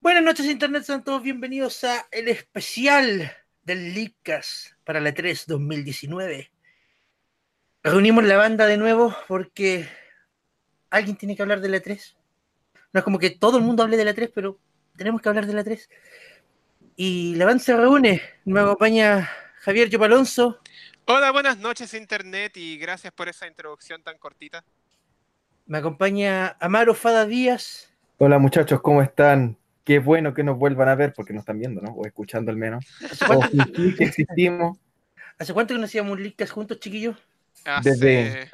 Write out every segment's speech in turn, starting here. Buenas noches, Internet. Sean todos bienvenidos a el especial del Leakcast para la 3 2019. Reunimos la banda de nuevo porque alguien tiene que hablar de la 3. No es como que todo el mundo hable de la 3, pero tenemos que hablar de la 3. Y la banda se reúne. Me acompaña Javier Yopalonso. Hola, buenas noches, Internet, y gracias por esa introducción tan cortita. Me acompaña Amaro Fada Díaz. Hola muchachos, ¿cómo están? Qué bueno que nos vuelvan a ver porque nos están viendo, ¿no? O escuchando al menos. O fingir que existimos ¿Hace cuánto que no hacíamos Leakcast juntos, chiquillos? Hace- Desde-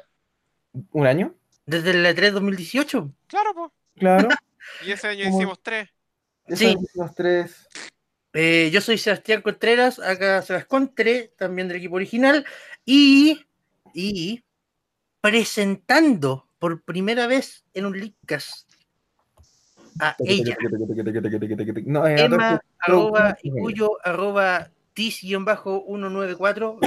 un año, Desde la 3 2018. Claro, po. claro. Y ese año ¿Cómo? hicimos tres. Sí. Los tres. Eh, yo soy Sebastián Contreras, acá Sebas Contre, también del equipo original, y, y presentando por primera vez en un Leakcast a ella, No, eh, Emma, Adolfo, arroba, no, no, Iguyo, arroba, tis-194.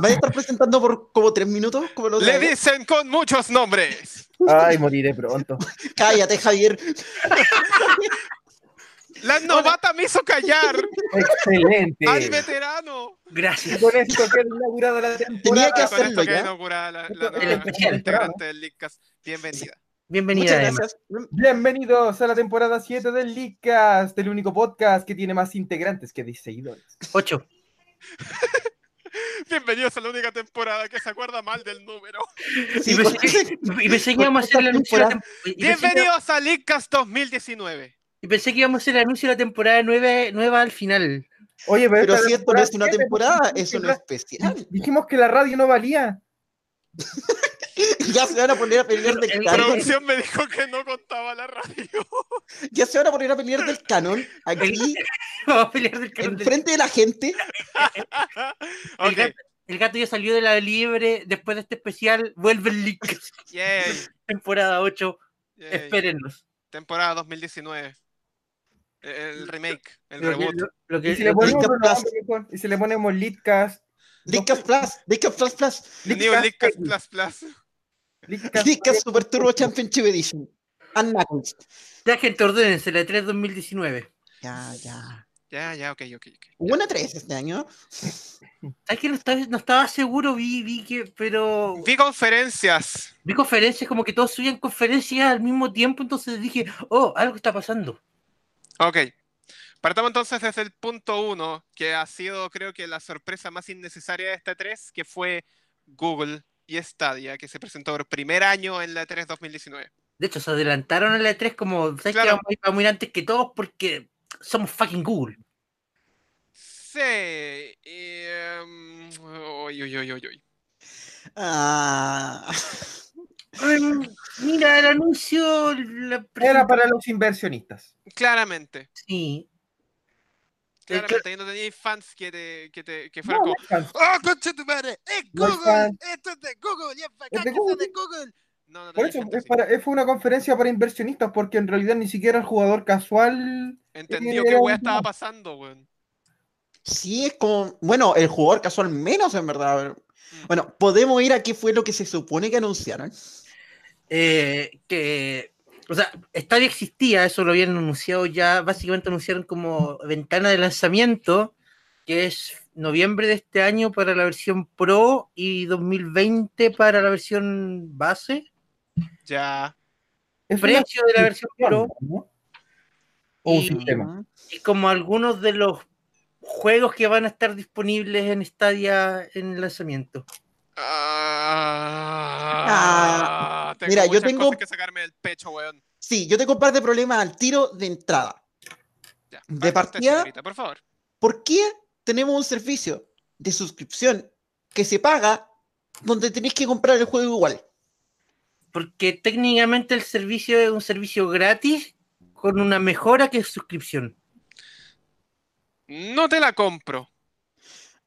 ¿Vais a estar presentando por como tres minutos? Como los Le dicen con muchos nombres. Ay, moriré pronto. Cállate, Javier. La novata me hizo callar Excelente. al veterano. Y Gracias. con esto queda inaugurada la Tenía temporada. que Con esto hacerlo que ya. inaugura la, la El nueva especial. integrante del Leadcast. Bienvenida. Bienvenida, Muchas Emma. gracias. Mm, Bienvenidos a la temporada 7 del Leadcast, el único podcast que tiene más integrantes que de seguidores. Ocho. Bienvenidos a la única temporada que se acuerda mal del número. Y Sí, pensé con- que- y pensé que íbamos a hacer el anuncio de la tem- y pensé que- Bienvenidos a Leadcast 2019. y pensé que íbamos a hacer el anuncio de la temporada nueve- nueva al final. Oye, pero, Pero esta si esto no es una siete, temporada, porque es un dijimos que especial. la- Dijimos que la radio no valía. Ya se van a poner a pelear del El- canon. Producción me dijo que no contaba la radio. Ya se van a poner a pelear del canon aquí, Vamos a pelear del canon del- enfrente de la gente. El, Ok, gato, el gato ya salió de la liebre después de este especial. Vuelve el link. yay, Temporada 8. yay. Espérennos. Temporada 2019. El- E-, El remake, el Lo que- reboot. lo- lo que- Y si le lo que- ponemos Leadcast otro nombre mejor, y si le ponemos Leadcast, Dicas Plus, Dicas Plus Plus, New Leadcast Plus Plus. Leadcast- Dicas Super Turbo Championship Edition. And Knuckles. Ya, gente, ordénense la E 3 2019. Ya, ya. Ya, ya, ok, ok, ok. Hubo una 3 este año. ¿Sabes que no estaba, no estaba seguro? Vi, vi que, pero Vi conferencias. vi conferencias, como que todos subían conferencias al mismo tiempo, entonces dije, oh, algo está pasando. Ok. Partamos entonces desde el punto uno, que ha sido, creo que, la sorpresa más innecesaria de esta 3, que fue Google y Stadia, que se presentó por primer año en la 3 2019. De hecho, se adelantaron a la 3 como, ¿sabes Claro. que vamos a ir- vamos a ir antes que todos porque somos fucking Google? Sí. y, em, uy, uy, uy, uy, uy. Ah. Mm, Mira, el anuncio, la Era para los inversionistas. Claramente. Sí. Claramente, ahí no teníais fans que, te, que, te, que fueran No, como, Leadcast. ¡Oh, concha tu madre! ¡Es No hay Google! fans. ¡Esto es de Google! ¡Y es Es bacán de que sea Google. de Google! No, no Por teníais eso gente es así. para- eh, fue una conferencia para inversionistas, porque en realidad ni siquiera el jugador casual. Entendió Era qué weá un- estaba pasando, weón. Sí, es como, bueno, el jugador casual menos en verdad. Mm. Bueno, podemos ir a qué fue lo que se supone que anunciaron. eh, que, o sea, Stadia existía, eso lo habían anunciado ya, básicamente anunciaron como ventana de lanzamiento, que es noviembre de este año para la versión Pro y 2020 para la versión base, Ya. Es una precio de la versión Pro opción, ¿no? O un Y- sistema. Ujú. y como algunos de los juegos que van a estar disponibles en Stadia en el lanzamiento. Ah, tengo mira, yo muchas tengo- cosas que sacarme del pecho, weón. Sí, yo tengo un par de problemas al tiro de entrada. Ya, De parte usted, partida- señorita, por favor. ¿Por qué tenemos un servicio de suscripción que se paga donde tenéis que comprar el juego igual? Porque técnicamente el servicio es un servicio gratis con una mejora que es suscripción. No te la compro.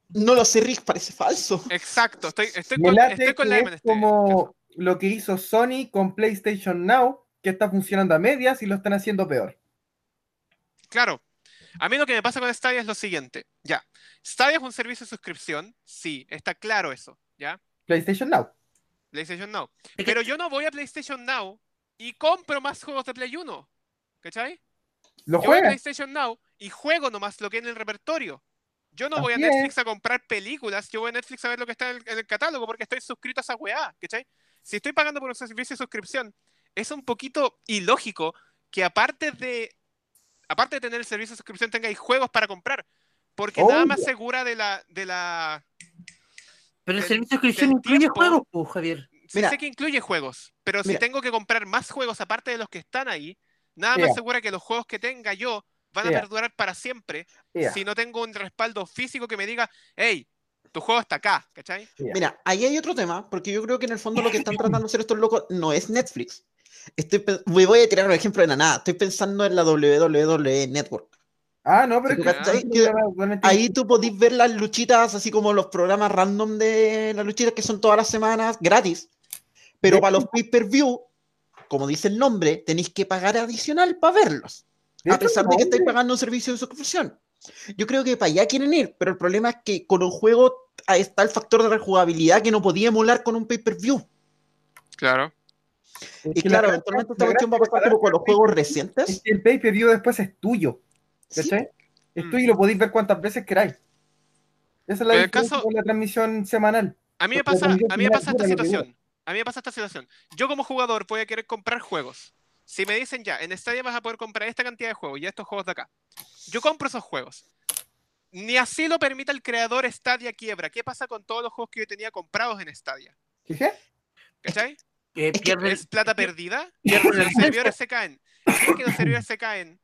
No lo sé, Rick, parece falso. Exacto. Estoy, estoy Me con, late estoy con que la es M en este caso. como lo que hizo Sony con PlayStation Now, que está funcionando a medias y lo están haciendo peor. Claro. A mí lo que me pasa con Stadia es lo siguiente. Ya. Stadia es un servicio de suscripción. Sí, está claro eso. Ya. PlayStation Now. PlayStation Now. Es que- Pero yo no voy a PlayStation Now y compro más juegos de Play 1. ¿Cachai? Lo Yo voy a juegas. PlayStation Now y juego nomás lo que hay en el repertorio. Yo no voy a Así es. Netflix a comprar películas, yo voy a Netflix a ver lo que está en el, en el catálogo porque estoy suscrito a esa weá, ¿cachai? Si estoy pagando por un servicio de suscripción, es un poquito ilógico que aparte de aparte de tener el servicio de suscripción tengáis juegos para comprar, porque Oh, nada más yeah. segura de la de la Pero el El- servicio de suscripción el incluye tiempo- juegos, pues, Javier. Sí Mira. sé que incluye juegos, pero si Mira. tengo que comprar más juegos aparte de los que están ahí, nada me Ea. asegura que los juegos que tenga yo van a Ea. perdurar para siempre Ea, si no tengo un respaldo físico que me diga, hey, tu juego está acá, ¿cachai? ea. Mira, ahí hay otro tema, porque yo creo que en el fondo lo que están tratando de hacer estos locos no es Netflix. Estoy pen- me voy a tirar un ejemplo de la nada. Estoy pensando en la WWE Network. Ah, no, pero ¿Tú es que- cachai? es un Que programa totalmente Ahí tú podís ver las luchitas, así como los programas random de las luchitas que son todas las semanas gratis. Pero para los pay-per-view, como dice el nombre, tenéis que pagar adicional para verlos. De a hecho, pesar de que no, estáis hombre. pagando un servicio de suscripción. Yo creo que para allá quieren ir, pero el problema es que con un juego ahí está el factor de rejugabilidad que no podía emular con un pay-per-view. Claro. Es que la Y claro, gracia- eventualmente esta la cuestión va a gracia pasar como con los es juegos que recientes. El pay per view después es tuyo. Sí, ¿Cachai? Es Mm. tuyo y lo podéis ver cuantas veces queráis. Esa es la Pero el diferencia caso- con la transmisión semanal. A mí me Porque pasa, la transmisión a mí me final pasa esta dura lo que situación. A mí me pasa esta situación. Yo como jugador voy a querer comprar juegos. Si me dicen ya, en Stadia vas a poder comprar esta cantidad de juegos y estos juegos de acá. Yo compro esos juegos. Ni así lo permite el creador Stadia quiebra. ¿Qué pasa con todos los juegos que yo tenía comprados en Stadia? ¿Fijé? ¿Cachai? Eh, Es que pierde, ¿Es plata perdida? pierde la Los servidores se caen. Si es que los servidores se caen,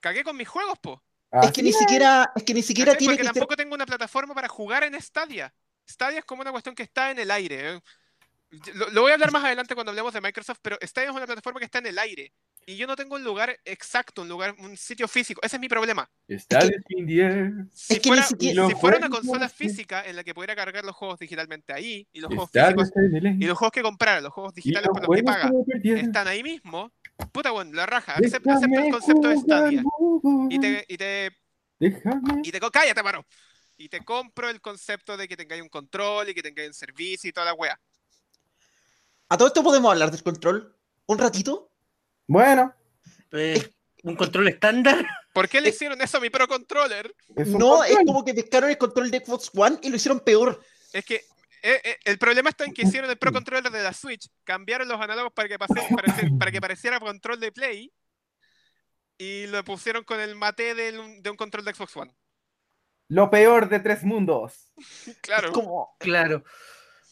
cagué con mis juegos, po. Ah, es que ni siquiera, es que ni siquiera ¿Cachai? tiene Porque que ser tampoco tengo una plataforma para jugar en Stadia. Stadia es como una cuestión que está en el aire. ¿eh? Lo, lo voy a hablar más adelante cuando hablemos de Microsoft, pero Stadia es una plataforma que está en el aire. Y yo no tengo un lugar exacto, un lugar, un sitio físico. Ese es mi problema. Está es in the air. Si, Es que ni fuera, siquiera- si Los fuera una juegos- consola física en la que pudiera cargar los juegos digitalmente ahí, y los juegos Está físicos, en el air. y los juegos que comprara, los juegos digitales por los que paga, están ahí mismo, puta bueno, la raja. Acep- Acepta, el concepto de Stadia. Y te, y te Déjame. y te co- cállate, mano. Y te compro el concepto de que tengáis un control y que tengáis un servicio y toda la wea. A todo esto podemos hablar del control un ratito. Bueno, eh, un control estándar. ¿Por qué le Eh, hicieron eso a mi Pro Controller? es un No, es control. como que pescaron el control de Xbox One y lo hicieron peor. Es que eh, eh, el problema está en que hicieron el Pro Mm. Controller de la Switch, cambiaron los análogos para que, pase- parece- para que pareciera control de Play y lo pusieron con el mate del- de un, control de Xbox One. Lo peor de tres mundos. Claro. Es como, Claro.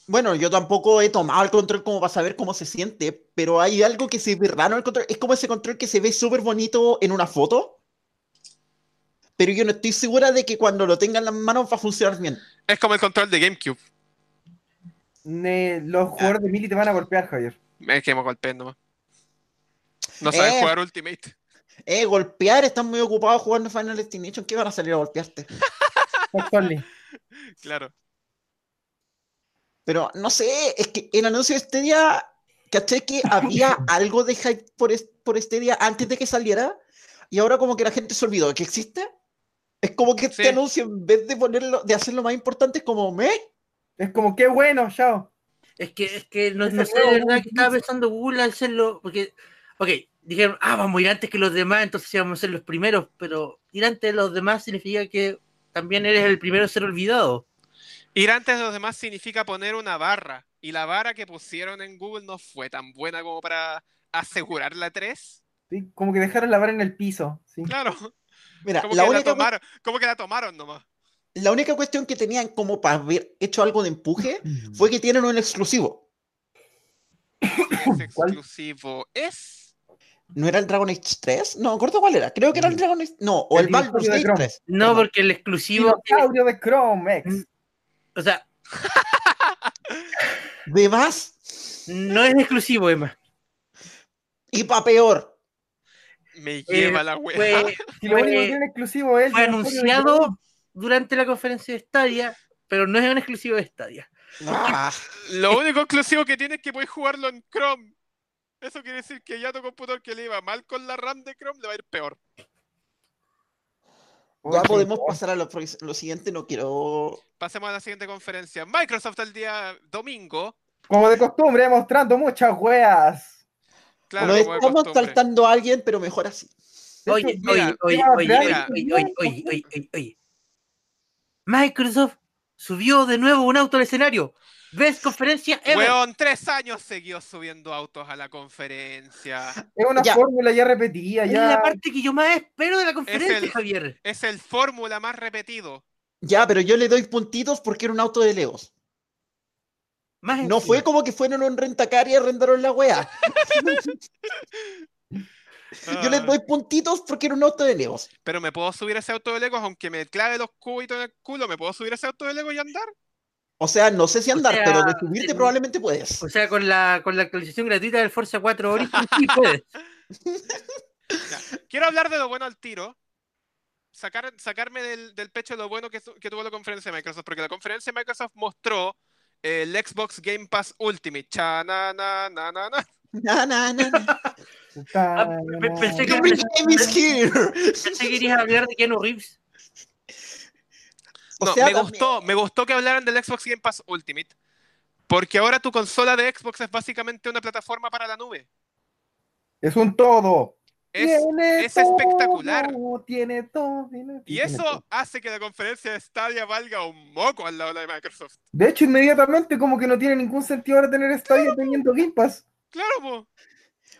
bueno, yo tampoco he tomado el control como para saber cómo se siente, pero hay algo que se ve raro en el control. Es como ese control que se ve súper bonito en una foto. Pero yo no estoy segura de que cuando lo tenga en las manos va a funcionar bien. Es como el control de GameCube. Ne- los jugadores de Mili te van a golpear, Javier. Es que me golpeen nomás. No saben Eh. jugar Ultimate. Eh, golpear, están muy ocupados jugando Final Destination. ¿Qué van a salir a golpearte? Actually. Claro. Pero no sé, es que el anuncio de este día, ¿caché que había algo de hype por, es- por este día antes de que saliera? Y ahora como que la gente se olvidó de que existe. Es como que Sí. este anuncio, en vez de ponerlo, de hacerlo más importante, es como me. Es como, qué bueno, chao. Es que, es que no, Ese no sé juego de es verdad muy que estaba pensando Google al hacerlo. Porque, ok, dijeron, ah, vamos a ir antes que los demás, entonces íbamos a ser los primeros. Pero ir antes de los demás significa que también eres el primero a ser olvidado. Ir antes de los demás significa poner una barra. Y la barra que pusieron en Google no fue tan buena como para asegurar la 3. Sí, Como que dejaron la vara en el piso. ¿sí? Claro. Mira, Como la que la única, cue- tomaron, como que la tomaron nomás. la única cuestión que tenían como para haber hecho algo de empuje Mm. fue que tienen un exclusivo. Es ¿Cuál? exclusivo. Es. ¿No era el Dragon Age 3? No, me acuerdo cuál era. Creo que era el Dragon Age. No, o El el, Baldur's dinosaurio de Gate Chrome. 3. No, Perdón. porque el exclusivo. que- Dinosaurio de Chrome, ex. Mm. o sea, De más no es exclusivo, Emma. y para peor. Me Eh, lleva la wea. Fue, Si lo único que fue- tiene exclusivo es el fue dinosaurio de anunciado durante la conferencia de Stadia, pero no es un exclusivo de Stadia. Ah. Lo único exclusivo que tiene es que puedes jugarlo en Chrome. Eso quiere decir que ya tu computador que le iba mal con la RAM de Chrome le va a ir peor. Chrome. Ya Oye, podemos no. pasar a lo, prox- lo siguiente, no quiero. Pasemos a la siguiente conferencia. Microsoft el día domingo. Como de costumbre, mostrando muchas weas. Claro, Nos como de estamos costumbre. saltando a alguien, pero mejor así. Oye, mira, oye, mira, oye, mira. oye, oye, oye, oye, oye, oye, oye. Microsoft subió de nuevo un auto al escenario. ¿Ves conferencia ever? Weón, tres años siguió subiendo autos a la conferencia. Es una Ya. fórmula ya repetida, Es ya. la parte que yo más espero de la conferencia, el- Javier. Es el fórmula más repetido. Ya, pero yo le doy puntitos porque era un auto de Legos. Más No encima. fue como que fueron a un rentacar y arrendaron la wea. Yo le Ah. doy puntitos porque era un auto de Legos. Pero me puedo subir a ese auto de Legos, aunque me clave los cubitos en el culo, me puedo subir a ese auto de Legos y andar. O sea, no sé si andar, sea, pues, pero de subirte en- probablemente puedes. O sea, con la, con la actualización gratuita del Forza 4 Horizon, sí pues. puedes. Quiero hablar de lo bueno al tiro. Sacar, sacarme del, del pecho lo bueno que, su- que tuvo la conferencia de Microsoft, porque la conferencia de Microsoft mostró el Xbox Game Pass Ultimate. Cha, na, na, na, na, na. Na, na, na, na. Ta- Ah, pe- pensé que- Your name is here. Pensé que querías hablar de Keanu Reeves. O No, sea, me también- gustó, me gustó que hablaran del Xbox Game Pass Ultimate, porque ahora tu consola de Xbox es básicamente una plataforma para la nube. Es un todo. Es, Tiene es espectacular. todo, Tiene todo. tiene- y tiene eso todo. hace que la conferencia de Stadia valga un moco al lado de la de Microsoft. De hecho, inmediatamente, como que no tiene ningún sentido ahora tener Stadia teniendo Game Pass. Claro, po.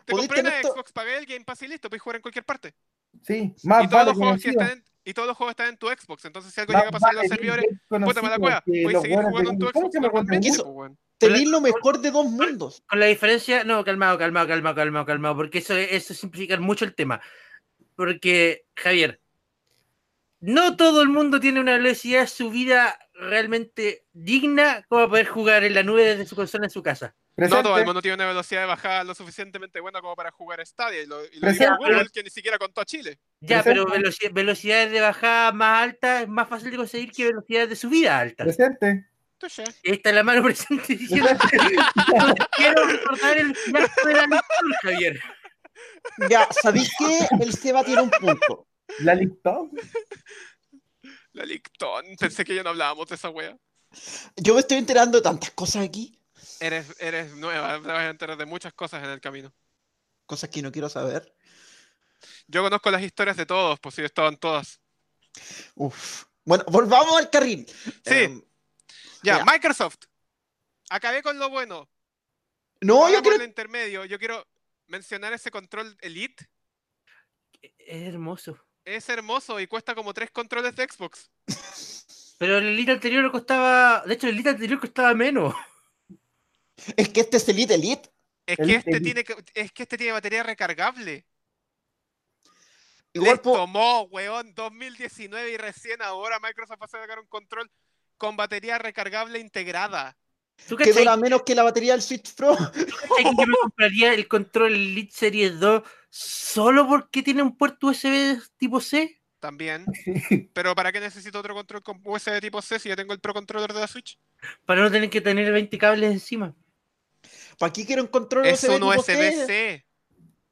Te Podéis compré una tener to- Xbox, pagué el Game Pass y listo, puedes jugar en cualquier parte. Sí, más y, todos Ah, vale los juegos que conocido. están en, y todos los juegos están en tu Xbox, entonces si algo Más llega a pasar en los vale servidores, Game Pass puta mala conocido cueva, que puedes los seguir buenos de jugando en tu Game Pass Xbox que me normalmente, eso? po, weón. Tenéis lo mejor de dos mundos. Con la diferencia, no, calmado, calmado, calmado, calmado, calmado, porque eso, eso es simplificar mucho el tema. Porque, Javier, no todo el mundo tiene una velocidad subida realmente digna como para poder jugar en la nube desde su consola en su casa. No, Presente. todo el mundo tiene una velocidad de bajada lo suficientemente buena como para jugar Stadia, y lo, y lo Presente. dijo Google, que ni siquiera contó a Chile. Ya, Presente. pero veloci- velocidades de bajada más altas es más fácil de conseguir que velocidades de subida altas. Presente. Touché. Esta es la mano presente diciendo quiero recordar el final de la lectura, Javier. Ya, ¿sabéis qué? El Seba tiene un punto. La listó. La Licton, pensé que ya no hablábamos de esa wea. Yo me estoy enterando de tantas cosas aquí, Eres, eres nueva, te vas a enterar de muchas cosas en el camino. cosas que no quiero saber. Yo conozco las historias de todos, pues si estaban todas. Uf. Bueno, volvamos al carril. Sí. Em, Ya, Ya. Microsoft. Acabé con lo bueno. no, Ahora yo por creo el intermedio, yo quiero mencionar ese control Elite. Es hermoso. Es hermoso y cuesta como tres controles de Xbox. Pero el Elite anterior costaba. De hecho, el Elite anterior costaba menos. es que este es Elite Elite. Es El que este Elite. tiene que- es que este tiene batería recargable. Igual Les po- tomó, weón, 2019 y recién ahora Microsoft va a sacar un control con batería recargable integrada. ¿Tú que cachai- dura menos que la batería del Switch Pro. cachai que yo me compraría el control Elite Series 2 solo porque tiene un puerto USB tipo C? También. Pero ¿para qué necesito otro control con USB tipo C si ya tengo el Pro Controller de la Switch? Para no tener que tener 20 cables encima. ¿Para qué quiero un control Es USB un tipo C? USB-C.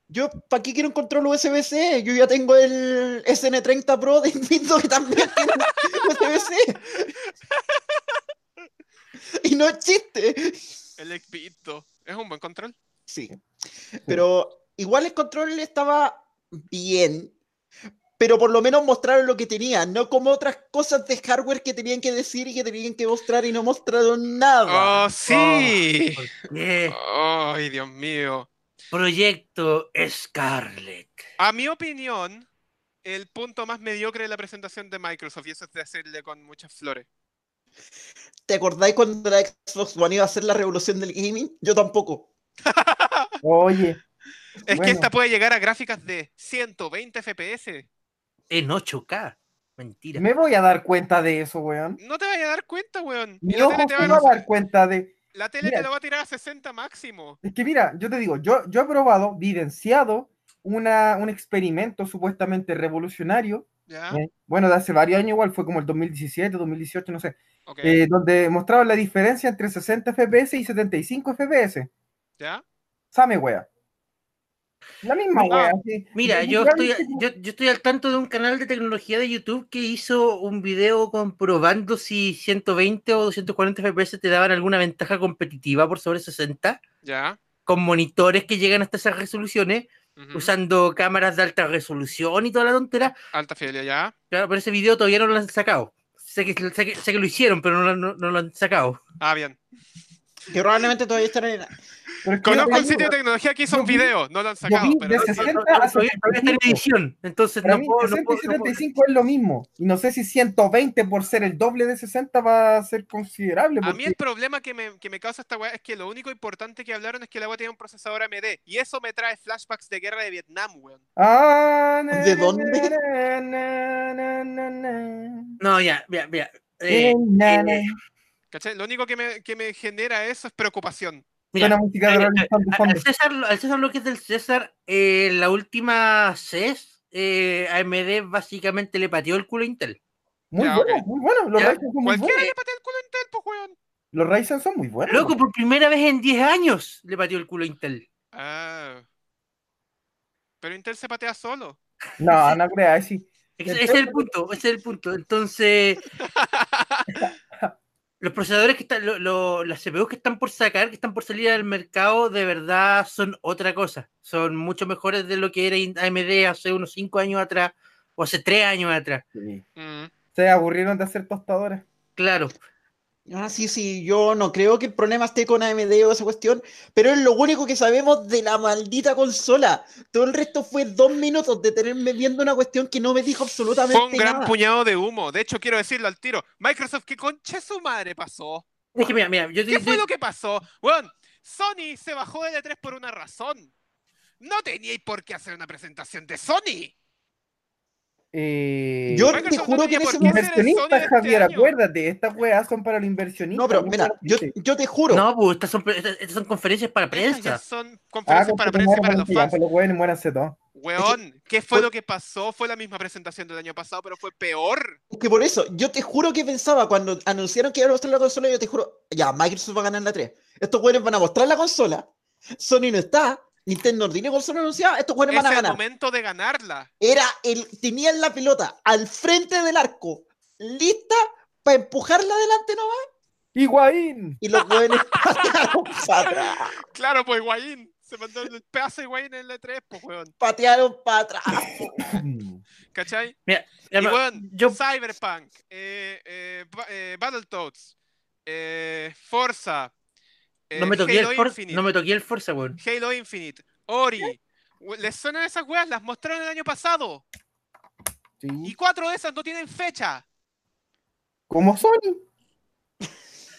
Yo, ¿para qué quiero un control USB-C? Yo ya tengo el SN30 Pro de Nintendo que también tiene USB-C. Y no es chiste. El Xbox. Es un buen control. Sí. Pero igual el control estaba bien. Pero por lo menos mostraron lo que tenían, no como otras cosas de hardware que tenían que decir y que tenían que mostrar y no mostraron nada. Ah, ¡Oh, sí! Eh, Ah. ¡Ay, Dios mío! proyecto Scarlet. A mi opinión, el punto más mediocre de la presentación de Microsoft, y eso es de hacerle con muchas flores. ¿Te acordáis cuando la Xbox One iba a hacer la revolución del gaming? Yo tampoco. Oye, Es que Bueno. esta puede llegar a gráficas de 120 FPS. En 8K. Mentira. me voy a dar cuenta de eso, weón. No te vayas a dar cuenta, weón. Y Mi la ojo tele, te va se a- va a dar cuenta de. la tele te Mira. lo va a tirar a 60 máximo. Es que mira, yo te digo, yo, yo he probado, vivenciado una, un experimento supuestamente revolucionario, ¿Ya? eh, bueno, de hace varios años igual, fue como el 2017, 2018, no sé, Ok. eh, donde mostraban la diferencia entre 60 FPS y 75 FPS. ¿Ya? Same wea. La misma Ah, wea. sí. Mira, yo estoy, Literalmente yo, yo estoy al tanto de un canal de tecnología de YouTube que hizo un video comprobando si 120 o 240 FPS te daban alguna ventaja competitiva por sobre 60. ¿Ya? con monitores que llegan hasta esas resoluciones, Ujú. usando cámaras de alta resolución y toda la tontera. Alta fidelidad ya. Claro, pero ese video todavía no lo han sacado. Sé que, sé que, sé que lo hicieron, pero no, lo- no- no lo han sacado. Ah, bien. Que probablemente todavía estarán en. Pero es que Conozco hay el sitio de una- tecnología que hizo yo un vi- video, no lo han yo sacado, vi pero de No, 60 no, a todavía, todavía está en 65. edición, entonces Para no mí, puedo, no 60 puedo- y no puedo- 75 es lo mismo. Y no sé si 120 por ser el doble de 60 va a ser considerable. A mí porque- el problema que me, que me causa esta weá es que lo único importante que hablaron es que la weá tiene un procesador AMD. Y eso me trae flashbacks de guerra de Vietnam, weón. Ah, na, ¿De na, dónde? na, na, na, na, na. No, ya, ya, ya. Eh, Eh, na, na. eh, ¿Cachai? Lo único que me, que me genera eso es preocupación. mira, Suena música de eh, Rolling Stone de a- fondo. al, César, al César lo que es del César, eh, la última CES, eh, AMD básicamente le pateó el culo a Intel. Muy Ya, bueno, Ah, ok. muy bueno. Los Ya, Ryzen son muy Cualquiera buenos. le patea el culo a Intel, pues, weón. Los Ryzen son muy buenos. Loco, por primera vez en 10 años le pateó el culo a Intel. Ah. Pero Intel se patea solo. No, no creas, sí. Ese ese es el punto, ese es el punto. Entonces, los procesadores que están, lo- lo- las CPUs que están por sacar, que están por salir al mercado, de verdad son otra cosa. Son mucho mejores de lo que era in- AMD hace unos 5 años atrás o hace 3 años atrás. Sí. Mm. Se aburrieron de hacer tostadoras. Claro, Ah, sí, sí, yo no creo que el problema esté con AMD o esa cuestión, pero es lo único que sabemos de la maldita consola. Todo el resto fue dos minutos de tenerme viendo una cuestión que no me dijo absolutamente Fue un gran nada. puñado de humo. De hecho, quiero decirlo al tiro. Microsoft, ¿qué conche su madre pasó? es que mira, mira, yo ¿Qué fue lo que pasó? Weón, Sony se bajó de E3 por una razón. No teníais por qué hacer una presentación de Sony. Eh, Yo te Microsoft no juro que en tenía ese por qué hacer el momento. Sony de inversionistas, este Javier, año. acuérdate, estas weas son para los inversionistas. No, pero no mira, para la yo, gente. yo te juro, No, pues estas son, pre- estas- estas son conferencias para Estas ya prensa. son Ah, conferencias con para que prensa y mueran, para los mueran, fans. pues los weones muéranse todos. Weón, ¿qué fue por- lo que pasó? Fue la misma presentación del año pasado, pero fue peor. es que por eso, yo te juro que pensaba cuando anunciaron que iban a mostrar la consola, yo te juro, ya, Microsoft va a ganar la 3. Estos güeyes van a mostrar la consola, Sony no está, Nintendo no tiene consola anunciada, estos güeyes Es van a el ganar. momento de ganarla. era el, tenían la pelota al frente del arco, lista para empujarla adelante nomás, Higuaín. y los jóvenes patearon para atrás, Claro, pues Higuaín. Se mandó el pedazo de Higuaín en el E3, pues weón. patearon para atrás. ¿Cachai? Ya, Y ma- weón, yo, Cyberpunk, eh, eh, Ba- eh, Battletoads, eh, Forza, eh, no, me toqué el Halo, For- Infinite, no me toqué el Forza, weón. Halo Infinite, Ori. We- ¿Les suenan esas weas? Las mostraron el año pasado. Y Sí. cuatro de esas no tienen fecha. Como Sony.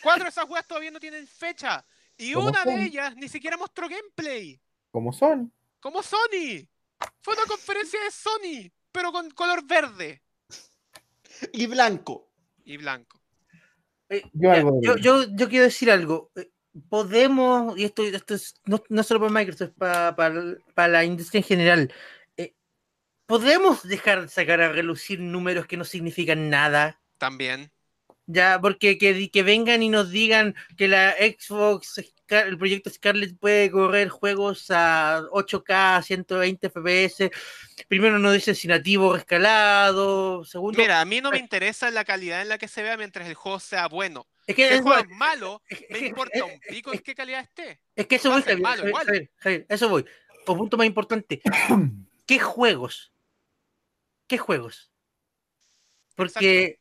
Cuatro de esas weas todavía no tienen fecha. Y Como una Sony. de ellas ni siquiera mostró gameplay. Como Sony. Como Sony. Fue una conferencia de Sony, pero con color verde Y blanco. y blanco. Eh, Yo ya, algo yo, diría. yo, yo quiero decir algo. Eh, Podemos, y esto, esto es no, no solo para Microsoft, para, para, la industria en general, eh, podemos dejar de sacar a relucir números que no significan nada. También. Ya, porque que, di- que vengan y nos digan que la Xbox, Scar- el proyecto Scarlett puede correr juegos a 8K, 120 FPS. Primero nos dicen si nativo o escalado. Segundo, Mira, a mí no me interesa la calidad en la que se vea mientras el juego sea bueno. es que Si el es- juego es malo, es- me es- importa un es- es- pico en qué calidad esté. Es que eso Va a voy, ser Javier, malo Javier, igual. Javier, Javier, eso voy. O punto más importante, ¿qué juegos? ¿Qué juegos? Porque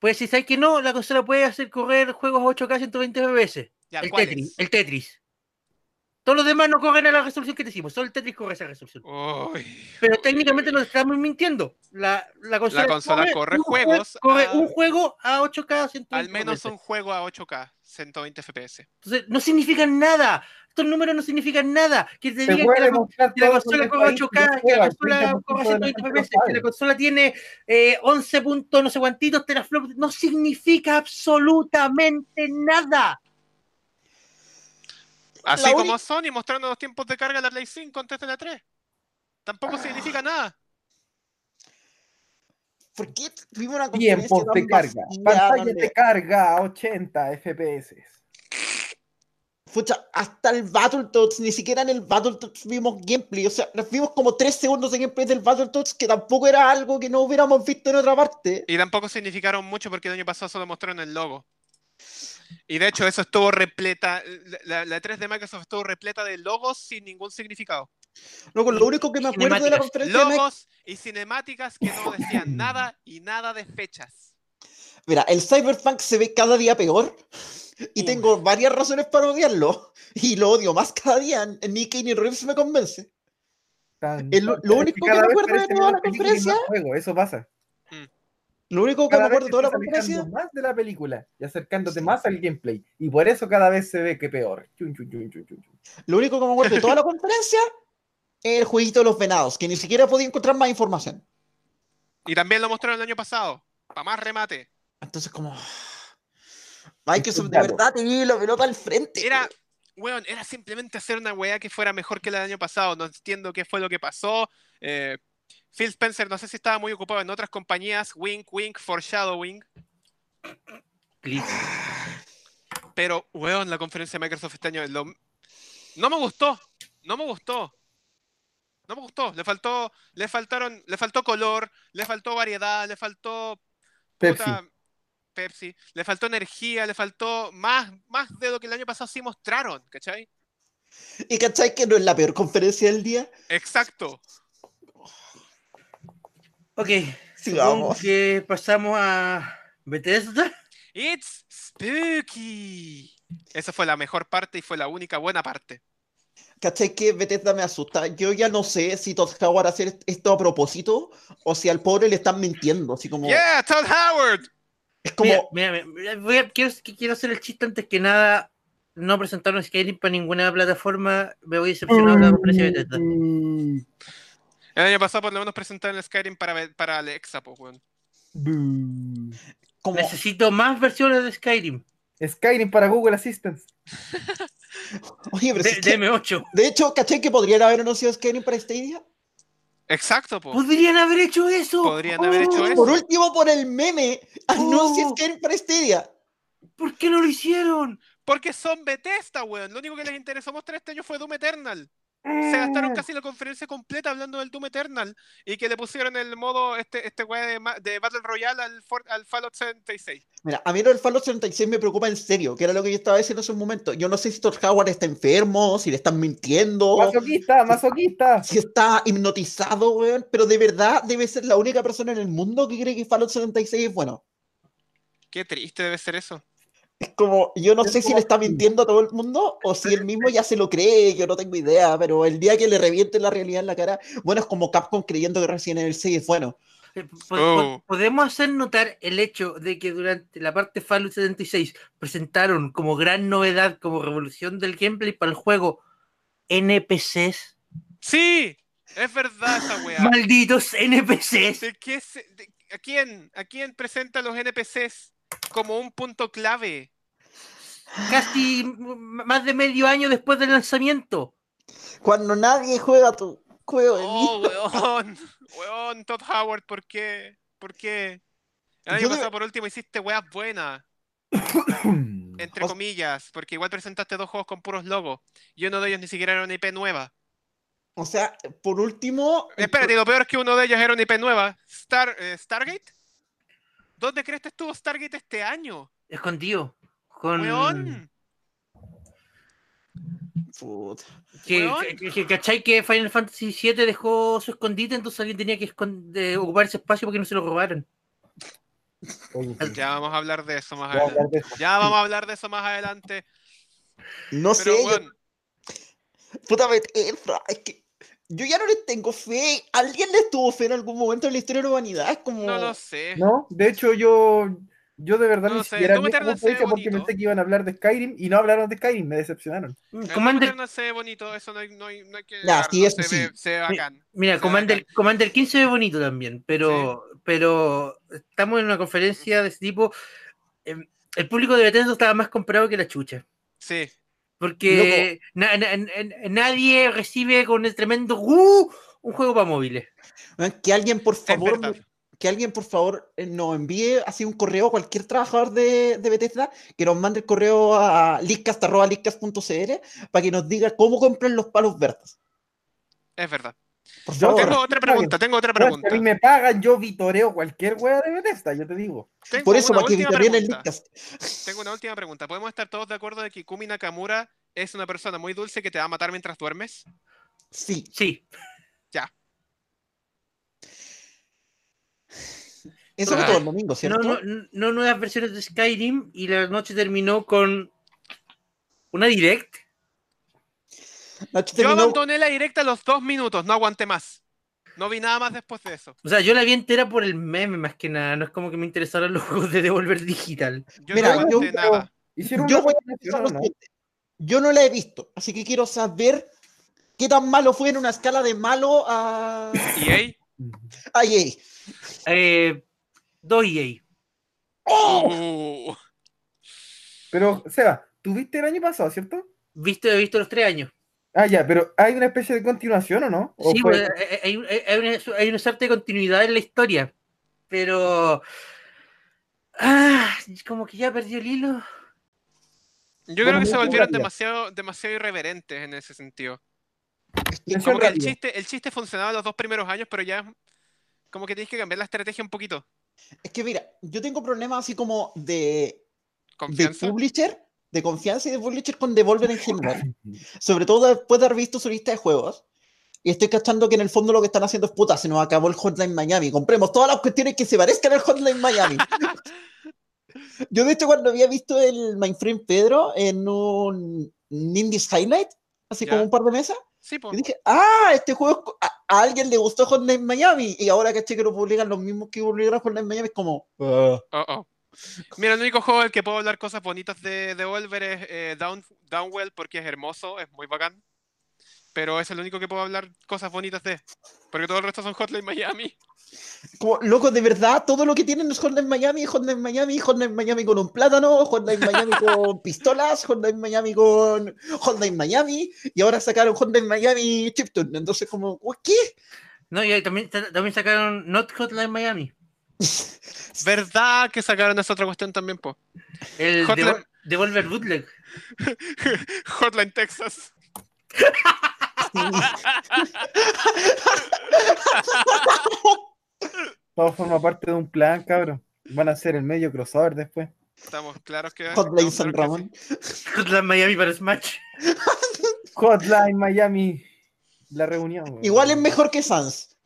pues si sabes que no, la consola puede hacer correr juegos 8K 120 FPS. Ya, El ¿cuál Tetris, es? el Tetris. Todos los demás no corren a la resolución que te hicimos, solo el Tetris corre a esa resolución. Uy. Pero técnicamente nos estamos mintiendo. La, la consola, consola corre un jue- juegos corre a- un juego a 8K 120 Al menos FPS. un juego a 8K, 120 FPS. Entonces, no significan nada. Estos números no significan nada. Que te Te digan que puede la mostrar que la todo consola el corra país 8K, que que la juega, consola corra 30% de la 120 gente lo FPS, que sabe. la consola tiene eh, 11 puntos no sé cuantitos teraflops, no significa absolutamente nada. Así La como Sony mostrando los tiempos de carga de la Play 5 antes de la 3. Tampoco Ah. significa nada. ¿Por qué tuvimos una conferencia Tiempos tan de carga. vacía, Pantalla donde- de carga a 80 FPS. Pucha, hasta el Battletoads, ni siquiera en el Battletoads vimos gameplay. O sea, nos vimos como tres segundos de gameplay del Battletoads, que tampoco era algo que no hubiéramos visto en otra parte. Y tampoco significaron mucho porque el año pasado solo mostraron el logo. Y de hecho, eso estuvo repleta. La, la 3 de Microsoft estuvo repleta de logos sin ningún significado. Loco, lo único que me acuerdo de la Cinemáticas. conferencia de Microsoft. Logos y cinemáticas que no decían nada y nada de fechas. Mira, el Cyberpunk se ve cada día peor. Y Uh. tengo varias razones para odiarlo. Y lo odio más cada día. Ni Keanu Reeves me convence. Tan- Es lo- lo es único que cada me vez acuerdo de parece toda más la película y más conferencia. juego, eso pasa. Lo único que me Cada acuerdo vez de te toda la estás alejando conferencia. más de la película y acercándote más al gameplay. Y por eso cada vez se ve que peor. Chun, chun, chun, chun, chun, chun. Lo único que me acuerdo de toda la conferencia. es El jueguito de los venados. Que ni siquiera podía encontrar más información. Y también lo mostraron el año pasado. Para más remate. Entonces, como. Microsoft, de Claro. verdad, tenía la pelota al frente. Era, weón, era simplemente hacer una weá que fuera mejor que el del año pasado. No entiendo qué fue lo que pasó. Eh, Phil Spencer, no sé si estaba muy ocupado en otras compañías. Wink, wink, foreshadowing. Please. Pero, weón, la conferencia de Microsoft este año es lo- no me gustó. No me gustó. No me gustó. Le faltó, le faltaron, le faltó color, le faltó variedad, le faltó Pepsi. puta, Pepsi. Le faltó energía, le faltó más, más de lo que el año pasado sí mostraron, ¿cachai? Y cachai que no es la peor conferencia del día. Exacto. Ok, supongo Sigamos. que pasamos a Bethesda. It's spooky. Esa fue la mejor parte y fue la única buena parte. ¿Cachai que Bethesda me asusta? Yo ya no sé si Todd Howard hace esto a propósito o si al pobre le están mintiendo. Así como, Yeah, Todd Howard. es como, Mira, mira, mira, voy a- quiero, que quiero hacer el chiste antes que nada. No presentaron Skyrim para ninguna plataforma. Me voy decepcionado de la conferencia de Bethesda. Mm. Bú, El año pasado por lo menos presentaron el Skyrim para, Be- para Alexa, pues, weón. bú. como Necesito más versiones de Skyrim. Skyrim para Google Assistant. oye, pero D- si es que- de, DM8. hecho, ¿cachai que podrían haber anunciado Skyrim para Stadia? Exacto, pues. Podrían haber hecho eso. Oh, Podrían haber hecho eso. Por último, por el meme, anuncia Skyrim para Stadia. ¿Por qué no lo hicieron? Porque son Bethesda, weón. Lo único que les interesó mostrar este año fue Doom Eternal. Se gastaron casi la conferencia completa hablando del Doom Eternal y que le pusieron el modo este este weá de, ma- de Battle Royale al, For- al Fallout 76. Mira, a mí lo del Fallout 76 me preocupa en serio, que era lo que yo estaba diciendo hace un momento. Yo no sé si Todd Howard está enfermo, si le están mintiendo. Masoquista, masoquista. Si está hipnotizado, weón, pero de verdad debe ser la única persona en el mundo que cree que Fallout 76 es bueno. Qué triste debe ser eso. Es como, yo no Es sé si como- le está mintiendo a todo el mundo o si él mismo ya se lo cree, yo no tengo idea, pero el día que le reviente la realidad en la cara, bueno, es como Capcom creyendo que Resident Evil 6 es bueno. Eh, po- po- Oh. Podemos hacer notar el hecho de que durante la parte Fallout 76 presentaron como gran novedad, como revolución del gameplay para el juego, NPCs. Sí, es verdad esa weá. Malditos NPCs. ¿De qué se- de- ¿A quién? ¿A quién presenta los NPCs como un punto clave? Casi m- más de medio año después del lanzamiento. Cuando nadie juega tu juego, Oh, weón. Weón, Todd Howard, ¿por qué? ¿Por qué? El año Yo de- pasado, por último, hiciste weas buenas, entre O- comillas, porque igual presentaste dos juegos con puros logos y uno de ellos ni siquiera era una IP nueva. o sea, por último, Espérate, lo peor es que uno de ellos era una IP nueva. Star, eh, ¿Stargate? ¿Dónde crees que estuvo Stargate este año? Escondido. Con... Weón. Puta. Que, Weón. que- que- ¿Cachai que Final Fantasy VII dejó su escondite? Entonces alguien tenía que esconde- ocupar ese espacio porque no se lo robaran. Oye, sí, Ya vamos a hablar de eso más voy a adelante. hablar de eso. Ya vamos a hablar de eso más adelante. no Pero, sé, yo- weón, puta Bethesda, es que yo ya no les tengo fe. ¿Alguien les tuvo fe en algún momento en la historia de la humanidad? Es como... no lo sé. No, de hecho yo, yo de verdad No ni sé, siquiera Doom vi Eternal cómo se ve fue porque bonito. pensé que iban a hablar de Skyrim y no hablaron de Skyrim, me decepcionaron. El Commander, Eternal se ve bonito, eso no hay, no hay, no hay que. Ya, negarlo, sí, eso se ve, se ve bacán. mira, se ve Commander, bacán. Commander 15 es bonito también, pero, pero estamos en una conferencia de ese tipo. em, el público de Bethesda estaba más comprado que la chucha. Sí. Porque na- na- na- nadie recibe con el tremendo "Uh", un juego para móviles. Weón, Que alguien, por favor, verdad. me- que alguien, por favor, eh, nos envíe así un correo a cualquier trabajador de, de Bethesda, que nos mande el correo a leakcast.cl para que nos diga cómo compran los palos verdes. Es verdad. Por Yo favor. Tengo otra pregunta, tengo otra Weón, si pregunta. a mí me pagan, yo vitoreo cualquier wea de Bethesda, yo te digo. Tengo Por eso, una para que última Victoriano el pregunta. Leadcast. Tengo una última pregunta. ¿Podemos estar todos de acuerdo de que Kumi Nakamura es una persona muy dulce que te va a matar mientras duermes? Sí. Sí, Eso fue Ah. todo el domingo, no, ¿cierto? no, no nuevas versiones de Skyrim y la noche terminó con una direct. Nacho Yo terminó- abandoné la directa a los dos minutos, no aguanté más. No vi nada más después de eso. O sea, yo la vi entera por el meme más que nada. No es como que me interesaran los juegos de Devolver Digital. Yo Mira, no yo- aguanté nada. Hicieron Yo una voy wea a nacional, lo ¿no? siguiente. Yo no la he visto, así que quiero saber qué tan malo fue en una escala de malo a. ¿Y ahí? a EA. Eh, dos E EA. Oh. Uh, Pero, Seba, ¿tuviste el año pasado, cierto? Visto, he visto los tres años. Ah, ya, pero ¿hay una especie de continuación o no? ¿O Sí, fue- pues, hay, hay- hay- hay una, hay una suerte de continuidad en la historia, pero... Ah, como que ya perdió el hilo. Yo creo Bueno, que se mira, volvieron mira. demasiado, demasiado irreverentes en ese sentido. Eso Como es que el rápido. chiste, el chiste funcionaba los dos primeros años, pero ya es como que tienes que cambiar la estrategia un poquito. Es que mira, yo tengo problemas así como de, de Confianza. publisher, de confianza y de publisher con Devolver en general. Sobre todo después de haber visto su lista de juegos. Y estoy cachando que en el fondo lo que están haciendo es puta, se nos acabó el Hotline Miami. Compremos todas las cuestiones que se parezcan al Hotline Miami. Yo, de hecho, cuando había visto el Mainframe Pedro en un Indies Highlight, así Ya. Oh. como un par de mesas, Sí, po. yo dije, ah, este juego es co- a, a alguien le gustó Hotline Miami. Y ahora caché que lo publican los mismos que publicaron Hotline Miami, es como, "Ah". Oh, oh. Mira, el único juego del que puedo hablar cosas bonitas de Devolver es eh, Down, Downwell porque es hermoso, es muy bacán. Pero es el único que puedo hablar cosas bonitas de. Porque todo el resto son Hotline Miami. Como, loco, de verdad, todo lo que tienen es Hotline Miami, Hotline Miami, Hotline Miami con un plátano, Hotline Miami con pistolas, Hotline Miami con Hotline Miami, y ahora sacaron Hotline Miami Chiptune. Entonces, como, "Uy, ¿qué? No, y ahí también, ta- también sacaron Not Hotline Miami. ¿Verdad que sacaron esa otra cuestión también, po? El Hotline- Devol- Devolver Bootleg. Hotline Texas. Todo forma parte de un plan, cabrón. Van a ser el medio crossover después. Estamos claros que. Hotline estamos San claros que Ramón. Hotline Miami para Smash. Hotline Miami. La reunión. weón. Igual es mejor que Sans.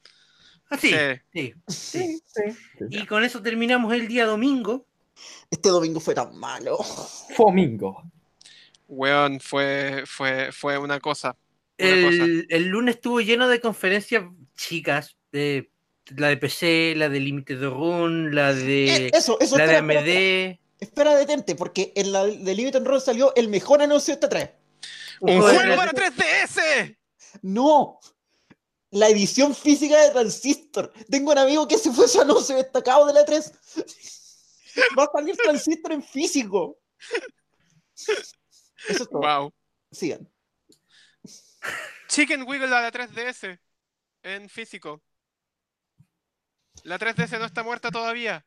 Así. sí. Ah, sí. Sí. Sí, sí. Y con eso terminamos el día domingo. Este domingo fue tan malo. Fomingo. Weón, fue, fue, fue una cosa. Una cosa. El, el lunes estuvo lleno de conferencias chicas. de- la de PC, la de Limited Run, la Eh, de, eso, eso. la de espera, espera, AMD. espera. Espera, detente, porque en la de Limited Run salió el mejor anuncio de esta 3. ¡Un Joder, juego gracias. para 3DS! No. La edición física de Transistor. Tengo un amigo que se fue su anuncio destacado de la 3. Va a salir Transistor en físico. Eso es todo. Wow. Sigan. Chicken Wiggle a la 3DS en físico. La 3DS no está muerta todavía.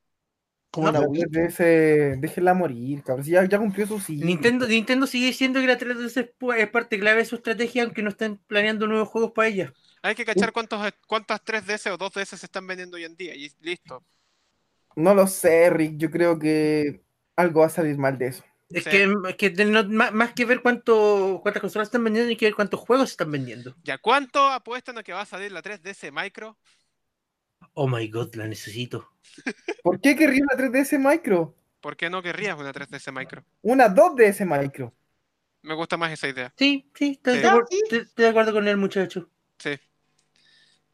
Como No, Ah, la La Wii. 3DS, déjenla morir, cabrón. Si ya, ya cumplió su ciclo. Nintendo, Nintendo sigue diciendo que la 3DS es pu- es parte clave de su estrategia, aunque no estén planeando nuevos juegos para ella. Hay que Uh. cachar cuántos, cuántas 3DS o 2DS se están vendiendo hoy en día y listo. No lo sé, Rick. Yo creo que algo va a salir mal de eso. Es Sí. que, es que de- no- más, más que ver cuánto, cuántas consolas están vendiendo, hay que ver cuántos juegos están vendiendo. ¿Ya cuánto apuestan a que va a salir la 3DS Micro? Oh my god, la necesito. ¿Por qué querría una 3DS Micro? ¿Por qué no querrías una 3DS Micro? Una 2DS Micro. Me gusta más esa idea. Sí, sí, estoy, Sí. De, acuerdo, Ah, sí. estoy- estoy de acuerdo con el muchacho.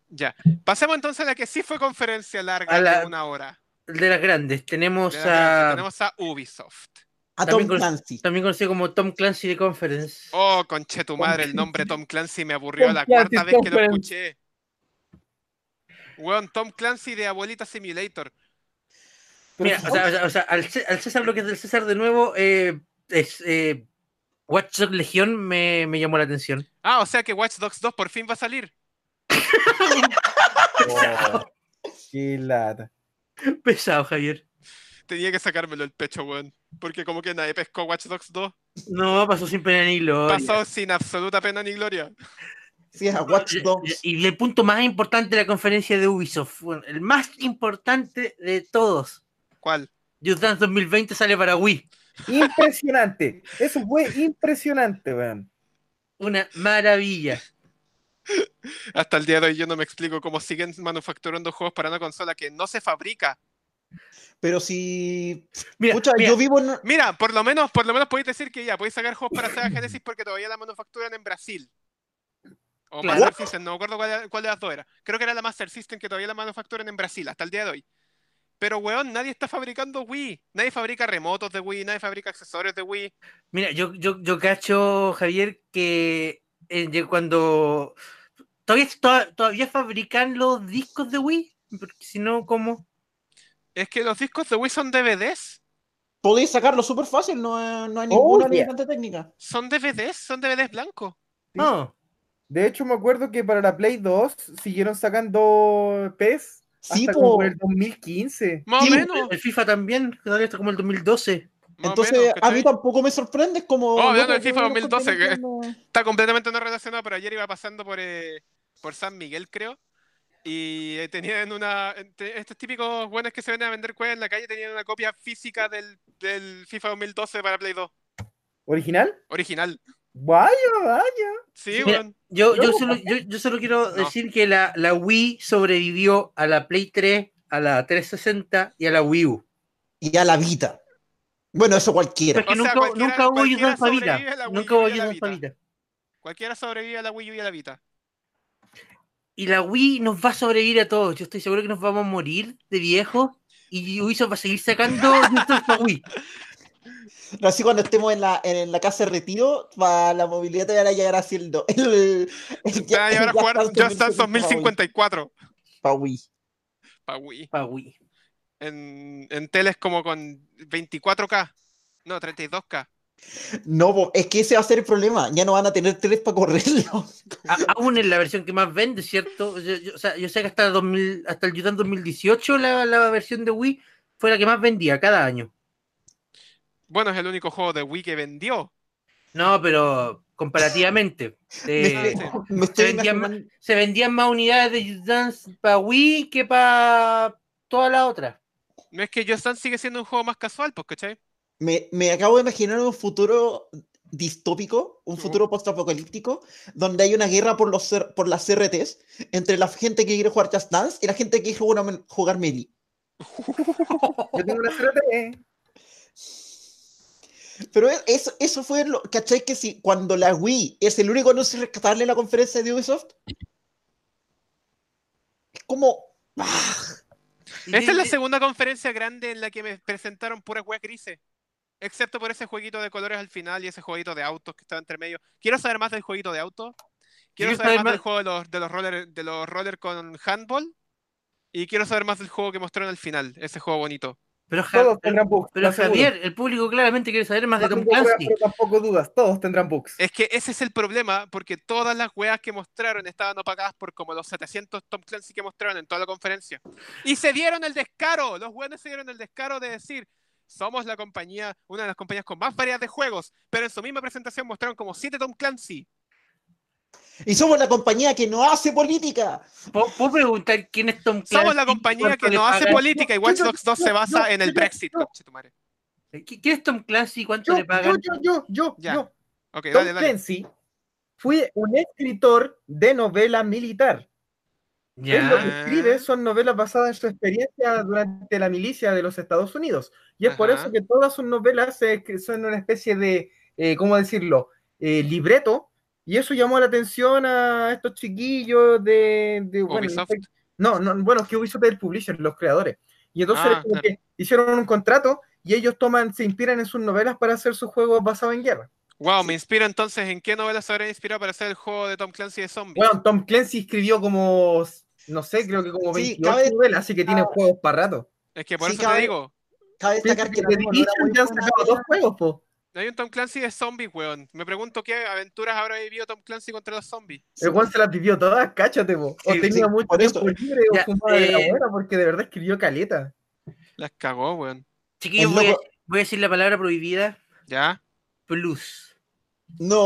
Ya. Pasemos entonces a la que sí fue conferencia larga A la- de una hora. El de las grandes, tenemos De la a. grande. Tenemos a Ubisoft. A Tom También con- Clancy. También conocido como Tom Clancy de Conference. Oh, conche tu madre, el nombre Tom Clancy me aburrió Tom la Clancy cuarta vez que lo Conference. escuché. Weón, Tom Clancy de Abuelita Simulator. Mira, o sea, o sea- o sea, al, Cé- al César, lo que es del César de nuevo, eh, es. Eh, Watch Dogs Legion me, me llamó la atención. Ah, o sea que Watch Dogs 2 por fin va a salir. Oh, qué lata. Pesado, Javier. Tenía que sacármelo el pecho, weón. Porque como que nadie pescó Watch Dogs 2. No, pasó sin pena ni gloria. Pasó sin absoluta pena ni gloria. Sí, a Watch Dogs. Eh, Y el punto más importante de la conferencia de Ubisoft, bueno, el más importante de todos. ¿Cuál? Just Dance 2020 sale para Wii. Impresionante. Eso fue impresionante, weón. Una maravilla. Hasta el día de hoy yo no me explico cómo siguen manufacturando juegos para una consola que no se fabrica. Pero si. Mira, Pucha, mira, yo vivo en. Mira, por lo menos, por lo menos podéis decir que ya, podéis sacar juegos para Sega Genesis porque todavía la manufacturan en Brasil. O Claro. Master System, no me acuerdo cuál, era- cuál de las dos era. Creo que era la Master System que todavía la manufacturan en Brasil hasta el día de hoy. Pero, weón, nadie está fabricando Wii. Nadie fabrica remotos de Wii, nadie fabrica accesorios de Wii. Mira, yo, yo, yo cacho, Javier, que eh, de cuando todavía, to- todavía fabrican los discos de Wii, porque si no, ¿cómo? Es que los discos de Wii son DVDs. Podéis sacarlo súper fácil, no, no hay ninguna yeah. limitante técnica. Son DVDs, son DVDs blancos. No. De hecho, me acuerdo que para la Play 2 siguieron sacando PES Sí, hasta po. como por el 2015. Más o Sí, menos. El FIFA también, que salió hasta como el 2012. más o Entonces, menos, a mí ¿cachai? tampoco me sorprende, es como. Oh, hablando loco, del FIFA yo 2012, que- no- está completamente no relacionado, pero ayer iba pasando por, eh, por San Miguel, creo. Y eh, tenían una. te- Estos típicos buenos que se venden a vender cuevas en la calle tenían una copia física del, del FIFA 2012 para Play 2. ¿Original? Original. Vaya, vaya. Sí, Mira, weón. Yo, yo, No. solo, yo, yo solo quiero No. decir que la, la Wii sobrevivió a la Play 3, a la 360 y a la Wii U. Y a la vida. Bueno, eso cualquiera. Porque sea, nunca, cualquiera- nunca hubo cualquiera Ayudan sobrevive a la Favita. Wii Nunca U hubo y a la Ayudan Vita. Favita. Cualquiera sobrevive a la Wii U y a la Vita. Y la Wii nos va a sobrevivir a todos. Yo estoy seguro que nos vamos a morir de viejos. Y Ubisoft va a seguir sacando discos para Wii. Así cuando estemos en la, en la casa de retiro, para la movilidad te van a llegar haciendo. El, el, el- Te van a llevar a el- jugar el- Just Dance pa' Wii. 2054 Pa' Wii. para Wii. Para Wii. En, en teles como con 24K. No, 32K. No, po, es que ese va a ser el problema. Ya no van a tener tres para correrlo. A- aún es la versión que más vende, ¿cierto? Yo, yo- o sea, yo sé que hasta, 2000, hasta el Yutan 2018 la, la versión de Wii fue la que más vendía cada año. Bueno, es el único juego de Wii que vendió. No, pero comparativamente. Me- eh, sí. Me estoy vendían más- imaginando- se vendían más unidades de Just Dance para Wii que para toda la otra. No es que Just Dance sigue siendo un juego más casual, pues, ¿cachai? Me, me acabo de imaginar un futuro distópico, un Sí. futuro postapocalíptico, donde hay una guerra por, los, cer- por las CRTs entre la gente que quiere jugar Just Dance y la gente que quiere jugar, jugar Medi. Yo tengo una CRT. Pero e- eso, eso fue lo, ¿cachai? Que si cuando la Wii es el único anuncio rescatable en la conferencia de Ubisoft, es como... ¡ah! Esta es la Y- segunda conferencia grande en la que me presentaron puras weas grises. Excepto por ese jueguito de colores al final y ese jueguito de autos que estaba entre medio. Quiero saber más del jueguito de autos. Quiero Quiero saber, saber más, del más- juego de los, de los roller, de los roller con handball. Y quiero saber más del juego que mostraron al final, ese juego bonito. Pero, Ja- Todos tendrán bugs. pero lo aseguro. Javier, el público claramente quiere saber más de No Tom tengo pruebas, Clancy. Eh, pero tampoco dudas. Todos tendrán bugs. Es que ese es el problema, porque todas las weas que mostraron estaban opacadas por como los 700 Tom Clancy que mostraron en toda la conferencia. Y se dieron el descaro, los weones se dieron el descaro de decir, somos la compañía, una de las compañías con más variedad de juegos, pero en su misma presentación mostraron como 7 Tom Clancy. Y somos la compañía que no hace política. ¿Puedo, puedo preguntar quién es Tom Clancy? Somos la compañía ¿Cuánto que le no hace pagan? política y Watch Yo- yo- Dogs 2 se yo- basa yo- en el yo- yo- Brexit, yo- conchetumare. ¿Qui- ¿Quién es Tom Clancy y cuánto Yo, le pagan? eh, yo, yo, yo, yo, Ya. yo. Ok, Tom dale, dale. Clancy fue un escritor de novela militar. Él lo que Ya. escribe son novelas basadas en su experiencia durante la milicia de los Estados Unidos. Y es por Ajá. eso que todas sus novelas se escri- son una especie de, eh, ¿cómo decirlo?, Eh, libreto. Y eso llamó la atención a estos chiquillos de... de, bueno, Ubisoft. no, no, bueno, es que Ubisoft es el publisher, los creadores. Y entonces Ah, claro. como que hicieron un contrato y ellos toman, se inspiran en sus novelas para hacer sus juegos basados en guerra. Wow, me inspira entonces en qué novela se habrá inspirado para hacer el juego de Tom Clancy de zombies. Bueno, Tom Clancy escribió como, no sé, creo que como Sí, 28 cabe- novelas, así que tiene juegos para rato. es que por sí, eso te cabe- digo, Cabe destacar que Piensa la que Wii no era Division muy ya han buena- sacado dos juegos, po. Hay un Tom Clancy de zombies, weón. Me pregunto qué aventuras habrá vivido Tom Clancy contra los zombies. El Juan se las vivió todas, cáchate, po. O Sí, tenía sí, mucho por eso. tiempo libre o Ya, fumaba de la eh, buena porque de verdad escribió caleta. Las cagó, weón. Chiquillos, El voy a, loco- voy a decir la palabra prohibida. ¿Ya? Plus.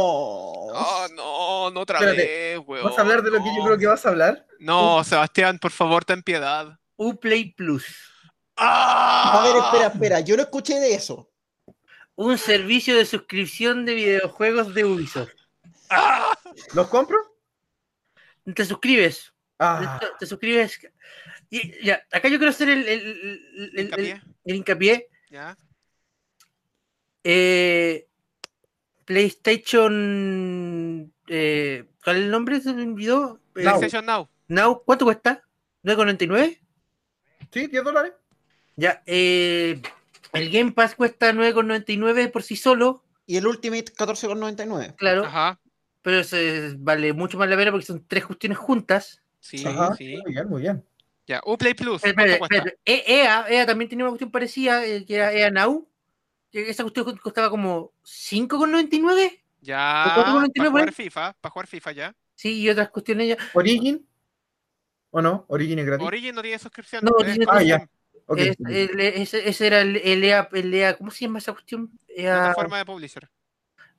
No. Oh, no, no otra Espérate, vez, weón. ¿Vas a hablar de lo que yo creo que vas a hablar? No, Sebastián, por favor, ten piedad. Uplay Plus, ¡Ah! A ver, espera, espera, yo no escuché de eso. un servicio de suscripción de videojuegos de Ubisoft. ¡Ah! ¿Los compro? Te suscribes, Ah, te, te suscribes. Y, ya, acá yo quiero hacer el, el- el- el- Hincapié, el hincapié. ¿Ya? Eh, PlayStation. eh, ¿Cuál es el nombre? ¿Se me olvidó? Eh, Now. PlayStation Now. Now, ¿Cuánto cuesta? ¿9,99? ¿sí? ¿10 dólares? Ya. eh, el Game Pass cuesta 9,99 por sí solo, Y el Ultimate 14,99. claro. Ajá. Pero se vale mucho más la pena porque son tres cuestiones juntas. Sí, Ajá, sí. Muy bien, muy bien. Ya, Uplay Plus. Espera, ¿cuánto espera, cuesta? espera. E- EA, EA también tenía una cuestión parecida, eh, que era EA Now. que Esa cuestión costaba como 5,99. Ya. ¿Cuánto con el Para tiempo, jugar eh? FIFA, para jugar FIFA ya. Sí, y otras cuestiones ya. ¿Origin? ¿O no? ¿Origin es gratis? Origin no tiene suscripción. No, eh. Origin no Ah, tiene. Ok. Es- el- ese, ese era el, el EA, el EA- ¿cómo se llama esa cuestión? EA- Plataforma de publisher.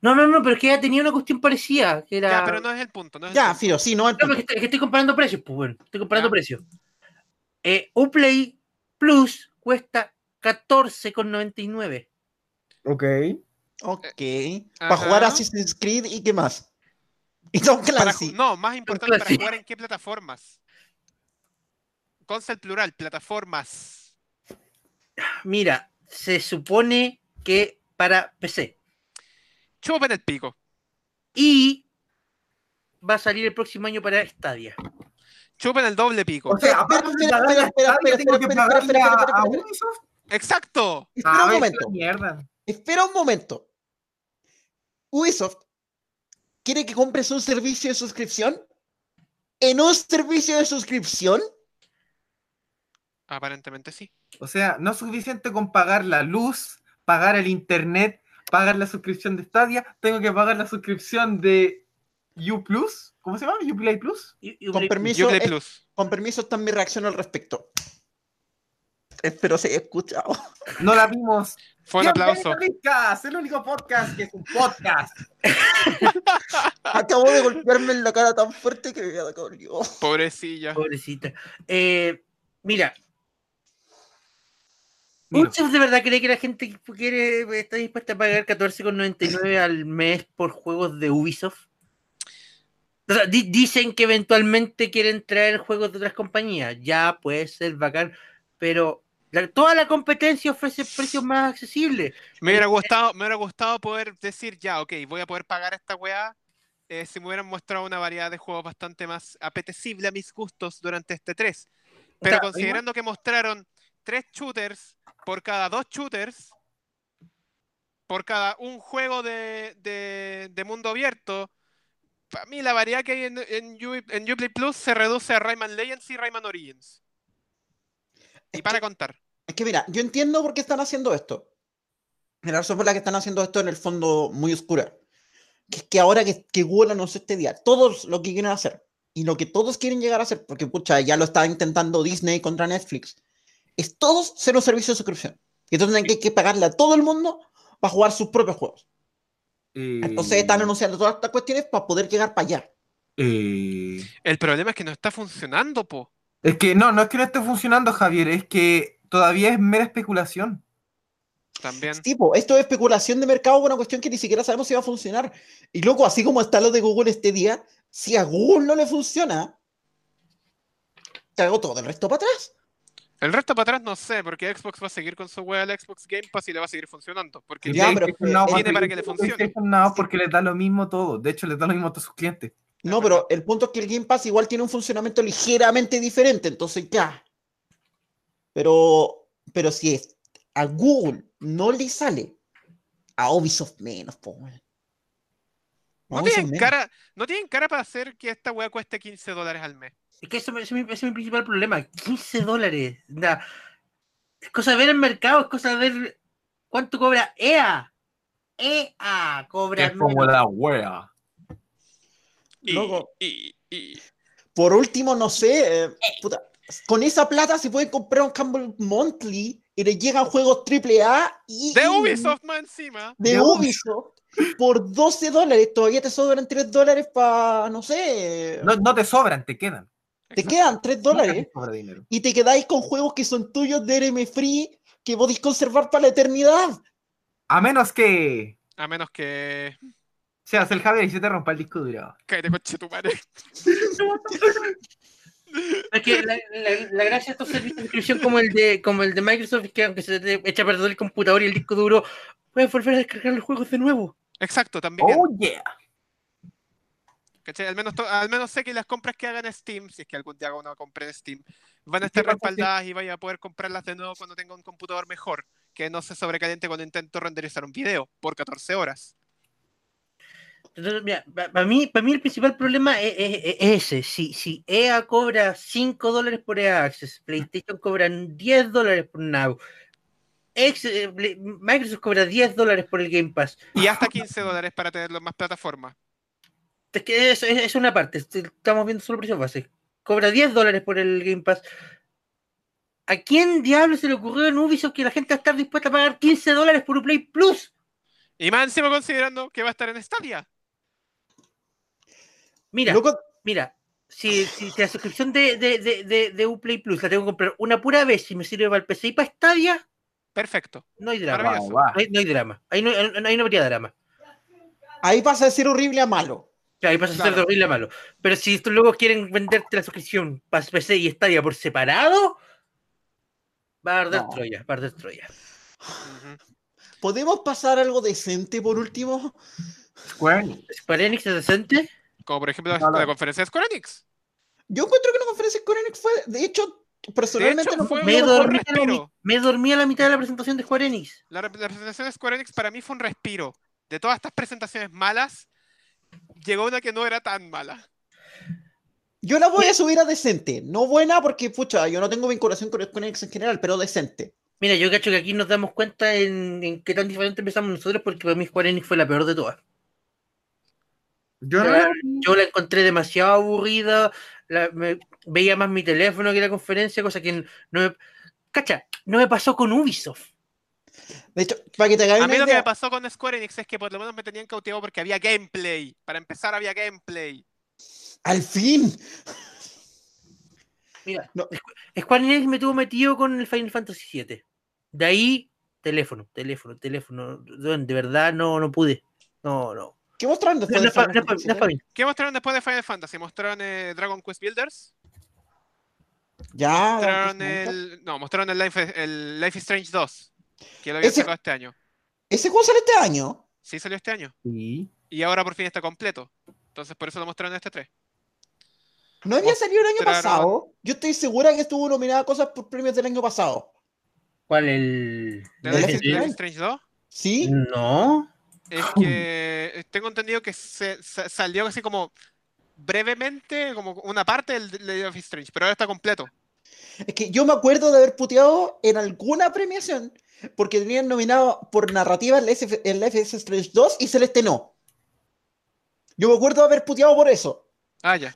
No, no, no, pero es que EA tenía una cuestión parecida, que era... Ya, pero no es el punto. No es el Ya, punto. Firo, sí, no. el- No, pero es que, estoy- es que estoy comparando precios, pues bueno, estoy comparando Ya. precios. Eh, Uplay Plus cuesta 14,99. Ok. Ok. Para Ajá. jugar Assassin's Creed y qué más. Y Tom Para Clancy. ju- no, más importante, para Clancy. jugar en qué plataformas. Consta el plural, plataformas. Mira, se supone que para PC. Chupen el pico. Y va a salir el próximo año para Stadia. Chupen el doble pico. O sea, Espera, aparte de espera, pagar la espera, espera, estadia, tengo que espera, espera, pagarle a- espera, espera, a espera. Ubisoft. ¡Exacto! Espera Ah, un esa momento. mierda. Espera un momento. Ubisoft quiere que compres un servicio de suscripción. En un servicio de suscripción, Aparentemente sí. O sea, no es suficiente con pagar la luz, pagar el internet, pagar la suscripción de Stadia, tengo que pagar la suscripción de U Plus, ¿cómo se llama? Uplay Plus. Y- y con Uplay- permiso, Uplay eh, Plus. con permiso está mi reacción al respecto. Espero se haya escuchado. No la vimos. Fue un aplauso. Bienvenido a Ricas, el único podcast que es un podcast. Acabo de golpearme en la cara tan fuerte que me dolió. Pobrecilla. Pobrecita. Eh, mira. Mira. ¿Ustedes de verdad cree que la gente que quiere está dispuesta a pagar 14,99 al mes por juegos de Ubisoft? O sea, di- dicen que eventualmente quieren traer juegos de otras compañías. Ya puede ser bacán, pero la- toda la competencia ofrece precios más accesibles. Me hubiera gustado, me hubiera gustado poder decir ya, ok, voy a poder pagar esta weá. eh, si me hubieran mostrado una variedad de juegos bastante más apetecible a mis gustos durante este 3. Pero sea, considerando que mostraron tres shooters por cada dos shooters, por cada un juego de, de- de mundo abierto, para mí la variedad que hay en, en, U- en Uplay Plus se reduce a Rayman Legends y Rayman Origins. Y para contar. Es que mira, yo entiendo por qué están haciendo esto. La razón por la que están haciendo esto en el fondo muy oscura. Que es que ahora que, que Google anunció este día, todos lo que quieren hacer y lo que todos quieren llegar a hacer, porque pucha, ya lo está intentando Disney contra Netflix, es todos ser un servicio de suscripción. Y entonces tienen que, que pagarle a todo el mundo para jugar sus propios juegos. Entonces Mm. están anunciando todas estas cuestiones para poder llegar para allá. Eh, El problema es que no está funcionando, po. Es que no, no es que no esté funcionando, Javier, es que todavía es mera especulación. También. Tipo, esto es especulación de mercado, una cuestión que ni siquiera sabemos si va a funcionar. Y loco, así como está lo de Google este día, si a Google no le funciona, hago todo el resto para atrás. El resto para atrás no sé, porque Xbox va a seguir con su wea al Xbox Game Pass y le va a seguir funcionando. Porque Ya, Game- pero- PlayStation Now va a Tiene para que le seguir funcione. PlayStation Now porque les da lo mismo todo. De hecho, les da lo mismo a todos sus clientes. No, pero el punto es que el Game Pass igual tiene un funcionamiento ligeramente diferente, entonces ya. Pero, pero si es, a Google no le sale, a Ubisoft menos, po. weón. A no Ubisoft tienen, menos. cara, no tienen cara para hacer que esta wea cueste 15 dólares al mes. Es que eso, me- ese es mi, ese es mi principal problema. 15 dólares. na. es cosa de ver el mercado, es cosa de ver cuánto cobra E EA. EA cobra menos. la wea. Y, Loco. y- y- Por último, no sé, eh, puta, con esa plata se pueden comprar un Campbell Monthly y le llegan juegos triple A y, De Ubisoft más encima. de De Ubisoft por 12 dólares. Todavía te sobran 3 dólares para, no sé, No, no te sobran, te quedan. te quedan 3 ¿eh? dólares No te sobra dinero. y te quedáis con juegos que son tuyos de RM Free que podéis conservar para la eternidad. A menos que A menos que. seas el Javier y se te rompa el disco duro. Cállate, coche tu madre. Es que la, la- la gracia de estos servicios de suscripción como el de, como el de Microsoft es que aunque se te echa a perder el computador y el disco duro, puedes volver a descargar los juegos de nuevo. Exacto, también. Oh, yeah. ¿cachai? Al menos, to- al menos sé que las compras que hagan en Steam, si es que algún día hago una compra en Steam, van a estar pasa si- respaldadas y vaya a poder comprarlas de nuevo cuando tenga un computador mejor, que no se sobrecaliente cuando intento renderizar un video por 14 horas. Entonces, mira, para mí, para mí el principal problema es, es- es ese. Si, si EA cobra 5 dólares por EA Access, PlayStation cobra 10 dólares por Now, Ex- eh, Play- Microsoft cobra 10 dólares por el Game Pass. Y hasta 15 dólares para tenerlo en más plataformas. Es que eso es, es una parte, est- estamos viendo solo precios base. Cobra 10 dólares por el Game Pass. ¿A quién diablo se le ocurrió en Ubisoft que la gente va a estar dispuesta a pagar 15 dólares por Uplay Plus? Y más encima considerando que va a estar en Stadia. Mira, Loco, mira, si, si la suscripción de, de, de, de- de Uplay Plus la tengo que comprar una pura vez si me sirve para el PC y para Stadia, Perfecto. no hay drama. Maravilloso. Wow, wow. No hay, no hay drama. Ahí no, ahí no habría drama. ahí pasa de ser horrible a malo. O sea, ahí pasa a ser Claro. horrible a malo. Pero si estos luego quieren venderte la suscripción para PC y Stadia por separado, va a arder No. Troya, va a arder Troya. Ujú. ¿Podemos pasar algo decente por último? Square Enix. Square Enix es decente. Como por ejemplo No, no. la conferencia de Square Enix. Yo encuentro que la conferencia de Square Enix fue, de hecho, personalmente hecho, no fue- Me un dormí, buen a la mi- respiro. me dormí a la mitad de la presentación de Square Enix. La, rep- la presentación de Square Enix para mí fue un respiro. De todas estas presentaciones malas, llegó una que no era tan mala. Yo la voy a subir a decente. No buena porque, pucha, yo no tengo vinculación con Square Enix en general, pero decente. Mira, yo cacho que aquí nos damos cuenta en, en qué tan diferente empezamos nosotros, porque para mí Square Enix fue la peor de todas. Yo Claro. no. Yo la encontré demasiado aburrida, la- me- veía más mi teléfono que la conferencia, cosa que no me... Cacha, no me pasó con Ubisoft. De hecho, para que te hagáis A una mí lo que me idea, pasó con Square Enix es que por lo menos me tenían cautivado porque había gameplay. Para empezar, había gameplay. al fin, Mira, No. Squ- Square Enix me tuvo metido con el Final Fantasy VII. De ahí, teléfono, teléfono, teléfono. Weón, De verdad, no, no pude. No, no. ¿qué mostraron No, después no de es pa- Final no es pa- Fantasy no es pa' mí. ¿Qué mostraron después de Final Fantasy? ¿Mostraron eh, Dragon Quest Builders? Ya, Mostraron ya. el. No, mostraron el Life, el Life is Strange 2. Que lo habían Ese- sacado este año. Ese juego sale este año. Sí, salió este año. Sí. Y ahora por fin está completo. Entonces por eso lo mostraron en este 3. No había salido el año Mostraron- pasado. Yo estoy segura que estuvo nominada a cosas por premios del año pasado. ¿Cuál el...? ¿De ¿De Life, Life is- is Life is Strange 2? ¿Sí? Mm. No. Es que eh, tengo entendido que se, sa- salió así como brevemente, como una parte del del Life is Strange, pero ahora está completo. Es que yo me acuerdo de haber puteado en alguna premiación porque tenían nominado por narrativa el, SF el FS Strange 2 y Celeste no. Yo me acuerdo de haber puteado por eso. Ah, ya,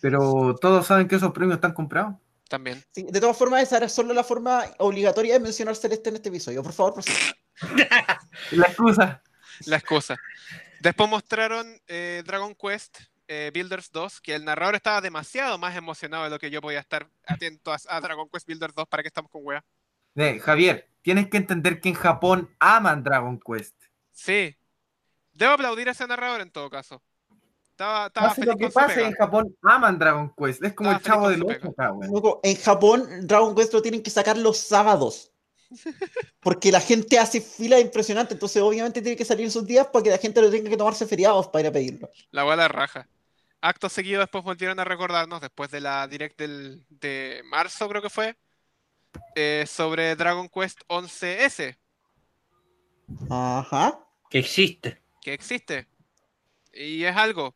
Pero todos saben que esos premios están comprados. también. Sí, de todas formas, esa era solo la forma obligatoria de mencionar Celeste en este episodio. Por favor, prosigue. La excusa. Las cosas. Después mostraron eh, Dragon Quest eh, Builders 2, que el narrador estaba demasiado más emocionado de lo que yo podía estar atento a, a Dragon Quest Builders 2. ¿Para qué estamos con wea? Eh, Javier, tienes que entender que en Japón aman Dragon Quest. Sí. Debo aplaudir a ese narrador en todo caso. Estaba, estaba Pase feliz lo que con su pase pega. en Japón, aman Dragon Quest. Es como Ah, el chavo del feliz con su Ocho acá, weón. Loco, En Japón, Dragon Quest lo tienen que sacar los sábados. Porque la gente hace fila impresionante. Entonces, obviamente, tiene que salir esos días para que la gente lo tenga que tomarse feriados para ir a pedirlo. La hueá la raja. Acto seguido después volvieron a recordarnos, después de la direct del, de marzo creo que fue, eh, sobre Dragon Quest 11S, Ajá. Que existe. que existe. Y es algo.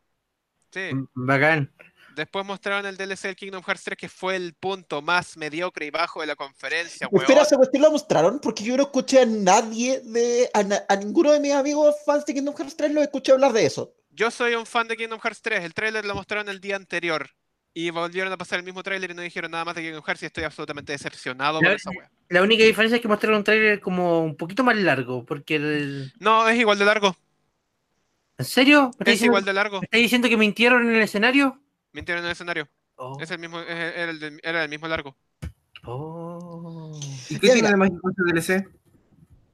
Sí. Mm. Bacán. Después mostraron el DLC del Kingdom Hearts 3, que fue el punto más mediocre y bajo de la conferencia, weón. Espera, esa cuestión la mostraron porque yo no escuché a nadie de. a, na- a ninguno de mis amigos fans de Kingdom Hearts 3 lo escuché hablar de eso. Yo soy un fan de Kingdom Hearts 3, el trailer lo mostraron el día anterior. Y volvieron a pasar el mismo tráiler y no dijeron nada más de Kingdom Hearts y estoy absolutamente decepcionado Ya por ves. esa wea. La única diferencia es que mostraron un trailer como un poquito más largo, porque el- No, es igual de largo. ¿En serio? ¿Me estáis Es diciendo, igual de largo. me estáis diciendo que mintieron en el escenario? Mintieron en el escenario. Oh, Es el mismo, es- era, el, de- era el mismo largo. oh. ¿Y qué Ya, tiene mira. de este más importante el DLC?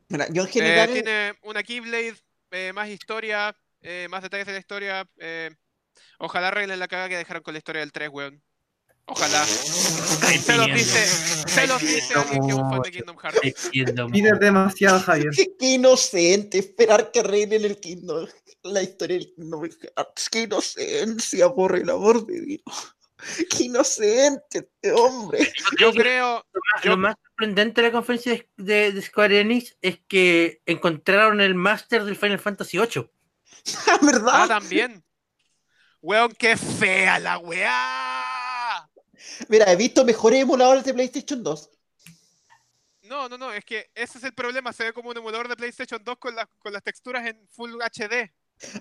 Mira, yo en Eh, general. tiene una Keyblade, eh, más historia, eh, más detalles de la historia. eh, ojalá arreglen la caga que dejaron con la historia del 3, weón. Ojalá. Se los dice, se los dice alguien que es un fan de Kingdom Hearts. Entiendo, Pide demasiado, Javier. Qué inocente esperar que arreglen el Kingdom, la historia del Kingdom Hearts. Qué inocencia, por el amor de Dios. Qué inocente este hombre. Yo creo, Lo más sorprendente de la conferencia de, de- de Square Enix es que encontraron el máster del Final Fantasy VIII. La Ah, verdad. también. Weón, qué fea la weá. Mira, he visto mejores emuladores de PlayStation 2. No, no, no, es que ese es el problema. Se ve como un emulador de PlayStation 2 con, las- con las texturas en Full HD.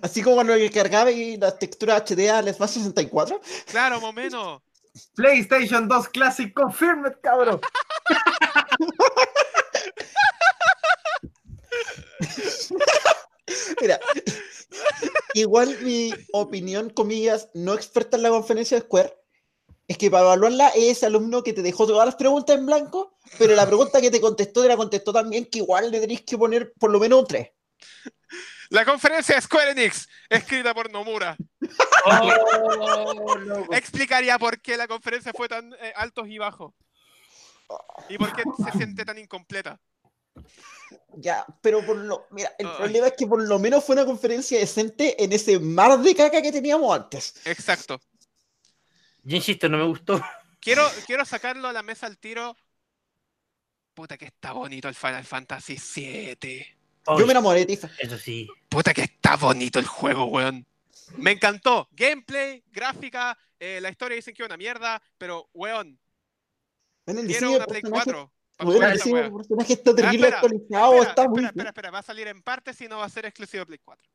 Así como cuando le cargaba y la textura HD al Smash 64. Claro, más o menos. PlayStation 2 Classic Confirmed, cabrón. Mira, igual mi opinión, comillas, no experta en la conferencia de Square, es que para evaluarla es ese alumno que te dejó todas las preguntas en blanco, pero la pregunta que te contestó te la contestó también, que igual le tenéis que poner por lo menos un 3. La conferencia de Square Enix, escrita por Nomura, Oh, loco. Pues, explicaría por qué la conferencia fue tan eh, altos y bajos. Y por qué se siente tan incompleta. Ya, pero por lo. Mira, el Ay. problema es que por lo menos fue una conferencia decente en ese mar de caca que teníamos antes. Exacto. Yo insisto, no me gustó. Quiero, quiero sacarlo a la mesa al tiro. Puta que está bonito el Final Fantasy VII. Yo me enamoré, Tifa. Eso sí. Puta que está bonito el juego, weón. Me encantó. Gameplay, gráfica, eh, la historia dicen que es una mierda, pero weón, Bueno, el quiero diseño de una Play personaje- 4. pa' bueno, el jugar esa diseño wea. Ah, de personaje está terrible espera, actualizado, espera, está muy espera, bien. espera, espera, va a salir en parte si no va a ser exclusivo de Play 4.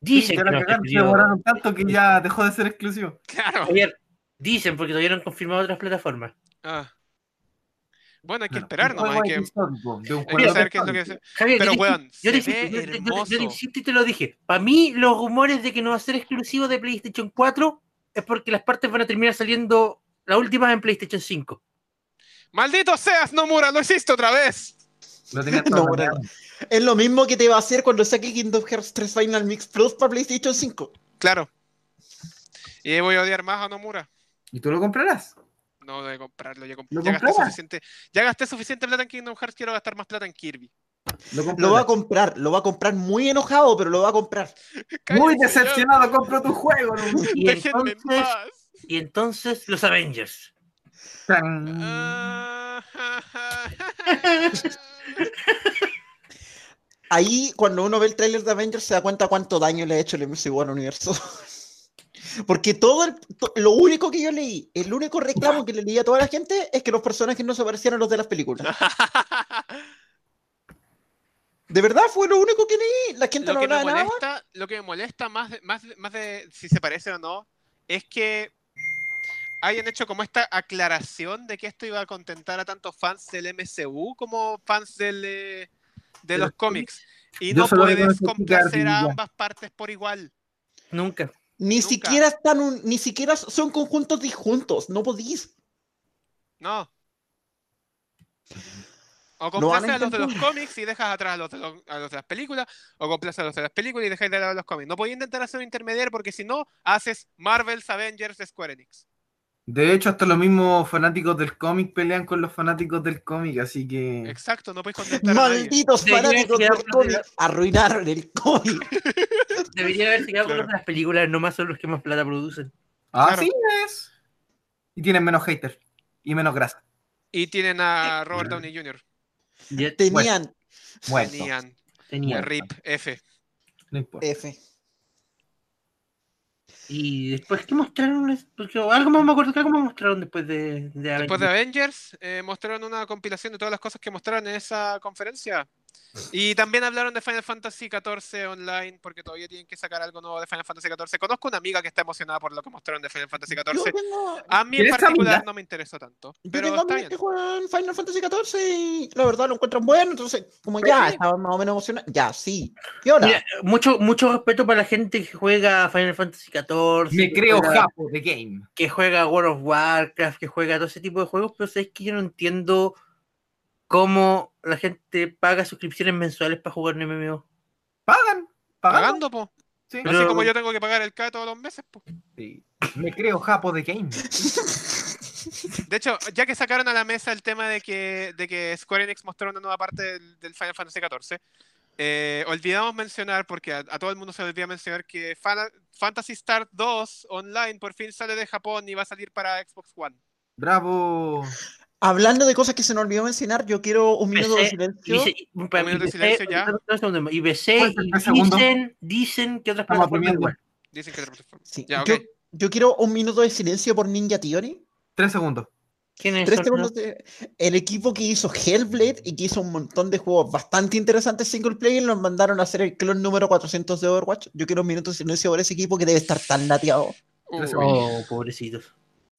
Dicen que Ya la no está cagaron, se exclusivo. demoraron tanto que ya dejó de ser exclusivo. Claro. Javier, Dicen porque todavía no han confirmado otras plataformas. Ah. Bueno, hay que Bueno, esperar un nomás, hay juego que, hay episódico de un que juego saber qué es lo que episódico. Javier, Pero yo, te- weón, yo te, se yo te- yo ve te- yo te hermoso. insisto y te lo dije. Para mí, los rumores de que no va a ser exclusivo de PlayStation 4 es porque las partes van a terminar saliendo las últimas en PlayStation 5. ¡Maldito seas, Nomura! ¡Lo hiciste otra vez! Lo tenía No, todo bueno. planeado. Es lo mismo que te va a hacer cuando saque Kingdom Hearts 3 Final Mix Plus para PlayStation 5. Claro. Y ahí voy a odiar más a Nomura. ¿Y tú lo comprarás? No, de comprarlo. Ya, comp- ¿Lo ya gasté comprarás? suficiente, ya gasté suficiente plata en Kingdom Hearts, quiero gastar más plata en Kirby. Lo Lo va a comprarás. comprar, lo va a comprar muy enojado, pero lo va a comprar. Muy Cállense, ya, decepcionado, compro tu juego. ¿no? Y Déjenme en entonces, paz. y entonces los Avengers. Tan. Ah, Ahí, cuando uno ve el tráiler de Avengers, se da cuenta cuánto daño le ha hecho el MCU al universo. Porque todo el- to- lo único que yo leí, el único reclamo que le leí a toda la gente es que los personajes no se parecían a los de las películas. De verdad, fue lo único que leí. La gente lo no que me hablaba nada. más. molesta, lo que me molesta más, de- más, de- más de si se parece o no, es que hayan hecho como esta aclaración de que esto iba a contentar a tantos fans del MCU como fans del, eh, de De los los cómics. Y Yo no solo digo puedes que sí, complacer a Garfield, ya. ambas partes por igual. Nunca. Ni nunca. siquiera están un- ni siquiera son conjuntos disjuntos. No podís. No. O Lo van complaces a a los de los intentar. cómics y dejas atrás a los de, los- a los de las películas, o complaces a los de las películas y dejas de lado a los cómics. No podías intentar hacer un intermediario porque si no, haces Marvel's Avengers de Square Enix. De hecho, hasta los mismos fanáticos del cómic pelean con los fanáticos del cómic, así que. Exacto, no puedes contentar a nadie. Malditos Debería fanáticos quedar del con el- cómic. Arruinaron el cómic. Debería haberse quedado con Claro. los de las películas, nomás son los que más plata producen. Así es. Y tienen menos haters y menos grasa. Y tienen a Robert Downey Jr. Ya Tenían Bueno, Tenían tenía. RIP F. no Eh, importa. F. Y después, ¿qué mostraron? Porque algo más me acuerdo que algo más mostraron después de, de Avengers. Después de Avengers, eh, mostraron una compilación de todas las cosas que mostraron en esa conferencia. Y también hablaron de Final Fantasy XIV online, porque todavía tienen que sacar algo nuevo de Final Fantasy XIV. Conozco una amiga que está emocionada por lo que mostraron de Final Fantasy Yo XIV. tengo, A mí en ¿Eres particular amiga? no me interesó tanto, yo Ah, pero tengo está amigos bien. que juegan Final Fantasy XIV y la verdad lo encuentran bueno, entonces como ya, estaba más o menos emocionado, ya, sí. ¿Qué hora? Mira, mucho, mucho respeto para la gente que juega Final Fantasy XIV. Me que creo juega- japo de game. que juega World of Warcraft, que juega todo ese tipo de juegos, pero es que yo no entiendo cómo la gente paga suscripciones mensuales para jugar un MMO. Pagan, pagan. Pagando, po. Sí. Pero- Así como yo tengo que pagar el K todos los meses, po. Sí. Me creo japo de game. De hecho, ya que sacaron a la mesa el tema de que, de que Square Enix mostró una nueva parte del, del Final Fantasy XIV, eh, olvidamos mencionar, porque a, a todo el mundo se le olvida mencionar, que Fan- Fantasy Star 2 Online por fin sale de Japón y va a salir para Xbox One. Bravo. Hablando de cosas que se nos olvidó mencionar, yo quiero un minuto de PC, silencio. Dice- para- Un minuto de y silencio, PC- ya. un segundo, y BC ¿Cuánto? y ¿Un segundo? dicen, dicen que otras Estamos plataformas aprendiendo. igual. Dicen que es otra plataforma. Sí, Ya, ok. yo, yo quiero un minuto de silencio por Ninja Theory. Tres segundos. ¿Quiénes Tres son? segundos de- El equipo que hizo Hellblade y que hizo un montón de juegos bastante interesantes single player nos mandaron a hacer el clon número 400 de Overwatch. Yo quiero un minuto de silencio por ese equipo que debe estar tan lateado. Uy. Oh, pobrecitos.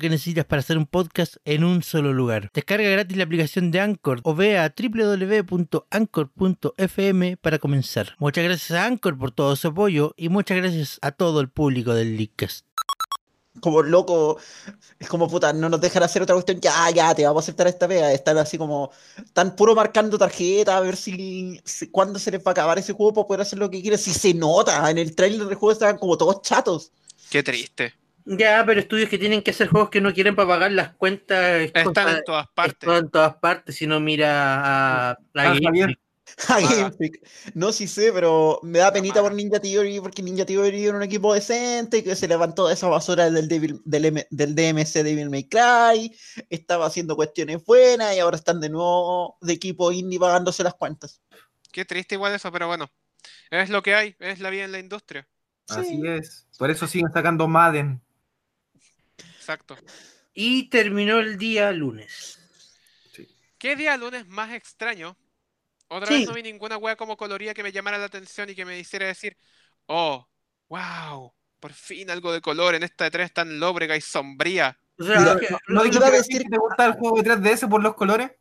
que necesitas para hacer un podcast en un solo lugar. Descarga gratis la aplicación de Anchor o ve a www.anchor.fm para comenzar. Muchas gracias a Anchor por todo su apoyo y muchas gracias a todo el público del Leadcast. Como loco, es como puta, no nos dejan hacer otra cuestión. Ya, ya, te vamos a aceptar esta pega. Están así como, tan puro marcando tarjeta a ver si, si- cuándo se les va a acabar ese juego para poder hacer lo que quieren. Si se nota, en el trailer del juego estaban como todos chatos. Qué triste. Ya, pero estudios que tienen que hacer juegos que no quieren para pagar las cuentas es Están cosa- en todas partes. están en todas partes. Si no mira a, a Ah, Game Javier. Freak. A Maga. Game Freak. No, sí sé, pero me da penita maga. por Ninja Theory, porque Ninja Theory era un equipo decente, que se levantó de esa basura del, Devil- del, M- del DMC Devil May Cry, estaba haciendo cuestiones buenas y ahora están de nuevo de equipo indie pagándose las cuentas. Qué triste igual eso, pero bueno. Es lo que hay, es la vida en la industria. Así Sí. es. Por eso siguen sacando Madden. Exacto. Y terminó el día lunes. ¿Qué día lunes más extraño? Otra Sí. vez no vi ninguna wea como colorida que me llamara la atención y que me hiciera decir, oh, wow, por fin algo de color en esta E3 tan lóbrega y sombría. O sea, Mira, que- ¿No lo- te te lo- iba a que decir- te gusta el juego de 3DS por los colores?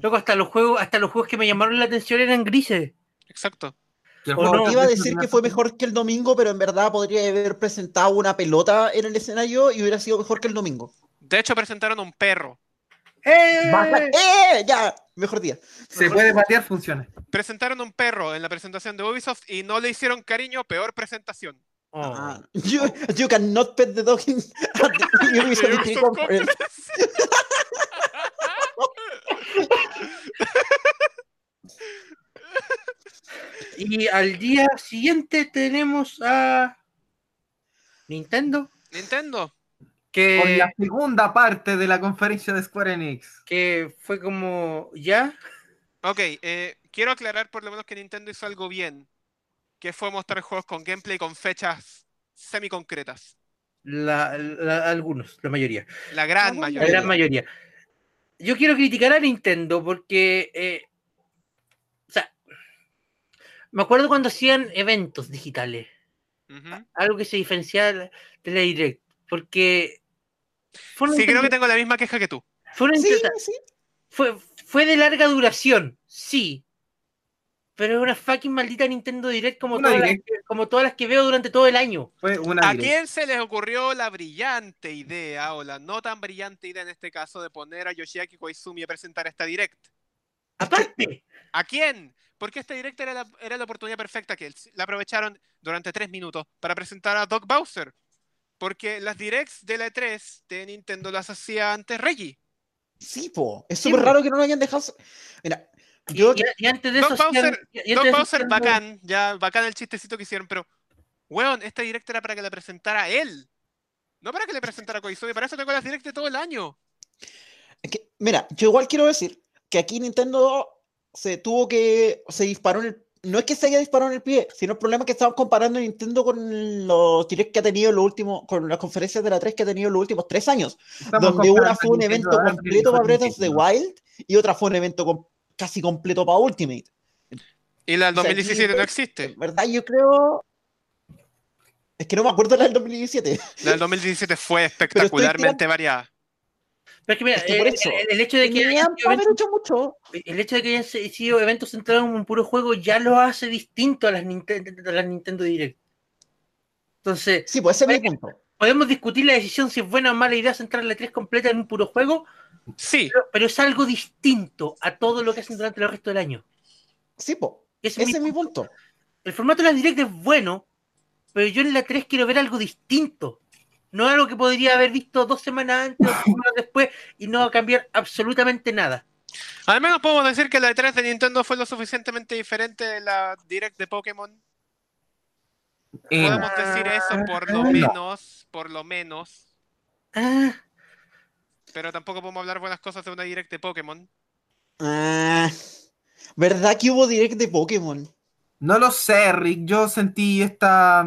loco, hasta los juegos, hasta los juegos que me llamaron la atención eran grises. Exacto. Que el O juego no. de Iba a 3DS decir no que es fue así. mejor que el domingo, pero en verdad podría haber presentado una pelota en el escenario y hubiera sido mejor que el domingo. De hecho, presentaron un perro. ¡Eh! Basta- ¡Eh! Ya, mejor día. Se puede patear, funciona. Presentaron un perro en la presentación de Ubisoft y no le hicieron cariño, peor presentación. Oh. Ah, you, you cannot pet the dog in at the Ubisoft Ubisoft E3 conference. Y al día siguiente tenemos a Nintendo, Nintendo. Eh, Con que, la segunda parte de la conferencia de Square Enix. que fue como ya. Ok, eh, quiero aclarar por lo menos que Nintendo hizo algo bien, que fue mostrar juegos con gameplay con fechas semiconcretas. la- la- algunos, la mayoría. La gran La La mayoría. gran mayoría. Yo quiero criticar a Nintendo porque. eh, o sea. Me acuerdo cuando hacían eventos digitales. Ujú. Algo que se diferenciaba de la Direct. Porque. Fue una Sí, creo que inter- tengo la misma queja que tú. fue una Sí, inter- sí. fue, fue de larga duración, sí. Pero es una fucking maldita Nintendo Direct como, Una todas las, Direct. que- como todas las que veo durante todo el año. Fue una ¿A direct. quién se les ocurrió la brillante idea, o la no tan brillante idea en este caso, de poner a Yoshiaki Koizumi a presentar esta direct? Aparte, ¿A quién? Porque esta directa era la, era la oportunidad perfecta que la aprovecharon durante tres minutos para presentar a Doc Bowser. Porque las directs de la E3 de Nintendo las hacía antes Reggie. Sí, po. Es Sí, súper po. raro que no lo hayan dejado. Mira, yo. y, y antes de Doc eso. hacían- Bowser- y antes de Doc eso Bowser, hacían- bacán, ya bacán el chistecito que hicieron, pero, weón, esta directa era para que la presentara él. No para que le presentara a Koizumi, para eso tengo las directas todo el año. es que- mira, yo igual quiero decir que aquí Nintendo se tuvo que. Se disparó en el. No es que se haya disparado en el pie, sino el problema es que estamos comparando Nintendo con los directs que ha tenido los últimos, con las conferencias de la 3 que ha tenido los últimos tres años. Estamos donde una comparando fue un Nintendo evento Advance completo con para Breath of the Nintendo. Wild y otra fue un evento com- casi completo para Ultimate. Y la del O sea, pues, eh, aquí 2017 no fue- existe. En verdad, yo creo. Es que no me acuerdo la del 2017. La del 2017 fue espectacularmente variada. Pero es que mira, Es que eh, por eso, el, el hecho de que. Ni hayan han sido haber eventos- hecho mucho. el hecho de que hayan sido eventos centrados en un puro juego ya lo hace distinto a las Nintendo, a las Nintendo Direct. Entonces, Sí, pues ese es mi Oye, punto. podemos discutir la decisión si es buena o mala idea centrar la 3 completa en un puro juego, Sí, pero, pero es algo distinto a todo lo que hacen durante el resto del año. Sí, pues. Ese es Ese es mi- mi punto. el formato de la Direct es bueno, pero yo en la 3 quiero ver algo distinto. No algo que podría haber visto dos semanas antes o dos semanas después y no va a cambiar absolutamente nada. al menos podemos decir que la E3 de Nintendo fue lo suficientemente diferente de la direct de Pokémon. Eh, Podemos decir eso por lo no. menos, por lo menos. Ah, Pero tampoco podemos hablar buenas cosas de una direct de Pokémon. Ah, ¿Verdad que hubo direct de Pokémon? No lo sé, Rick. Yo sentí esta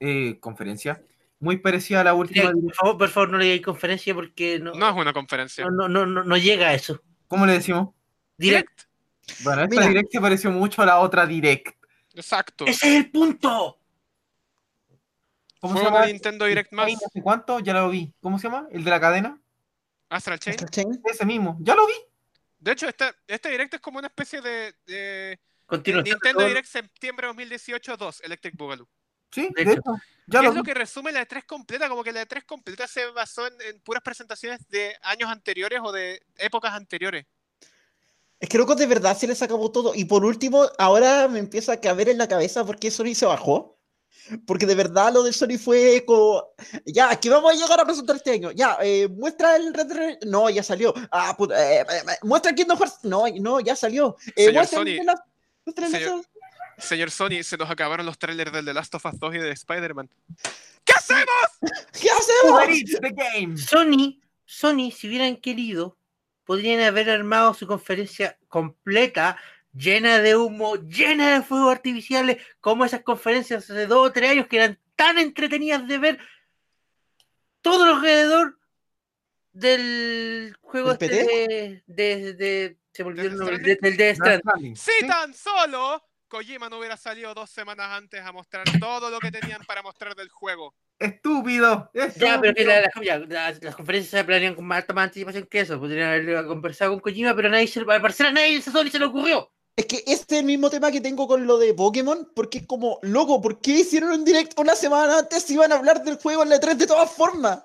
eh, conferencia muy parecida a la última. por, favor, por favor, no le digáis conferencia porque no, No es una conferencia. no, no, no, no- no llega a eso. ¿Cómo le decimos? Direct. Bueno, esta Mira. direct se pareció mucho a la otra direct. Exacto. Ese es el punto. ¿Cómo Fue se llama? una Nintendo Direct más. Ay, No sé cuánto, ya lo vi. ¿Cómo se llama? ¿El de la cadena? Astral Chain. Astral Chain. Ese mismo. Ya lo vi. De hecho, esta, esta Direct es como una especie de, de- de Continúa. Nintendo Direct septiembre 2018 2, Electric Boogaloo. Sí, De de, hecho. hecho. Que Ya es lo lo vi. que resume la E3 completa, como que la E3 completa se basó en, en puras presentaciones de años anteriores o de épocas anteriores. Es que loco, de verdad se les acabó todo. Y por último, ahora me empieza a caber en la cabeza por qué Sony se bajó. Porque de verdad lo de Sony fue como. Ya, aquí vamos a llegar a presentar este año. Ya, eh, muestra el Red Dead Redemption- No, ya salió. Ah, puta, eh, eh, eh, muestra el Kingdom Hearts. No, no, ya salió. Eh, Señor muestra el Sony. The Last- muestra el Señor- Last of- Señor Sony, se nos acabaron los trailers del The Last of Us 2 y de Spider-Man. ¿Qué hacemos? ¿Qué Uber hacemos? Eats, the game. Sony, Sony, si hubieran querido, podrían haber armado su conferencia completa, llena de humo, llena de fuegos artificiales, como esas conferencias hace dos o tres años que eran tan entretenidas de ver todo alrededor del juego ¿Del este de, de- de- se me olvidó ¿Death el nombre, Stranding? de- del Death Stranding. Si tan solo Kojima no hubiera salido dos semanas antes a mostrar todo lo que tenían para mostrar del juego. Estúpido. Ya, pero que estúpido. la- la- ya, las, las conferencias se planean con más, más anticipación que eso. Podrían haber conversado con Kojima, pero nadie se, al parecer a nadie de Sony se le ocurrió. Es que este es el mismo tema que tengo con lo de Pokémon, porque es como, loco, ¿por qué hicieron un directo una semana antes si iban a hablar del juego en la 3 de todas formas?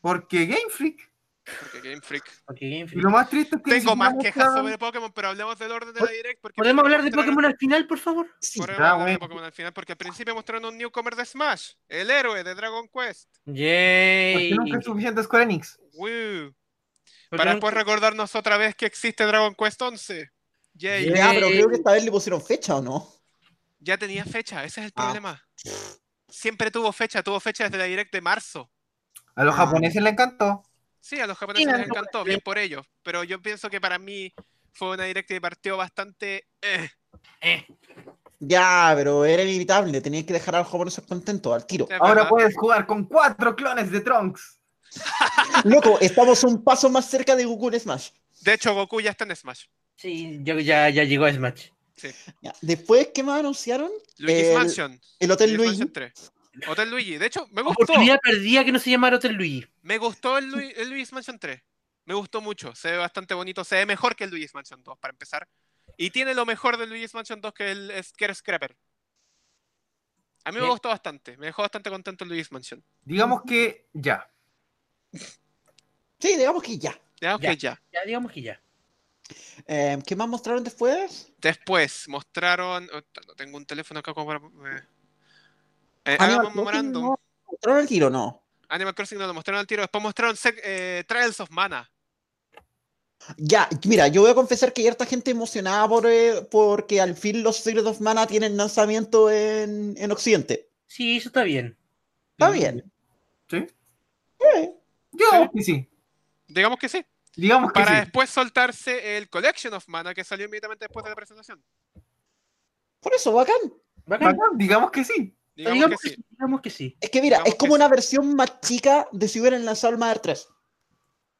Porque Game Freak. Porque Game Freak. Porque, en fin. Y lo más triste es que. ni Tengo siquiera más quejas mostraron- sobre Pokémon, pero hablemos del orden de la Direct. Porque ¿Podemos hablar de mostraron- Pokémon al final, por favor? Sí, Podemos Ah, hablar de bueno. Pokémon al final, porque al principio mostraron un newcomer de Smash, el héroe de Dragon Quest. Yay. Porque nunca es suficiente Square Enix. Woo. Porque Para nunca- después recordarnos otra vez que existe Dragon Quest 11. Yay. Yeah. Ya, pero creo que esta vez le pusieron fecha, ¿o no? Ya tenía fecha, ese es el Ah. problema. Siempre tuvo fecha, tuvo fecha desde la Direct de marzo. A los Ah. japoneses le encantó. Sí, a los japoneses Sí, les no, encantó, bien por ellos. Pero yo pienso que para mí fue una Direct que partió bastante... eh. Eh, Ya, pero era inevitable, tenías que dejar a los japoneses contentos al tiro. O sea, Ahora ¿verdad? puedes jugar con cuatro clones de Trunks. Loco, estamos un paso más cerca de Goku en Smash. De hecho, Goku ya está en Smash. sí, ya, ya, ya llegó a Smash. Ya, Después, ¿qué más anunciaron? Luigi's El- Mansion. El Eh, Hotel Luigi's Luigi. Ah, Mansion 3. Hotel Luigi. De hecho, me gustó. Oportunidad perdida que no se llamara Hotel Luigi. Me gustó el, Lui- el Luigi's Mansion 3. Me gustó mucho. Se ve bastante bonito. Se ve mejor que el Luigi's Mansion 2, para empezar. Y tiene lo mejor del Luigi's Mansion 2 que el es- que el Scrapper. A mí me Bien. gustó bastante. Me dejó bastante contento el Luigi's Mansion. Digamos que ya. Sí, digamos que ya. Ya, ok, Ya. ya. Ya digamos que ya. Eh, ¿Qué más mostraron después? Después mostraron. oh, t- no tengo un teléfono acá como para. eh. Eh, hagan Animal un Crossing, memorando. Ah, ¿no? ¿Mostraron el tiro no? Animal Crossing no lo mostraron al tiro. Después mostraron Sec- eh, Trials of Mana. Ya, mira, yo voy a confesar que hay harta gente emocionada por, eh, porque al fin los Secret of Mana tienen lanzamiento en, en Occidente. Sí, eso está bien. Está bien. ¿Sí? Eh, Yo, sí, sí. Digamos que sí. Digamos que Para sí. después soltarse el Collection of Mana que salió inmediatamente después de la presentación. por eso, bacán. Bacán. Bacán, digamos que sí. Digamos, digamos, que sí. digamos que sí. Es que mira, Digamos es que como sí. una versión más chica de si hubieran lanzado el Mother 3.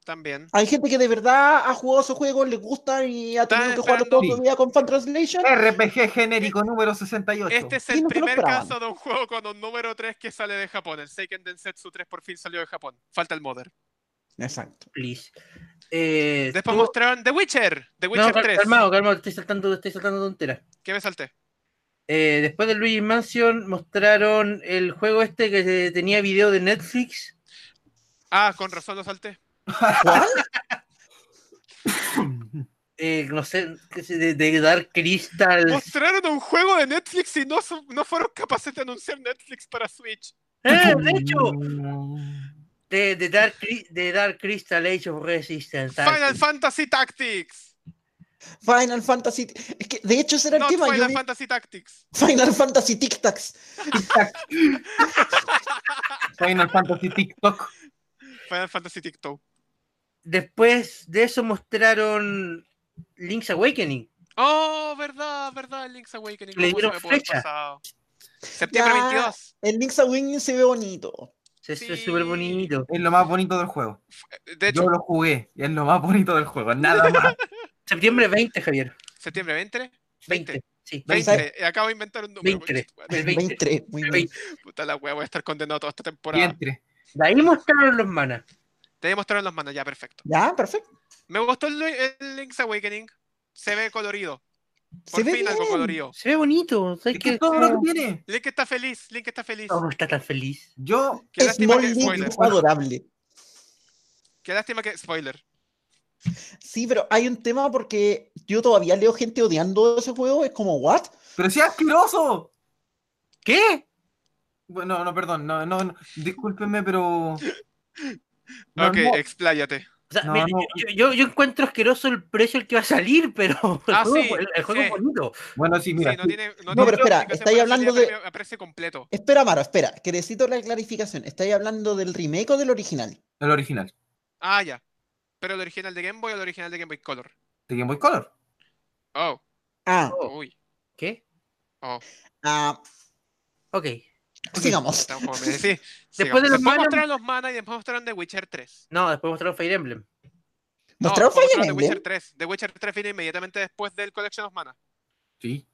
También. Hay gente que de verdad ha jugado esos juegos, les gustan y ha Están tenido que jugarlos esperando- toda su vida con Fan Translation. RPG genérico número 68. Este es Sí, el no se lo primer esperaban. caso de un juego con un número 3 que sale de Japón. El Seiken Densetsu 3 por fin salió de Japón. Falta el Mother. Exacto. Please. Eh, Después tú- mostraron The Witcher. The Witcher no, cal- 3. calmado, calmado, estoy saltando, estoy saltando tonteras. ¿Qué me salté? Eh, después de Luigi Mansion mostraron el juego este que eh, tenía video de Netflix. Ah, con razón lo salté. ¿Cuál? eh, no sé, que se- de, de Dark Crystal. Mostraron un juego de Netflix y no, su- no fueron capaces de anunciar Netflix para Switch. ¡Eh, de hecho! De, de Dark, Cry- de Dark Crystal Age of Resistance. Ah, Final Fantasy Tactics. Final Fantasy. Es que de hecho ese era el No tema. yo Final vi- Fantasy Tactics. Final Fantasy Tic Tacs. Final Fantasy TikTok. Final Fantasy TikTok. Después de eso mostraron Link's Awakening. Oh, verdad, verdad, Link's Awakening. Le ¿Cómo dieron se me pudo haber flecha. pasado? Septiembre Ya. 22. El Link's Awakening se ve bonito. Se- se- Es Sí. súper bonito. Es lo más bonito del juego. De hecho, Yo lo jugué. y es lo más bonito del juego. Nada más. Septiembre 20, Javier. septiembre 20. 20. 20. Sí, 20. eh, Acabo de inventar un número. 20. conchetumare. El 20. 23, muy el bien. 20. Puta la wea, voy a estar condenado toda esta Y temporada. entre. De ahí mostraron los manas. Te mostraron las manos, ya, perfecto. Ya, perfecto. Me gustó el, el Link's Awakening. Se ve colorido. Por Se ve fin algo bien. colorido. Se ve bonito. ¿sabes Es que qué? es todo lo que tiene. Link está feliz, Link está feliz. Oh, está tan feliz. Yo, Qué lástima Small que. Link Spoiler. es adorable. Qué lástima que. Spoiler. Sí, pero hay un tema porque yo todavía leo gente odiando ese juego. Es como, ¿what? pero sea asqueroso. ¿Qué? Bueno, no, perdón, no, no, no. discúlpenme, pero. No, ok, no. expláyate. O sea, No, mira, no. Yo, yo- yo encuentro asqueroso el precio al que va a salir, pero el Ah, juego, sí, el- el juego sí. es bonito. Bueno, sí, mira. Sí, no tiene. No, No, tiene pero espera, explicación, estáis pero hablando sería de- premio- a precio completo. Espera, Maro, espera, que necesito la clarificación. ¿Estáis hablando del remake o del original? El original. Ah, ya. Pero el original de Game Boy o el original de Game Boy Color. De Game Boy Color. Oh, Ah, Oh. uy. ¿Qué? Oh, ah, Ok. sigamos. está un juego, me decí. Después de los manas- mostraron los mana y después mostraron The Witcher 3. No, después mostraron Fire Emblem. No, ¿Mostraron después Fire The Emblem? Witcher 3. The Witcher 3 viene inmediatamente después del Collection of Mana. Sí.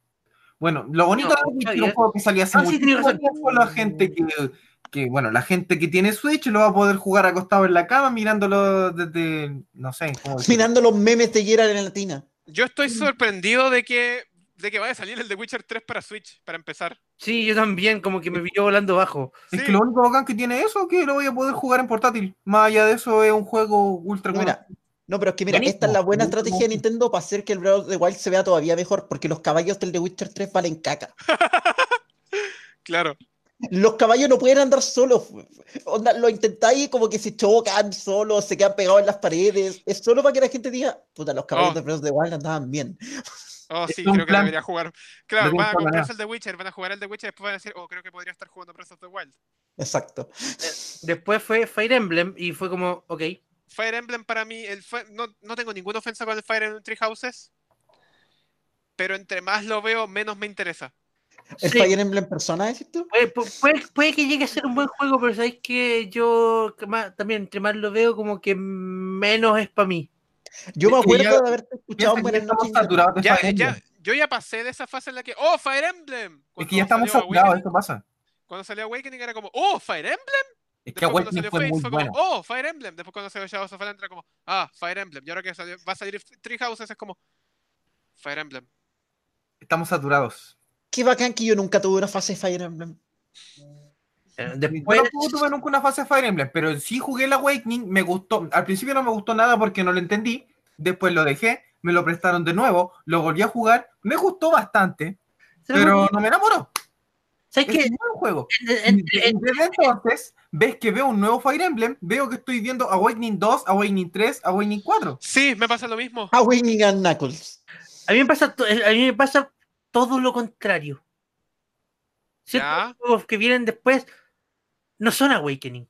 Bueno, lo bonito No, de está que era un bien. juego que salía hace Ah, sí, mucho tenía razón. tiempo, la gente que, que, bueno, la gente que tiene Switch lo va a poder jugar acostado en la cama mirándolo desde, no sé, cómo decirlo. Mirando los memes de Gerard en la latina. Yo estoy Mm. sorprendido de que, de que vaya a salir el The Witcher 3 para Switch, para empezar. Sí, yo también, como que me pilló volando bajo. Es Sí. que lo único bacán que tiene eso es que lo voy a poder jugar en portátil. Más allá de eso es un juego ultra No, mira, no, pero es que mira, Buenísimo, esta es la buena buenísimo. estrategia de Nintendo para hacer que el Breath of the Wild se vea todavía mejor, porque los caballos del The Witcher 3 valen caca. Claro. Los caballos no pueden andar solos. fu- Onda, lo intentáis y como que se chocan solos, se quedan pegados en las paredes. Es solo para que la gente diga, puta, los caballos Oh. de Breath of the Wild andaban bien. Oh, Es sí, un creo que plan. debería jugar. Claro, Debería van a jugar, comprarse el The Witcher, van a jugar el The Witcher y después van a decir, oh, creo que podría estar jugando Breath of the Wild. Exacto. Después fue Fire Emblem y fue como, ok. Fire Emblem para mí, el Fi- no, no tengo ninguna ofensa con el Fire Emblem Three Houses, pero entre más lo veo, menos me interesa. ¿El sí, Em- Fire Emblem persona, decís tú? puede, pu- puede- puede que llegue a ser un buen juego, pero sabéis que yo que más- también, entre más lo veo, como que menos es para mí. Yo me Es que acuerdo ya- de haberte Piensa escuchado en que ya Buenas estamos noches. Internet. saturados de Ya, Fire ya, Emblem. yo ya pasé de esa fase en la que, oh, Fire Emblem. Es Cuando que ya estamos salió saturados, Awakening- eso pasa. Cuando salió Awakening era como, oh, Fire Emblem. Es Después que cuando Awakening salió fue Fates muy fue buena. como, oh, Fire Emblem. Después cuando salió Shadows of Valentine era como, ah, Fire Emblem. Y ahora que salió- va a salir Three Houses es como, Fire Emblem. Estamos saturados. Qué bacán que yo nunca tuve una fase de Fire Emblem. Eh, Yo Después, tampoco tuve nunca una fase de Fire Emblem, pero sí jugué el Awakening, me gustó. Al principio no me gustó nada porque no lo entendí, después lo dejé, me lo prestaron de nuevo, lo volví a jugar, me gustó bastante, pero no me enamoró. ¿Sabes Es qué? un buen juego. En- en- Y en- Desde entonces, ves que veo un nuevo Fire Emblem, veo que estoy viendo Awakening 2, Awakening 3, Awakening 4. Sí, me pasa lo mismo. Awakening Ah, and Knuckles. a, mí me pasa to- eh, a mí me pasa todo lo contrario. Ciertos Ya. juegos que vienen después no son Awakening.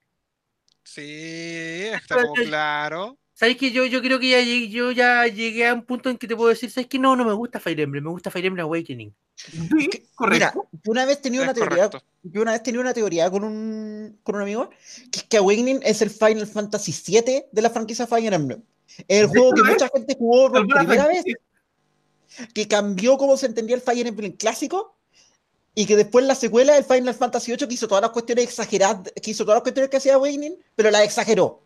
Sí, está como claro. ¿Sabes que yo, yo creo que ya llegué, yo ya llegué a un punto en que te puedo decir, ¿sabes que No, no me gusta Fire Emblem, me gusta Fire Emblem Awakening. Sí, Mira, correcto. yo una vez tenía Es una teoría, correcto. yo una vez tenía una teoría con un, con un amigo, que es que Awakening es el Final Fantasy VII de la franquicia Fire Emblem. ¿De El juego que verdad? mucha gente jugó por Alguna primera vez, franquicia- que cambió cómo se entendía el Fire Emblem clásico, y que después la secuela del Final Fantasy VIII que hizo todas las cuestiones exageradas, que hizo todas las cuestiones que hacía Awakening, pero las exageró.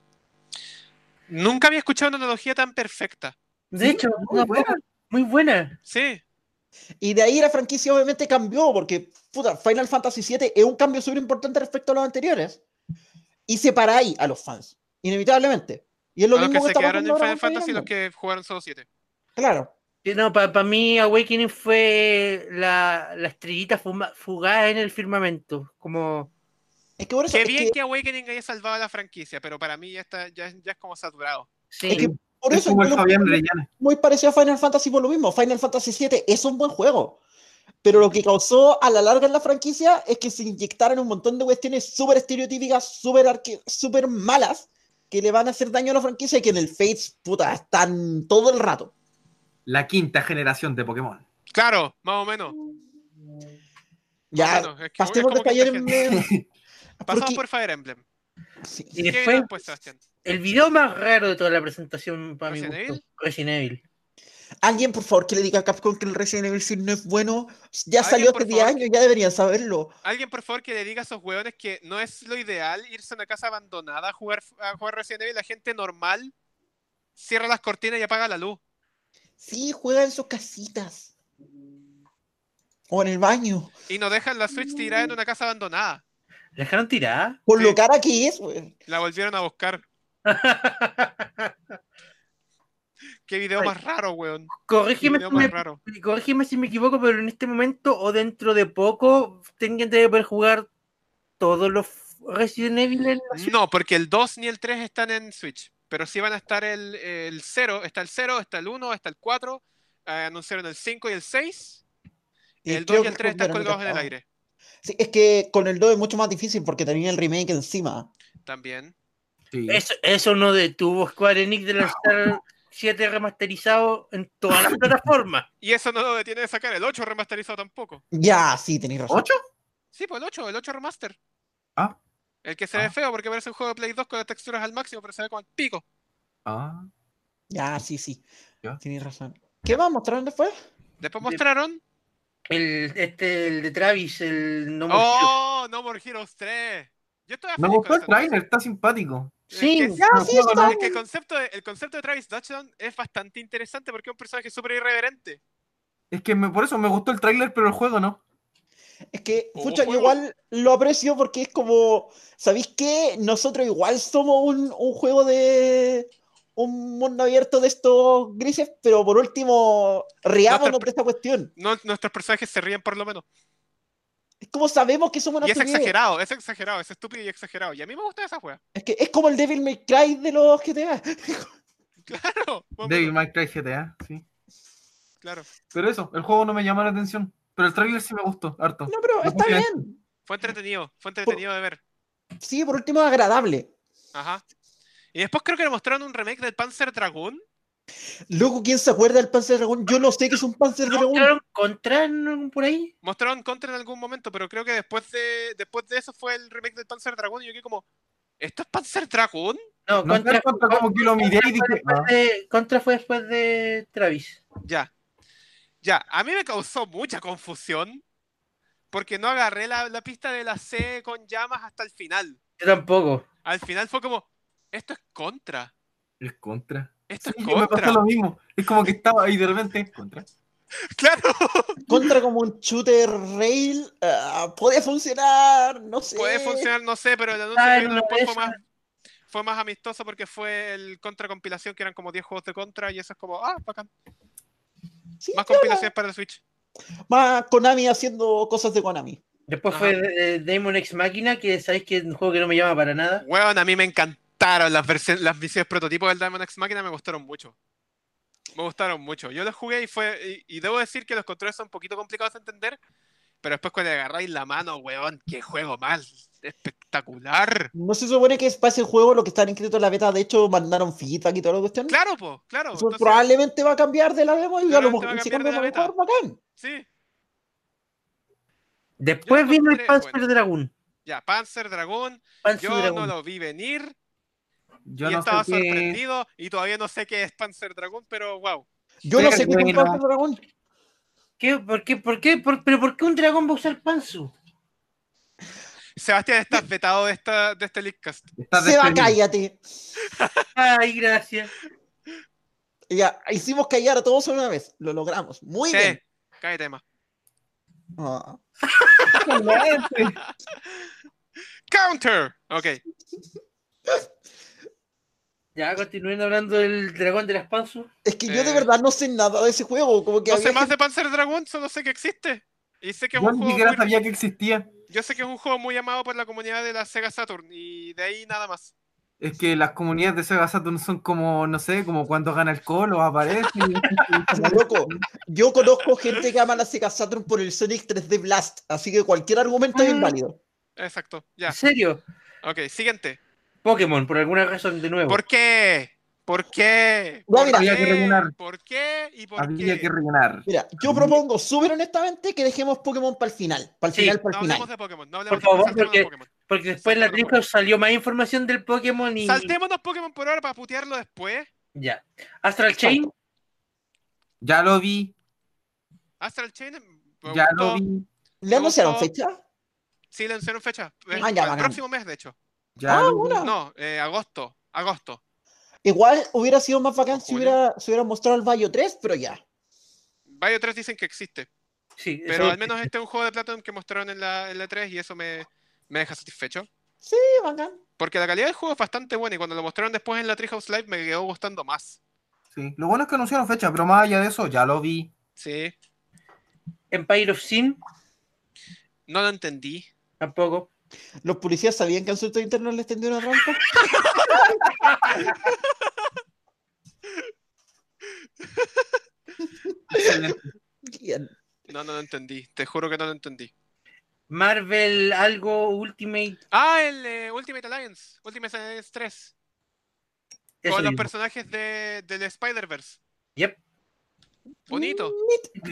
Nunca había escuchado una analogía tan perfecta. De Sí, hecho, muy no, buena. muy buena. Sí, Y de ahí la franquicia obviamente cambió, porque puta, Final Fantasy VII es un cambio súper importante respecto a los anteriores. Y separáis a los fans, inevitablemente. Y es lo a los mismo que que, se está quedaron en pasando ahora Final con Fire Fantasy y los Emblem. que jugaron solo 7. Claro. Sí, No, para mí Awakening fue la, la estrellita fuma- fugaz en el firmamento. Como, Es que por eso, Qué es bien que- que Awakening haya salvado a la franquicia, pero para mí ya está, ya, ya es como saturado. sí. es que por Es eso como el yo lo- Fabián Orellana. muy parecido a Final Fantasy por lo mismo. Final Fantasy VII es un buen juego. Pero lo que causó a la larga en la franquicia es que se inyectaron un montón de cuestiones súper estereotípicas, súper arque- súper malas, que le van a hacer daño a la franquicia y que en el Fates, puta, están todo el rato. La quinta generación de Pokémon. Claro, más o menos. Ya, Bueno, es que- es pasemos como de que Fire la gente- Emblem. Pasamos porque- por Fire Emblem. sí. Y ¿Qué después, viene después, Sebastián? el video más raro de toda la presentación para mi ¿Resident gusto, Evil? Resident Evil. Alguien, por favor, que le diga a Capcom que el Resident Evil 6 no es bueno. Ya Alguien, salió por hace 10 favor, años, ya deberían saberlo. Alguien, por favor, que le diga a esos hueones que no es lo ideal irse a una casa abandonada a jugar, a jugar Resident Evil. La gente normal cierra las cortinas y apaga la luz. Sí, juega en sus casitas. O en el baño. Y no dejan la Switch tirada en una casa abandonada. ¿La dejaron tirada? Por Sí. lo cara que es, weón. La volvieron a buscar. Qué video Ay. más raro, weón. Qué corrígeme, video si me- más raro. corrígeme si me equivoco, pero en este momento o dentro de poco tengan que poder jugar todos los Resident Evil en la Switch. No, porque el 2 ni el 3 están en Switch. Pero sí van a estar el, el 0. Está el 0, está el 1, está el 4. eh, anunciaron el 5 y el 6. Y el 2 creo y que el 3 están recuperaron colgados en el capaz. aire. Sí, es que con el 2 es mucho más difícil porque tenía el remake encima. También. Eso, eso no detuvo Square Enix de lanzar 7 remasterizado en todas las plataformas. Y eso no lo detiene de sacar el 8 remasterizado tampoco. Ya, sí, tenéis razón. ¿Ocho? Sí, pues el 8, el 8 remaster. Ah. El que se Ah. ve feo porque parece un juego de Play 2 con las texturas al máximo, pero se ve como el pico. Ah. Ya, sí, sí. Ya. Tenéis razón. ¿Qué vamos a mostrar después? Después De- mostraron. El, este, el de Travis, el No More Heroes. ¡Oh! No More Heroes 3. Yo estoy Me gustó el trailer, está simpático. Sí, Es que, Ya, No sí, juego, está. es que el, concepto de, el concepto de Travis Dutchdown es bastante interesante porque es un personaje súper irreverente. Es que me- por eso me gustó el tráiler, pero el juego no. Es que, Oh, pucha, yo juego. igual lo aprecio porque es como, ¿sabéis qué? Nosotros igual somos un, un juego de un mundo abierto de estos grises, pero por último, riámonos de esta cuestión. No, nuestros personajes se ríen por lo menos. Es como sabemos que somos una Y es serie. exagerado, es exagerado, es estúpido y exagerado. Y a mí me gustan esas weas. Es que es como el Devil May Cry de los GTA. Claro. más o Devil menos, May Cry GTA, sí. claro. Pero eso, el juego no me llamó la atención. Pero el tráiler sí me gustó, harto. No, pero está Muy bien. bien. Fue entretenido, fue entretenido de ver. Sí, por último, agradable. Ajá. Y después creo que le mostraron un remake del Panzer Dragoon. Loco, ¿quién se acuerda del Panzer Dragon? Yo no sé que es un Panzer ¿No Dragon. mostraron contra en algún- por ahí? Mostraron Contra en algún momento, pero creo que después de, después de eso fue el remake del Panzer Dragoon. Y yo quedé como, ¿esto es Panzer Dragoon? No, No sé, contra, Contra como que lo miré y fue dije, "Ah, después Ah. de, Contra fue después de Travis. Ya. Ya, a mí me causó mucha confusión porque no agarré la, la pista de la C con llamas hasta el final. Yo tampoco. Al final fue como, esto es contra. es contra. Esto Sí, es me contra. pasó lo mismo. Es como que estaba ahí de repente, contra. Claro, Contra como un shooter rail. ah, puede funcionar, no sé. puede funcionar, no sé, pero el anuncio Ah, que en vino una después de fue esas. más, fue más amistoso porque fue el contra compilación que eran como 10 juegos de contra y eso es como, ah, bacán. Sí, Más claro. compilaciones para el Switch. Más Konami haciendo cosas de Konami. Después Ajá. fue eh, Demon X Máquina, que sabéis que es un juego que no me llama para nada. Weón, a mí me encantaron las, versiones, las misiones prototipos del Diamond X Máquina, me gustaron mucho. Me gustaron mucho. Yo los jugué y fue. Y, y debo decir que los controles son un poquito complicados de entender. Pero después cuando le agarráis la mano, weón, qué juego más espectacular. No se supone que es para ese juego lo que están inscritos en la beta. De hecho, mandaron feedback y toda la cuestión. Claro, po, claro. Eso entonces, probablemente va a cambiar de la demo y a lo Probablemente va a mejor si cambiar cambia de la a lo mejor, bacán. sí, Yo Después lo vino el encontré Panzer bueno. Dragoon. ya, Panzer Dragón. Panzer Yo no Dragoon. lo vi venir Yo y no estaba sé qué... sorprendido y todavía no sé qué es Panzer Dragón, pero wow. Yo no Pero sé qué bueno. es Panzer Dragon. ¿Qué? ¿Por qué? ¿Por qué? ¿Por- ¿Pero por qué un dragón va a usar Panzu? Sebastián, estás vetado de, esta, de este Leakcast. Está Seba, despedido. cállate. Ay, gracias. Ya, hicimos callar a todos una vez. Lo logramos. Muy Sí, bien. cállate tema. Ah. Counter. Ok. Ya, continúen hablando del dragón de las Panzu. Es que yo de Eh. verdad no sé nada de ese juego. Como que No había sé más gente- de Panzer Dragon, solo sé que existe. Y sé que es Yo un ni juego siquiera muy- sabía que existía. yo sé que es un juego muy amado por la comunidad de la Sega Saturn y de ahí nada más. Es que las comunidades de Sega Saturn son como, no sé, como cuando gana el colo, aparece. o sea, loco. Yo conozco gente que ama la Sega Saturn por el Sonic 3D Blast. Así que cualquier argumento es Ah. inválido. Exacto. Ya. ¿En serio? Ok, siguiente. Pokémon, por alguna razón, de nuevo. ¿Por qué? ¿por qué? No, ¿Por mira. Había que qué? rellenar. ¿Por qué? ¿Y por Había qué? que rellenar. Mira, yo Mm. propongo súper honestamente que dejemos Pokémon para el final. Para el Sí, final, para No el final. hablemos de Pokémon, no hablemos Por favor, de saltémonos porque- Pokémon. Porque después en la Saltémonos trinca salió más información del Pokémon y. Saltémonos Pokémon por ahora para putearlo después. Ya. Astral Chain, Ya lo vi, Astral Chain me ya gustó. lo vi, ¿Le anunciaron Ojo. fecha? Sí, le anunciaron fecha. Eh, Ah, ya, el bacán. próximo mes, de hecho. ya Ah, lo vi. bueno. No, eh, agosto. Agosto. Igual hubiera sido más bacán si Julio. hubiera, si hubiera mostrado el Bayo 3, pero ya. Bayo 3 dicen que existe. sí. Pero eso- al menos este es un juego de Platinum que mostraron en la, en la 3 y eso me, me deja satisfecho. Sí, bacán. Porque la calidad del juego es bastante buena y cuando lo mostraron después en la Treehouse Live me quedó gustando más. Sí. Lo bueno es que anunciaron fecha, pero más allá de eso, ya lo vi. Sí. Empire of Sin, No lo entendí. tampoco. ¿Los policías sabían que en su interno les tendió una rampa? Bien. No, no lo entendí. Te juro que no lo entendí. Marvel, algo, Ultimate. Ah, el eh, Ultimate Alliance. Ultimate Alliance 3. eso con los mismo. personajes de, del Spider-Verse. Yep. Bonito.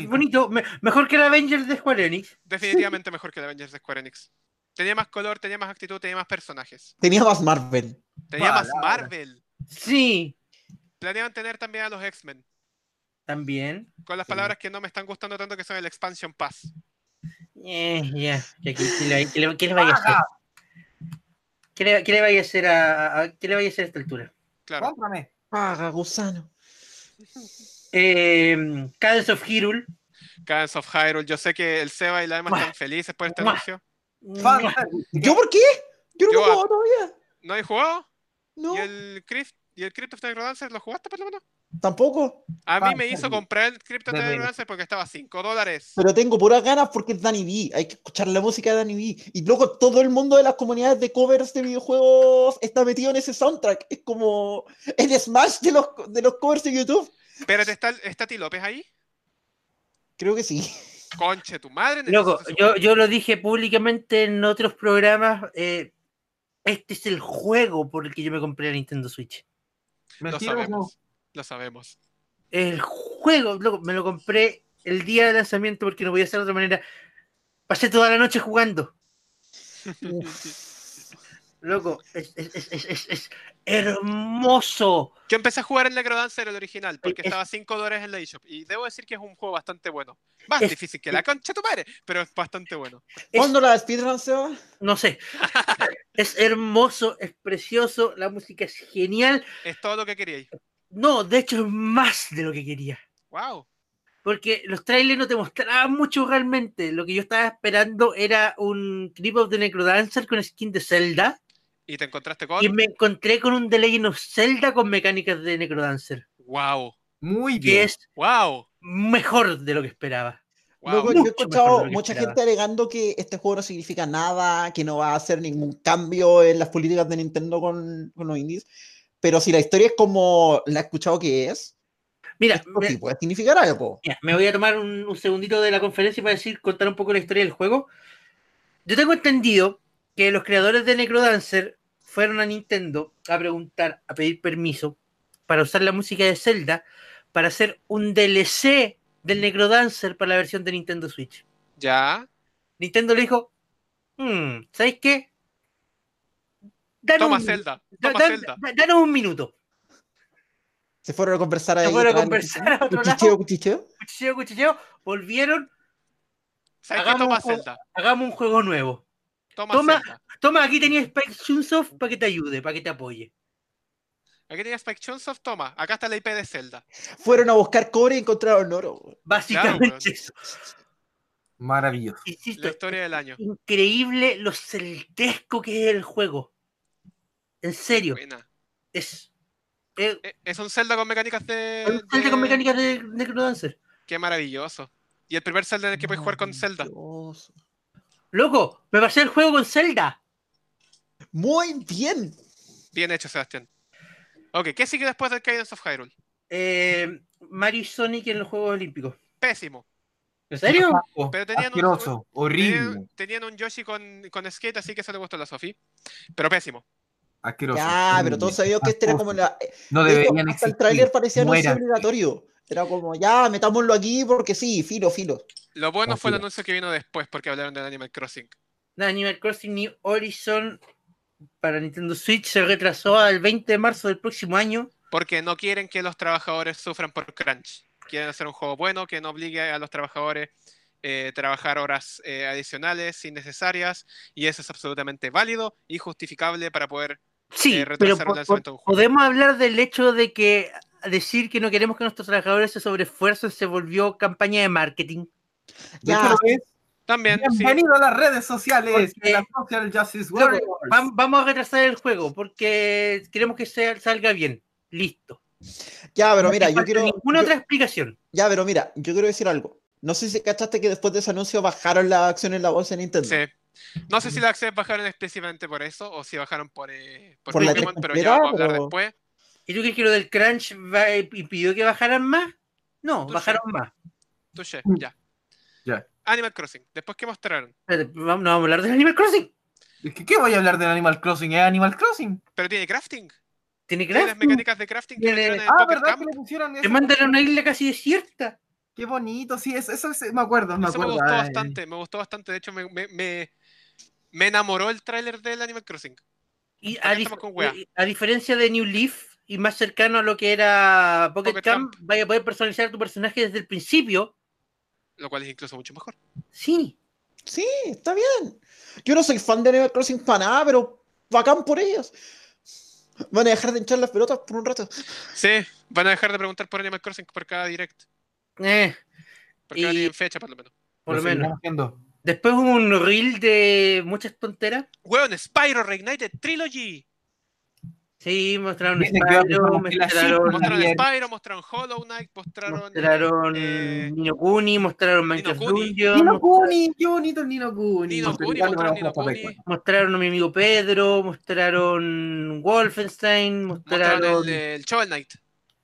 Bonito, me- mejor que el Avengers de Square Enix. Definitivamente mejor que el Avengers de Square Enix. Tenía más color, tenía más actitud, tenía más personajes. Tenía más Marvel. Tenía más Palabra. Marvel. Sí, Planeaban tener también a los X-Men. también. Con las Sí. palabras que no me están gustando tanto que son el Expansion Pass. Eh, ya, ya, ¿Qué, qué le, qué le- qué le vaya a hacer? ¿Qué le, qué le vaya a hacer a, a- qué le vaya a hacer a esta altura? Claro. Cómprame. Ah. Paga, gusano. Eh, Cadence of Hyrule. Cadence of Hyrule. Yo sé que el Seba y la Emma Mua. están felices por este Mua. anuncio. Fan. ¿Yo por qué? Yo no Yo lo a- juego todavía. ¿No hay jugado? No, ¿Y el Crypt, y el Crypt of Necrodancer lo jugaste por lo menos? tampoco. A mí Ah, Fan me hizo service. comprar el Crypt of De Necrodancer porque estaba a 5 dólares. Pero tengo puras ganas porque es Danny B. Hay que escuchar la música de Danny B. Y luego todo el mundo de las comunidades de covers de videojuegos está metido en ese soundtrack. Es como el smash de los, de los covers de YouTube. Espérate, ¿está, está Ti López ahí? Creo que sí. Conche, tu madre. Loco, necesito su- yo, yo lo dije públicamente en otros programas. eh, este es el juego por el que yo me compré la Nintendo Switch. Lo Mentira, no. sabemos. Lo sabemos. El juego, loco, me lo compré el día de lanzamiento porque no podía hacer de otra manera. Pasé toda la noche jugando. Loco, es, es- es- es- es- es hermoso. Yo empecé a jugar el Necrodancer, el original, porque es- estaba a 5 dólares en la eShop. Y debo decir que es un juego bastante bueno. Más difícil que la concha de tu madre, pero es bastante bueno. Es- ¿Cuándo la speedrun se va? no sé. es hermoso, es precioso, la música es genial. Es todo lo que queríais. No, de hecho es más de lo que quería. ¡Wow! Porque los trailers no te mostraban mucho realmente. Lo que yo estaba esperando era un clip of the Necrodancer con skin de Zelda. Y te encontraste con. Y me encontré con un The Legend of Zelda con mecánicas de Necrodancer. ¡Wow! Muy Que bien. es ¡Wow! mejor de lo que esperaba. Wow. Luego, yo he Mucho mejor de escuchado lo que mucha esperaba. gente alegando que este juego no significa nada, que no va a hacer ningún cambio en las políticas de Nintendo con, con los indies. Pero si la historia es como la he escuchado que es, Mira, esto me, sí puede significar algo. mira, me voy a tomar un, un segundito de la conferencia para decir, contar un poco la historia del juego. Yo tengo entendido que los creadores de Necrodancer fueron a Nintendo a preguntar, a pedir permiso para usar la música de Zelda para hacer un DLC del Necrodancer para la versión de Nintendo Switch. Ya. Nintendo le dijo, "Mm, ¿sabéis qué? Danos Toma un- Zelda. da- Toma da- Zelda. da- danos un minuto. Se fueron a conversar ahí. Se fueron a estaban conversar a otro cuchicheo, lado, cuchicheo. cuchicheo, cuchicheo, volvieron, ¿Sabes qué? hagamos Toma un juego- Zelda. hagamos un juego nuevo. Toma, Toma- Zelda. Toma, aquí tenías Spike Chunsoft para que te ayude, para que te apoye. Aquí tenías Spike Chunsoft, toma. Acá está la IP de Zelda. Fueron a buscar cobre y encontraron oro. Básicamente Claro, weón. eso. Maravilloso. La Insisto, historia del año. increíble lo celtesco que es el juego. En serio, Buena. es. es- Eh, Es un Zelda con mecánicas de. es un Zelda con de- mecánicas de Necrodancer. Qué maravilloso. Y el primer Zelda en el que puedes jugar con Zelda. Maravilloso. Loco, me pasé el juego con Zelda. Muy bien. Bien hecho, Sebastián. Ok, ¿qué sigue después del Cadence of Hyrule? Eh, Mario y Sonic en los Juegos Olímpicos. Pésimo. ¿En serio? Asco, Pero tenían un- asqueroso, horrible, Tenían, Eh, tenían un Yoshi con, con skate, así que eso le gustó a la Sophie. Pero pésimo. asqueroso. ya, pero horrible, todos sabíamos que este era como la. No de hecho, deberían hasta el existir. tráiler parecía anuncio mueran. obligatorio. Era como, ya, metámoslo aquí porque sí, filo, filo. Lo bueno fue el Basura. anuncio que vino después, porque hablaron del Animal Crossing. No, Animal Crossing New Horizon para Nintendo Switch se retrasó al 20 de marzo del próximo año. Porque no quieren que los trabajadores sufran por crunch. Quieren hacer un juego bueno que no obligue a los trabajadores eh, trabajar horas eh, adicionales innecesarias. Y eso es absolutamente válido y justificable para poder. Sí, eh, pero retrasar po- el lanzamiento de un po- juego. podemos hablar del hecho de que decir que no queremos que nuestros trabajadores se sobreesfuercen se volvió campaña de marketing. De Ya, hecho, lo es. También, sí, Bienvenido a las redes sociales, Porque- a la Social Justice Loco, Warriors. vam- vamos a retrasar el juego porque queremos que sea- salga bien. Listo. ya, pero No mira, hace yo falta quiero. Ninguna yo- otra explicación. Ya, pero mira, yo quiero decir algo. No sé si cachaste que después de ese anuncio bajaron las acciones en la bolsa de Nintendo. sí. No sé si las acciones bajaron específicamente por eso o si bajaron por, eh, por Por la Pokémon, pero ya temporada, vamos a hablar o- después. ¿Y tú crees que lo del crunch va- impidió que bajaran más? No, Tú sí. bajaron más. Touché, Mm. ya. Ya. Animal Crossing. Después que mostraron. Espérate, vamos, no vamos a hablar del Animal Crossing. Es que, ¿Qué voy a hablar del Animal Crossing? ¿Es Animal Crossing? Pero tiene crafting. Tiene Tiene crunch. las mecánicas de crafting que Tiene- metieron en el Ah, Pocket ¿verdad Camp. que le pusieron Te eso? mandan a una isla casi desierta. Qué bonito, sí, eso, eso, eso- me acuerdo, me Eso me acuerdo. gustó ay. bastante, me gustó bastante. De hecho, me, me, me- me enamoró el tráiler del Animal Crossing. Y Acá a, dif- estamos con wea. y- a diferencia de New Leaf y más cercano a lo que era Pocket, Pocket Camp, vaya a poder personalizar tu personaje desde el principio. Lo cual es incluso mucho mejor. Sí. Sí, está bien. Yo no soy fan de Animal Crossing para nada, pero bacán por ellos. Van a dejar de hinchar las pelotas por un rato. Sí, van a dejar de preguntar por Animal Crossing por cada direct. Eh, Por cada Y- día en fecha, por lo menos. por lo seguirán menos. haciendo. Después hubo un reel de muchas tonteras. ¡Weón! ¡Spyro Reignited Trilogy! Sí, mostraron Dicen que va a Spyro, empezar la mostraron, cinco, Mostraron Ayer. Spyro, mostraron Hollow Knight, mostraron. mostraron eh, Nino Kuni, mostraron Minecraft Kuni. Dungeon, Nino mostra- Kuni, qué bonito el Nino Kuni. Nino Porque Kuni, ya le mostraron conozco Nino a Kuni. Pepe. mostraron a mi amigo Pedro, mostraron Wolfenstein, mostraron, mostraron el, el Shovel Knight.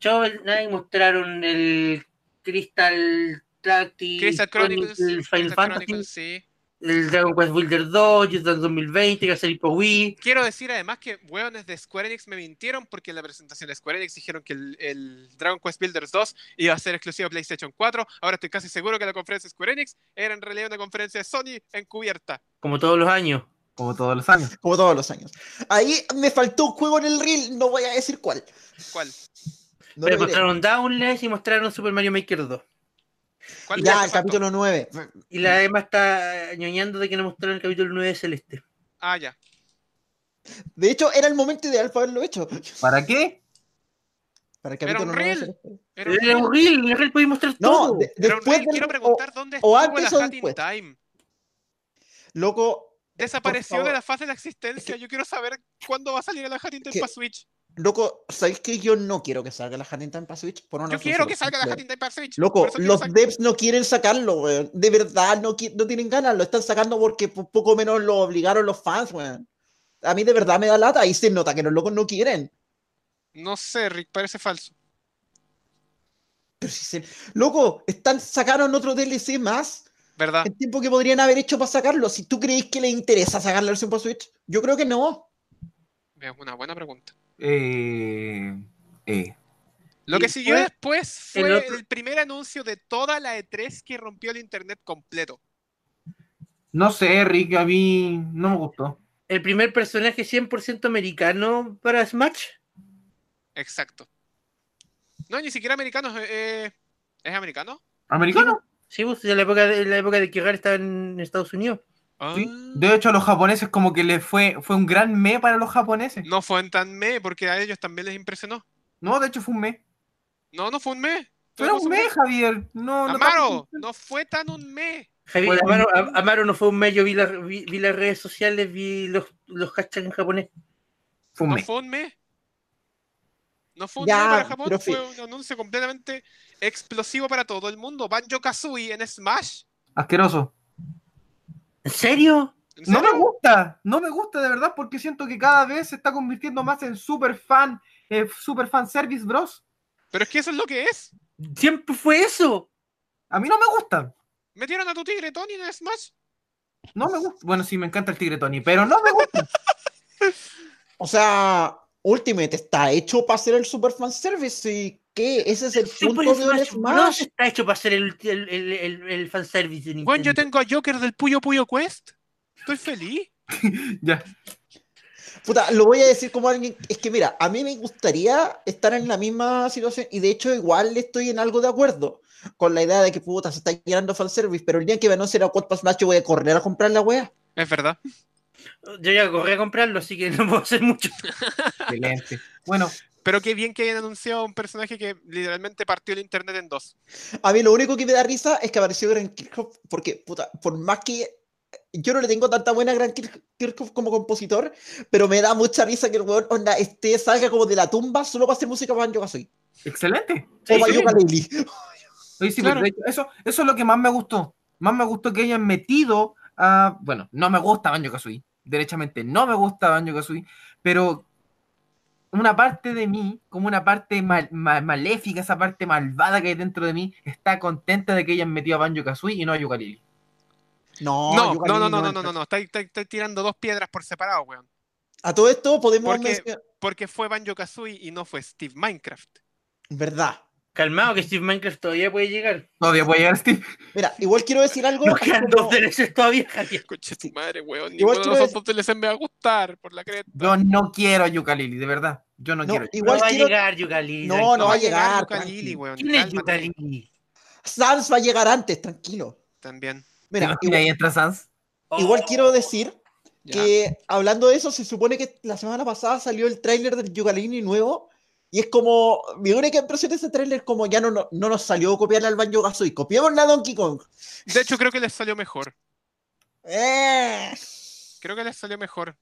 Shovel Knight, mostraron el Crystal Tactics, Crystal Chronicles. el Final Crystal Fantasy, Chronicles, sí. el Dragon Quest Builder 2, Jordan 2020, que va a salir por Wii. Quiero decir además que weones de Square Enix me mintieron porque en la presentación de Square Enix dijeron que el, el Dragon Quest Builders 2 iba a ser exclusivo a PlayStation 4. Ahora estoy casi seguro que la conferencia de Square Enix era en realidad una conferencia de Sony encubierta. Como todos los años. Como todos los años. Como todos los años. Ahí me faltó un juego en el reel, no voy a decir cuál. ¿Cuál? Pero No lo diré. mostraron Downless y mostraron Super Mario Maker 2. ¿Cuál fue Ya, el tu factor? capítulo 9. Y Mm. la Emma está ñoñando de que no mostraron el capítulo 9 de Celeste. Ah, ya. De hecho, era el momento ideal para haberlo hecho. ¿Para qué? Para el Era capítulo un 9 reel. Era un Era reel, horrible, en el reel podía mostrar No, todo. de- era un después reel. del- Quiero o- preguntar dónde o estuvo antes la o Hat in después. Time. loco, Desapareció de favor. la faz de la existencia. Yo quiero saber cuándo va a salir la Hat in Time Que- para Switch. Loco, ¿sabéis que yo no quiero que salga la Hat in Time para Switch? Por una Yo razón quiero que súper salga la simple. Hat in Time para Switch. Loco, por eso quiero los sac- devs no quieren sacarlo, weón. De verdad, no, qui- no tienen ganas. Lo están sacando porque po- poco menos lo obligaron los fans, weón. A mí de verdad me da lata y se nota que los locos no quieren. No sé, Rick, parece falso. Pero si se- Loco, están, sacaron otro DLC más ¿Verdad? en tiempo que podrían haber hecho para sacarlo. Si tú creéis que les interesa sacar la versión para Switch, yo creo que no. Es una buena pregunta. Eh, eh. Lo que Y siguió pues, fue después fue el el, otro- primer anuncio de toda la E3 que rompió el internet completo. No sé, Rick, a mí no me gustó. El primer personaje 100% americano para Smash. Exacto. No, ni siquiera americanos. eh, eh, ¿Es americano? ¿Americano? Sí, pues, en la época de, en la época de que Gar estaba en Estados Unidos. Sí. Ah. De hecho, a los japoneses como que les fue, fue un gran me para los japoneses. No fue en tan me, porque a ellos también les impresionó. No, de hecho fue un me. No, no fue un me. Fue un me, Javier. No, no. Amaro, no fue tan un me. Javier, Bueno. Amaro, a- Amaro no fue un medio, vi, la- vi- vi las redes sociales, vi los, los hashtags en japonés. Fue un No me. fue un mes. No fue un Ya, mes para Japón, pero fue fi- un anuncio completamente explosivo para todo el mundo. Banjo Kazooie en Smash. Asqueroso. ¿En serio? ¿En No me serio? gusta, no me gusta de verdad porque siento que cada vez se está convirtiendo más en super fan, eh, super fan service bros. Pero es que eso es lo que es. Siempre fue eso. A mí no me gusta, Metieron a tu tigre Tony en Smash. no me gusta. Bueno, sí, me encanta el tigre Tony, pero no me gusta. O sea, Ultimate está hecho para hacer el super fanservice y que ese es el Super punto de un Smash Bros. Smash. está hecho para hacer el, el, el, el- el fanservice de Nintendo. Bueno, yo tengo a Joker del Puyo Puyo Quest. Estoy feliz. ya. Puta, lo voy a decir como alguien. Es que mira, a mí me gustaría estar en la misma situación y de hecho, igual estoy en algo de acuerdo con la idea de que puta se está llenando fanservice, pero el día que me anuncien a Quad Smash, yo voy a correr a comprar la wea. Es verdad. Yo ya corrí a comprarlo, así que no puedo hacer mucho. Excelente. Bueno, Pero qué bien que hayan anunciado un personaje que literalmente partió el internet en dos. A mí lo único que me da risa es que apareció Grant Kirchhoff, porque, puta, por más que yo no le tengo tanta buena a Grant Kirch- Kirchhoff como compositor, pero me da mucha risa que el weón onda, este, salga como de la tumba solo para hacer música para Banjo Kazooie. excelente. Sí, O para sí. Yooka-Laylee. Oye, sí, Claro. pero de hecho, eso, eso es lo que más me gustó. Más me gustó que hayan metido a. Bueno, no me gusta Banjo Kazooie. Derechamente, no me gusta Banjo Kazooie. Pero una parte de mí, como una parte mal- ma- maléfica, esa parte malvada que hay dentro de mí, está contenta de que hayan metido a Banjo Kazooie y no a Yukalili. No, No, no, no, Yooka-Laylee no, no, entra. no, no, no. Estáis estáis- estáis tirando dos piedras por separado, weón. A todo esto podemos Porque- mencionar- Porque fue Banjo Kazooie y no fue Steve Minecraft. Verdad. Calmado, que Steve Minecraft todavía puede llegar. Todavía puede llegar este- Steve. Mira, igual quiero decir algo. Nos quedan dos como- DLCs todavía, Javier. Coche Sí. tu madre, weón. Igual Ninguno de quiero los decir- otros TLC me va a gustar por la creta. Yo no quiero a Yukalili, de verdad. Yo no, no, quiero. Igual igual no va quiero- a llegar Yugali. No, tranquilo. no va a llegar, Luca tranqui. Lili, weón. ¿Quién es cálmate Yugali? Sans va a llegar antes, tranquilo. También. ¿Te Mira, imaginas igual, ahí entra Sans. oh. igual quiero decir Ya. que hablando de eso, se supone que la semana pasada salió el tráiler del Yugalini nuevo y es como, mi única impresión de ese tráiler es como ya no, no, no nos salió copiarle al Banjo Kazooie, copiamos la Donkey Kong. De hecho, creo que les salió mejor. Eh, Creo que les salió mejor.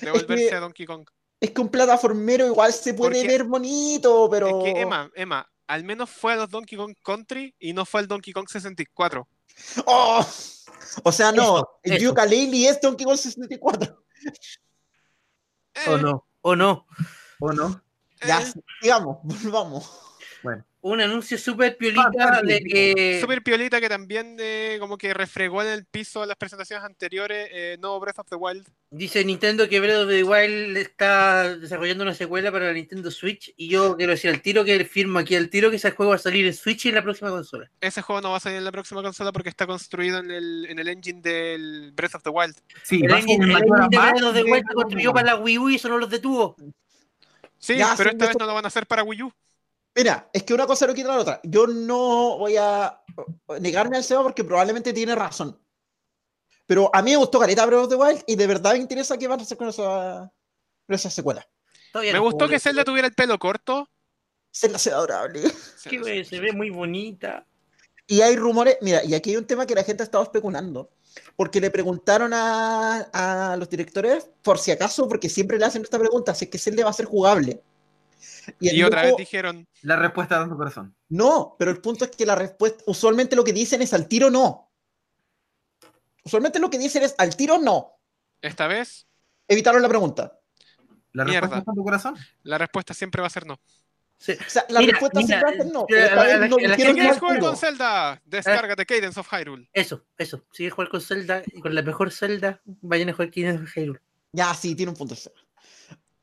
Devolverse a Donkey Kong. es que un plataformero igual se puede Porque- ver bonito, pero... Es que Emma, Emma, al menos fue a los Donkey Kong Country y no fue al Donkey Kong 64. ¡Oh! O sea, no, Eso, el eso. Yooka-Laylee es Donkey Kong 64. Eh, O Oh, no, o no. ¿O no? eh, Ya, digamos, volvamos. Un anuncio súper piolita Ah, de que. Super piolita que también eh, como que refregó en el piso de las presentaciones anteriores. eh, no Breath of the Wild. Dice Nintendo que Breath of the Wild está desarrollando una secuela para la Nintendo Switch y yo quiero decir al tiro que firmo aquí al tiro que ese juego va a salir en Switch y en la próxima consola. Ese juego no va a salir en la próxima consola porque está construido en el, en el engine del Breath of the Wild. Sí, El va a ser engine, el una engine de más Breath of the de- Wild se construyó para la Wii U y eso no los detuvo. Sí, Ya, pero sí, esta vez esto- no lo van a hacer para Wii U. Mira, es que una cosa no quita la otra. Yo no voy a negarme al Seba porque probablemente tiene razón. Pero a mí me gustó Careta Breath of the Wild y de verdad me interesa qué van a hacer con esa, con esa secuela. Todavía Me no gustó puedo que decir. Zelda tuviera el pelo corto. Zelda se ve adorable. Que, güey, se ve muy bonita. Y hay rumores, mira, y aquí hay un tema que la gente ha estado especulando. Porque le preguntaron a, a los directores, por si acaso, porque siempre le hacen esta pregunta, si es que Zelda va a ser jugable. Y, el Y otra vez loco- dijeron, La respuesta dando corazón. No, pero el punto es que la respuesta, usualmente lo que dicen es al tiro no. Usualmente lo que dicen es al tiro no. esta vez Evitaron la pregunta. La Mierda. respuesta dando corazón. la respuesta siempre va a ser no. Sí. O sea, la Mira, respuesta mira, siempre va a ser no. eh, Esta a la- vez a la- no a la Quiero dijeron Eh. gente- ¿Quieres al jugar tiro. con Zelda? Descárgate Cadence of Hyrule. Eso, eso. Sigue jugar con Zelda y con la mejor Zelda, vayan a jugar Kingdom Hearts Hyrule. Ya, sí, tiene un punto. ese.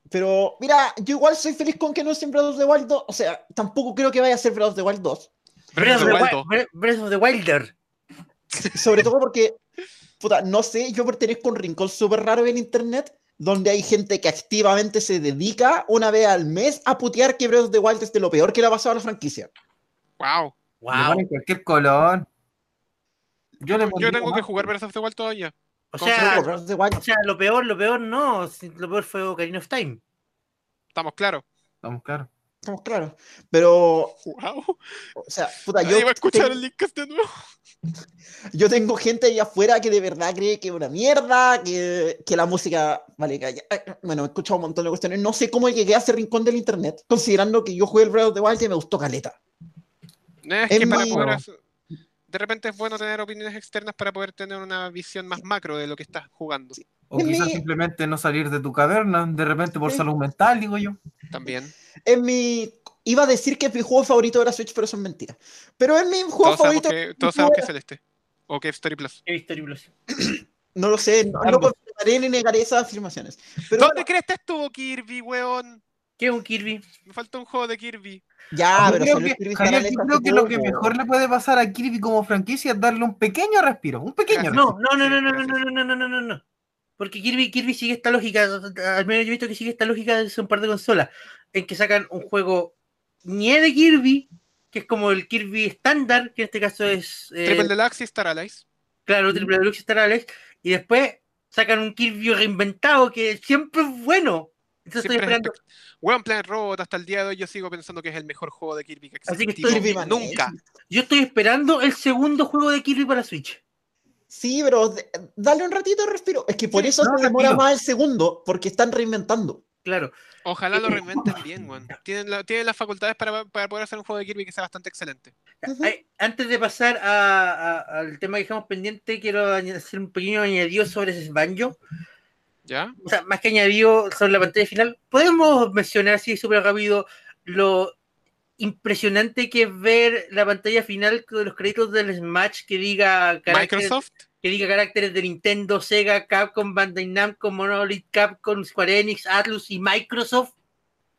Pero, mira, yo igual soy feliz con que no sea en Breath of the Wild 2. O sea, tampoco creo que vaya a ser Breath of the Wild 2. Breath of the Breath of the Wild- Wild. Bre- Breath of the Wilder. Sobre todo porque, puta, no sé, yo pertenezco a un rincón súper raro en internet donde hay gente que activamente se dedica una vez al mes a putear que Breath of the Wild es de lo peor que le ha pasado a la franquicia. Wow. Le Wow. ponen cualquier color. Yo le Yo pondría tengo que más. jugar Breath of the Wild todavía. O con sea, Loco, Breath of the Wild- o sea, lo peor, lo peor no. si Lo peor fue Ocarina of Time. Estamos claros. Vamos, claro. estamos claros. Pero, Wow. o sea, puta, Ah, yo, Nadie va a escuchar tengo- el Linkcast de nuevo. yo tengo gente allá afuera que de verdad cree que es una mierda, que, que la música, vale, calla. Bueno, he escuchado un montón de cuestiones. No sé cómo llegué a ese rincón del internet, considerando que yo jugué el Breath of the Wild y me gustó caleta. Es Es que para mi- poder hacer- De repente es bueno tener opiniones externas para poder tener una visión más macro de lo que estás jugando. O Es quizás mi- simplemente no salir de tu caverna, de repente por Sí. salud mental, digo yo. También. Es mi. Iba a decir que es mi juego favorito de la Switch, pero son mentiras. Pero es mi juego Todos sabemos, favorito. que, todos sabemos que es Celeste. O que es Story Plus. He visto Plus. No lo sé, no, no Ambos. confirmaré ni negaré esas afirmaciones. Pero ¿Dónde crees que estuvo Kirby, weón? ¿Qué es un Kirby? Me falta un juego de Kirby. bueno, ya, Yo Ah, pero creo salió que- el Kirby Javier, Star yo Allies creo hace que lo que poco. mejor le puede pasar a Kirby como franquicia es darle un pequeño respiro, un pequeño. Gracias. respiro. No, no, no, no, no, no, Gracias. no, no, no, no, no, no. Porque Kirby, Kirby sigue esta lógica, al menos yo he visto que sigue esta lógica de un par de consolas, en que sacan un juego nie de Kirby, que es como el Kirby estándar, que en este caso es eh, Triple Deluxe y Star Allies. claro, Triple Deluxe Star Allies, y después sacan un Kirby reinventado que siempre es bueno. Entonces Siempre es estoy esperando. Weón Planet Robot, hasta el día de hoy yo sigo pensando que es el mejor juego de Kirby que existe. Así que y no estoy- vi Kirby Manía. nunca. Yo estoy esperando el segundo juego de Kirby para Switch. Sí, pero de- dale un ratito de respiro. Es que por Sí, eso no, se demora tranquilo. más el segundo, porque están reinventando. Claro. Ojalá lo reinventen bien, weón. Tienen, la- tienen las facultades para, para poder hacer un juego de Kirby que sea bastante excelente. Ujú. Ay, Antes de pasar a- a- al tema que dejamos pendiente, quiero añ- hacer un pequeño añadido sobre ese banjo. ¿Ya? o sea, más que añadido sobre la pantalla final, podemos mencionar así súper rápido lo impresionante que es ver la pantalla final con los créditos del Smash que diga caracteres, Microsoft, que diga caracteres de Nintendo, Sega, Capcom, Bandai Namco, Monolith, Capcom, Square Enix, Atlus y Microsoft.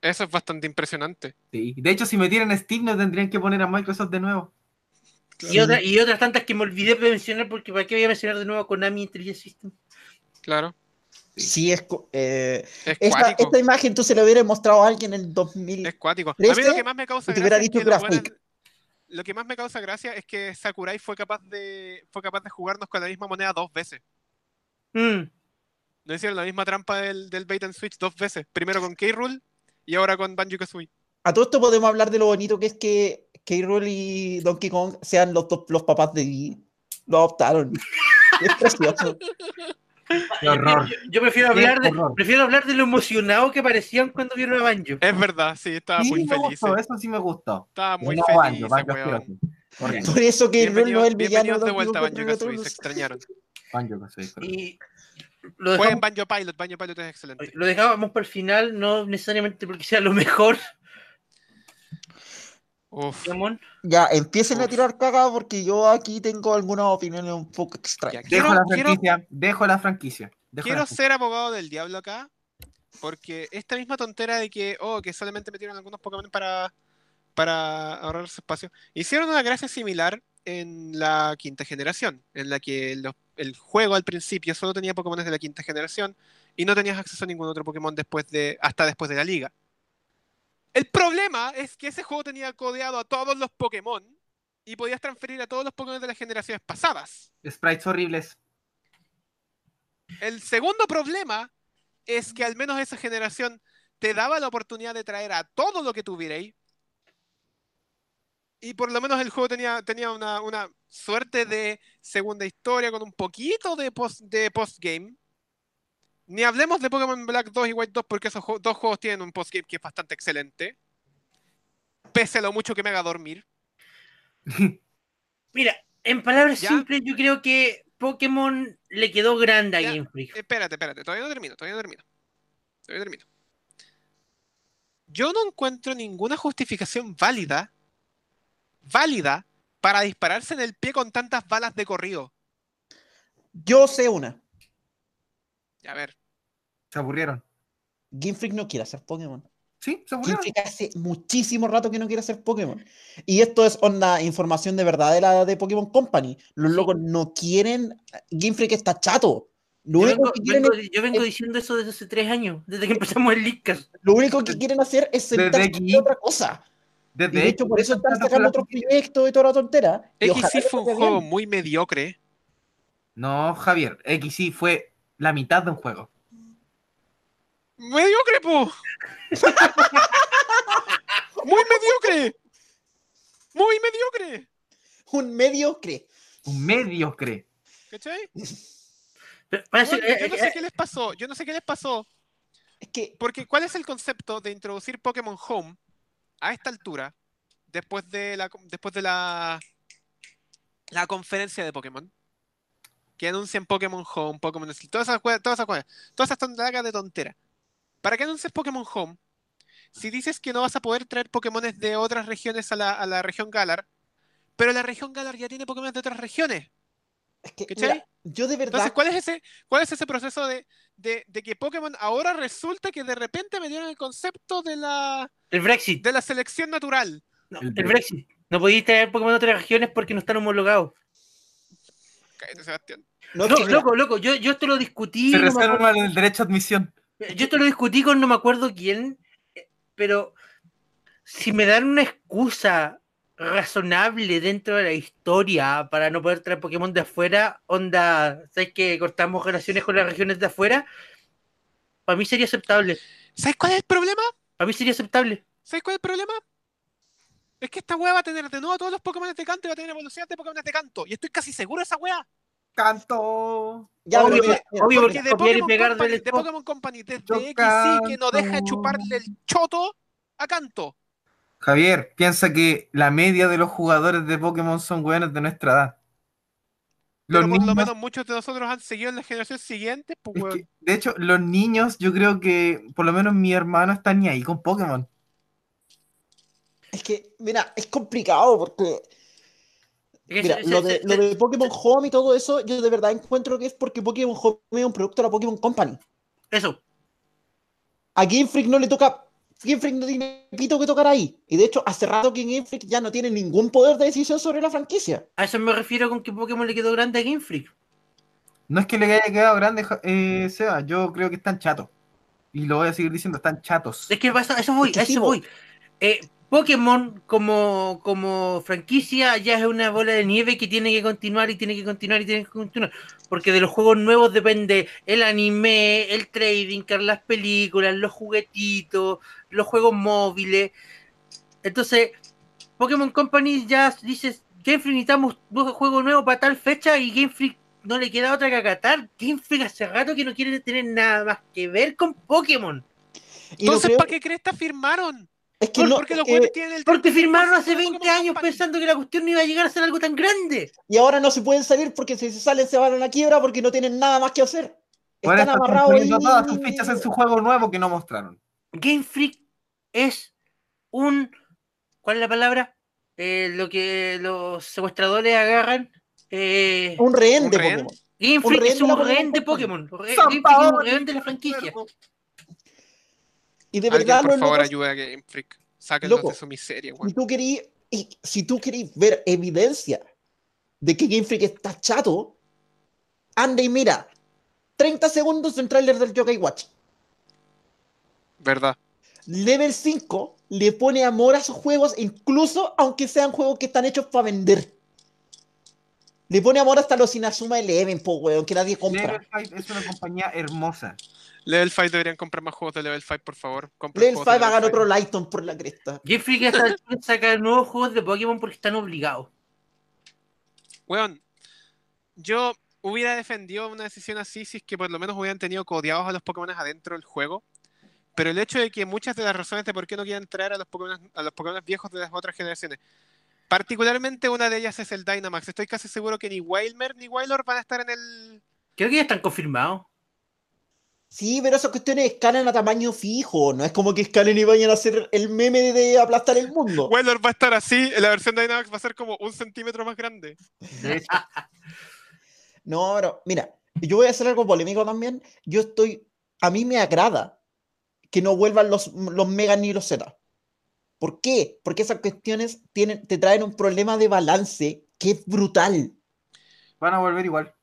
eso es bastante impresionante. Sí. De hecho, si me tiran Steam, no tendrían que poner a Microsoft de nuevo. Y, otra- y otras tantas que me olvidé de mencionar porque para qué voy a mencionar de nuevo a Konami Intelligent System. Claro. Sí, es. co- eh, Es esta, cuático. esta imagen tú se la hubieras mostrado a alguien en Es 2000. cuático. A ¿Crees mí lo que? que más me causa Y te hubiera gracia. es dicho que los Graphic. buenos- Lo que más me causa gracia es que Sakurai fue capaz de fue capaz de jugarnos con la misma moneda dos veces. Mm, No hicieron la misma trampa del, del bait and switch dos veces. Primero con K-Rule y ahora con Banjo Kazooie. A todo esto podemos hablar de lo bonito que es que K-Rool y Donkey Kong sean los, dos- los papás de Didi. Lo adoptaron. Es precioso. Qué horror. Yo, yo prefiero Qué hablar de, horror. prefiero hablar de lo emocionado que parecían cuando vieron a Banjo. Es verdad, sí, estaba Sí, muy me feliz. gustó, eso sí me gustó. Estaba muy No, feliz. Banjo, Banjo weón. asqueroso. Horrible. Por eso que el rol Bienvenido- no es el villano. bienvenidos de vuelta a Donkey Banjo Kong, Kazooie, se todos. extrañaron. Banjo, que soy horrible. Y lo dejamos Jueguen Banjo Pilot, Banjo Pilot es excelente. Lo dejábamos para el final, no necesariamente porque sea lo mejor, Uf, Ramón. Ya, empiecen a Uf. tirar caga porque yo aquí tengo algunas opiniones un poco ya, extrañas. Dejo quiero, la quiero- franquicia, dejo la franquicia. dejo la quiero franquicia. ser abogado del diablo acá, porque esta misma tontera de que, oh, que solamente metieron algunos Pokémon para, para ahorrar su espacio, hicieron una gracia similar en la quinta generación, en la que los- el juego al principio solo tenía Pokémon de la quinta generación y no tenías acceso a ningún otro Pokémon después de, hasta después de la liga. El problema es que ese juego tenía codeado a todos los Pokémon y podías transferir a todos los Pokémon de las generaciones pasadas. Sprites horribles. El segundo problema es que al menos esa generación te daba la oportunidad de traer a todo lo que tuvierais. Y por lo menos el juego tenía, tenía una, una suerte de segunda historia con un poquito de post, de postgame. Ni hablemos de Pokémon Black 2 y White 2 porque esos ju- dos juegos tienen un postgame que es bastante excelente. Pese a lo mucho que me haga dormir. Mira, en palabras ¿Ya? simples, yo creo que Pokémon le quedó grande a Ya. Game Freak. Espérate, espérate, todavía no termino, todavía no termino. Todavía no termino. Yo no encuentro ninguna justificación válida, válida, para dispararse en el pie con tantas balas de corrido. Yo sé una. A ver, Se aburrieron. Game Freak no quiere hacer Pokémon. Sí, se Game aburrieron. Freak hace muchísimo rato que no quiere hacer Pokémon. Y esto es onda información de verdad de la de Pokémon Company. Los locos no quieren. Game Freak está chato. Yo Lo único, vengo, que quieren, vengo- yo vengo diciendo eso desde hace tres años, desde que empezamos el Leadcast. lo único que quieren hacer es Desde sentarse a aquí- hacer otra cosa. Y Desde de hecho, por eso están tantas sacando las- otros proyectos y toda la tontera. Y ojalá XC les fue un vaya juego bien. muy mediocre. No, Javier, XY fue la mitad de un juego. ¡Mediocre, po! ¡Muy mediocre! ¡Muy mediocre! Un mediocre. Un mediocre. ¿Cachai? Pero parece- Bueno, eh, yo no eh, sé eh, qué les pasó, yo no sé qué les pasó. Es que Porque, ¿cuál es el concepto de introducir Pokémon Home a esta altura, después de la, después de la, la conferencia de Pokémon? Que anuncian Pokémon Home, Pokémon Sleep, todas esas cue- todas esas cosas, todas esas tonterías de tontera. ¿Para qué anuncias Pokémon Home? Si dices que no vas a poder traer Pokémones de otras regiones a la, a la región Galar, pero la región Galar ya tiene Pokémon de otras regiones. Es que, ¿Cachai? mira, yo de verdad, Entonces, ¿cuál es ese, cuál es ese proceso de, de- de que Pokémon ahora resulta que de repente me dieron el concepto de la, el Brexit. de la selección natural? no, el el Brexit. Brexit. No podéis traer Pokémon de otras regiones porque no están homologados. Cállate, Sebastián. no, es No, que, mira, loco, loco, yo, yo esto lo discutí. Se no me acuerdo- reservan el derecho a admisión. Yo te lo discutí con no me acuerdo quién, eh, pero si me dan una excusa razonable dentro de la historia para no poder traer Pokémon de afuera, onda, ¿sabes que cortamos relaciones con las regiones de afuera? Para mí sería aceptable. ¿Sabes cuál es el problema? Para mí sería aceptable. ¿Sabes cuál es el problema? Es que esta wea va a tener de nuevo todos los Pokémon de canto y va a tener evoluciones de Pokémon de canto. Y estoy casi seguro de esa wea. Canto. ya, obvio, pero mira, mira, obvio, Porque porque de copiar y Pokémon, pegar Company, del de stock. Pokémon Company, desde Yo XY que no deja de canto. chuparle el choto a canto. Javier, piensa que la media de los jugadores de Pokémon son weones de nuestra edad. Pero Los por lo niños- menos muchos de nosotros han seguido en la generación siguiente, pues es weón. que, de hecho, los niños, yo creo que por lo menos mi hermano está ni ahí con Pokémon. es que, mira, es complicado porque, Es que mira, se- lo se- de, se- lo de Pokémon Home y todo eso, yo de verdad encuentro que es porque Pokémon Home es un producto de la Pokémon Company. Eso. A Game Freak no le toca, Game Freak no tiene pito que tocar ahí. Y de hecho, hace rato que Game Freak ya no tiene ningún poder de decisión sobre la franquicia. A eso me refiero con que Pokémon le quedó grande a Game Freak. No es que le haya quedado grande, Ja- eh, Seba, yo creo que están chatos. Y lo voy a seguir diciendo, están chatos. Es que a eso, a eso voy, Es que a sí, eso po. voy. Eh, Pokémon como, como franquicia ya es una bola de nieve que tiene que continuar y tiene que continuar y tiene que continuar. Porque de los juegos nuevos depende el anime, el trading, card, las películas, los juguetitos, los juegos móviles. Entonces, Pokémon Company ya dices, Game Freak necesitamos un juego nuevo para tal fecha y Game Freak no le queda otra que acatar. Game Freak hace rato que no quiere tener nada más que ver con Pokémon. Y no Entonces, creo- ¿para qué cresta firmaron? es que no, eh, porque es los que- güeyes tienen el Porque 30% firmaron hace de 20 Pokémon años Company. pensando que la cuestión no iba a llegar a ser algo tan grande. y ahora no se pueden salir porque si se salen se van a la quiebra porque no tienen nada más que hacer. Ahora Están están amarrados poniendo ahí. todas sus fichas en su juego nuevo que no mostraron. Game Freak es un. ¿Cuál es la palabra? Eh, lo que los secuestradores agarran. Eh, Un rehén Un de rehén. Pokémon. Game un Freak rehén es de la un Pokémon rehén de Company. Pokémon. Re- San Game Freak es un Paoli, rehén de la franquicia. Y de Alguien, verdad, por los favor, locos- ayuda a Game Freak. Sáquenlos Loco. de su miseria, si weón. tú querís, y si tú querís ver evidencia de que Game Freak está chato, anda y mira 30 segundos de un tráiler del Yokai Watch. ¿Verdad? Level 5 le pone amor a sus juegos, incluso aunque sean juegos que están hechos para vender. Le pone amor hasta los Inazuma Eleven, po, weón, que nadie compra. Level Five es una compañía hermosa. Level 5 deberían comprar más juegos de Level 5, por favor. Compren Level 5 juegos de va a ganar Level otro Lighton por la cresta. Game Freak hasta el punto de sacar nuevos juegos de Pokémon porque están obligados. Weón, yo hubiera defendido una decisión así si es que por lo menos hubieran tenido codeados a los Pokémon adentro del juego. Pero el hecho de que muchas de las razones de por qué no quieren traer a los Pokémon, a los Pokémon viejos de las otras generaciones, particularmente una de ellas es el Dynamax. Estoy casi seguro que ni Wilmer ni Wailord van a estar en el. Creo que ya están confirmados. Sí, pero esas cuestiones escalan a tamaño fijo. No es como que escalen y vayan a hacer el meme de aplastar el mundo. Wailord va a estar así, la versión Dynamax va a ser como un centímetro más grande. De hecho, No, pero mira, yo voy a hacer algo polémico también. Yo estoy. A mí me agrada que no vuelvan los, los Mega ni los Z. ¿Por qué? Porque esas cuestiones tienen, te traen un problema de balance que es brutal. van a volver igual.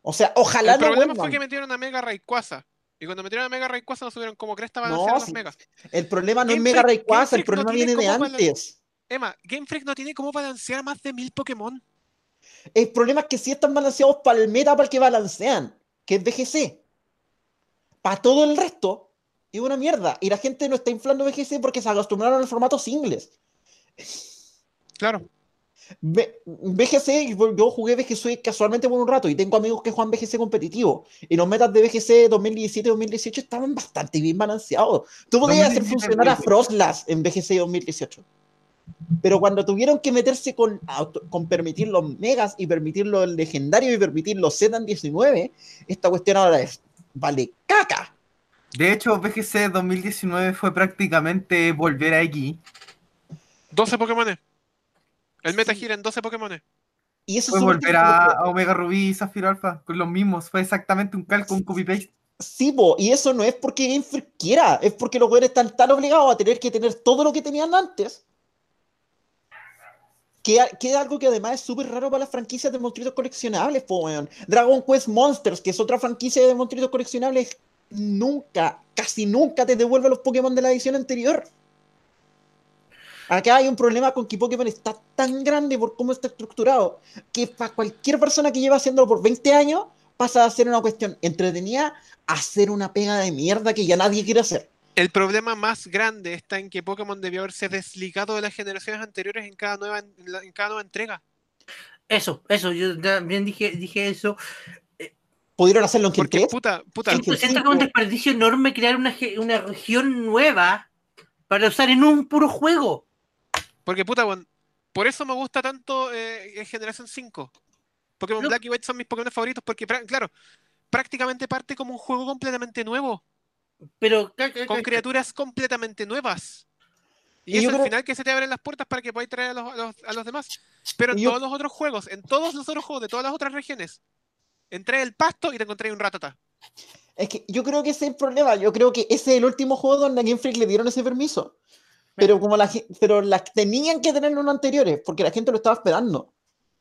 O sea, ojalá el no problema vuelvan. fue que metieron a Mega Rayquaza. Y cuando metieron a Mega Rayquaza no subieron como cresta van a No, hacer los sí. megas. El problema no es Game Mega Freak- Rayquaza, el Game Freak no problema tiene viene de cómo balan- antes. Emma, Game Freak no tiene cómo balancear más de mil Pokémon. El problema es que si están balanceados para el meta, para el que balancean, que es VGC. Para todo el resto, es una mierda. Y la gente no está inflando VGC porque se acostumbraron al formato singles. Claro. Ve- VGC, y yo yo jugué VGC casualmente por un rato y tengo amigos que juegan VGC competitivo. Y los metas de VGC 2017-2018 estaban bastante bien balanceados. Tú podías hacer 2017, funcionar a güey. Frostlass en VGC 2018. Pero cuando tuvieron que meterse con, auto- con permitir los megas y permitir los legendarios y permitir los Zetan 19, esta cuestión ahora es, vale, caca. De hecho, VGC 2019 fue prácticamente volver a X. 12 Pokémones. El meta gira en 12 Pokémones. Y eso Fue es súper volver a, triste. a Omega Rubí y Zafiro Alpha con los mismos. Fue exactamente un calco, un copy-paste. Sí, po, y eso no es porque Game Freak quiera, es porque los jugadores están tan obligados a tener que tener todo lo que tenían antes. Que, a- que es algo que además es súper raro para las franquicias de monstruitos coleccionables, po, weón. Dragon Quest Monsters, que es otra franquicia de monstruitos coleccionables, nunca, casi nunca te devuelve los Pokémon de la edición anterior. Acá hay un problema con que Pokémon está tan grande por cómo está estructurado, que para cualquier persona que lleva haciéndolo por 20 años, pasa a ser una cuestión entretenida hacer una pega de mierda que ya nadie quiere hacer. El problema más grande está en que Pokémon debió haberse desligado de las generaciones anteriores en cada nueva, en la- en cada nueva entrega. Eso, eso, yo también dije, dije eso. Pudieron hacerlo en Gen Porque 3. puta, puta, Sí, Siento, sí, siento que es un po. desperdicio enorme crear una, ge- una región nueva para usar en un puro juego. porque puta, weón, por eso me gusta tanto eh, Generación 5. Pokémon No. Black y White son mis Pokémon favoritos porque, pra- claro, prácticamente parte como un juego completamente nuevo. Pero ca- ca- con ca- criaturas completamente nuevas. Y Y, es yo al creo- final que se te abren las puertas para que podáis traer a los, a los- a los demás. Pero en Y yo- todos los otros juegos, en todos los otros juegos de todas las otras regiones, entré el pasto y te encontré un ratata. Es que yo creo que ese es el problema. Yo creo que ese es el último juego donde a Game Freak le dieron ese permiso. Pero como la gen- pero las tenían que tener en unos anteriores, porque la gente lo estaba esperando.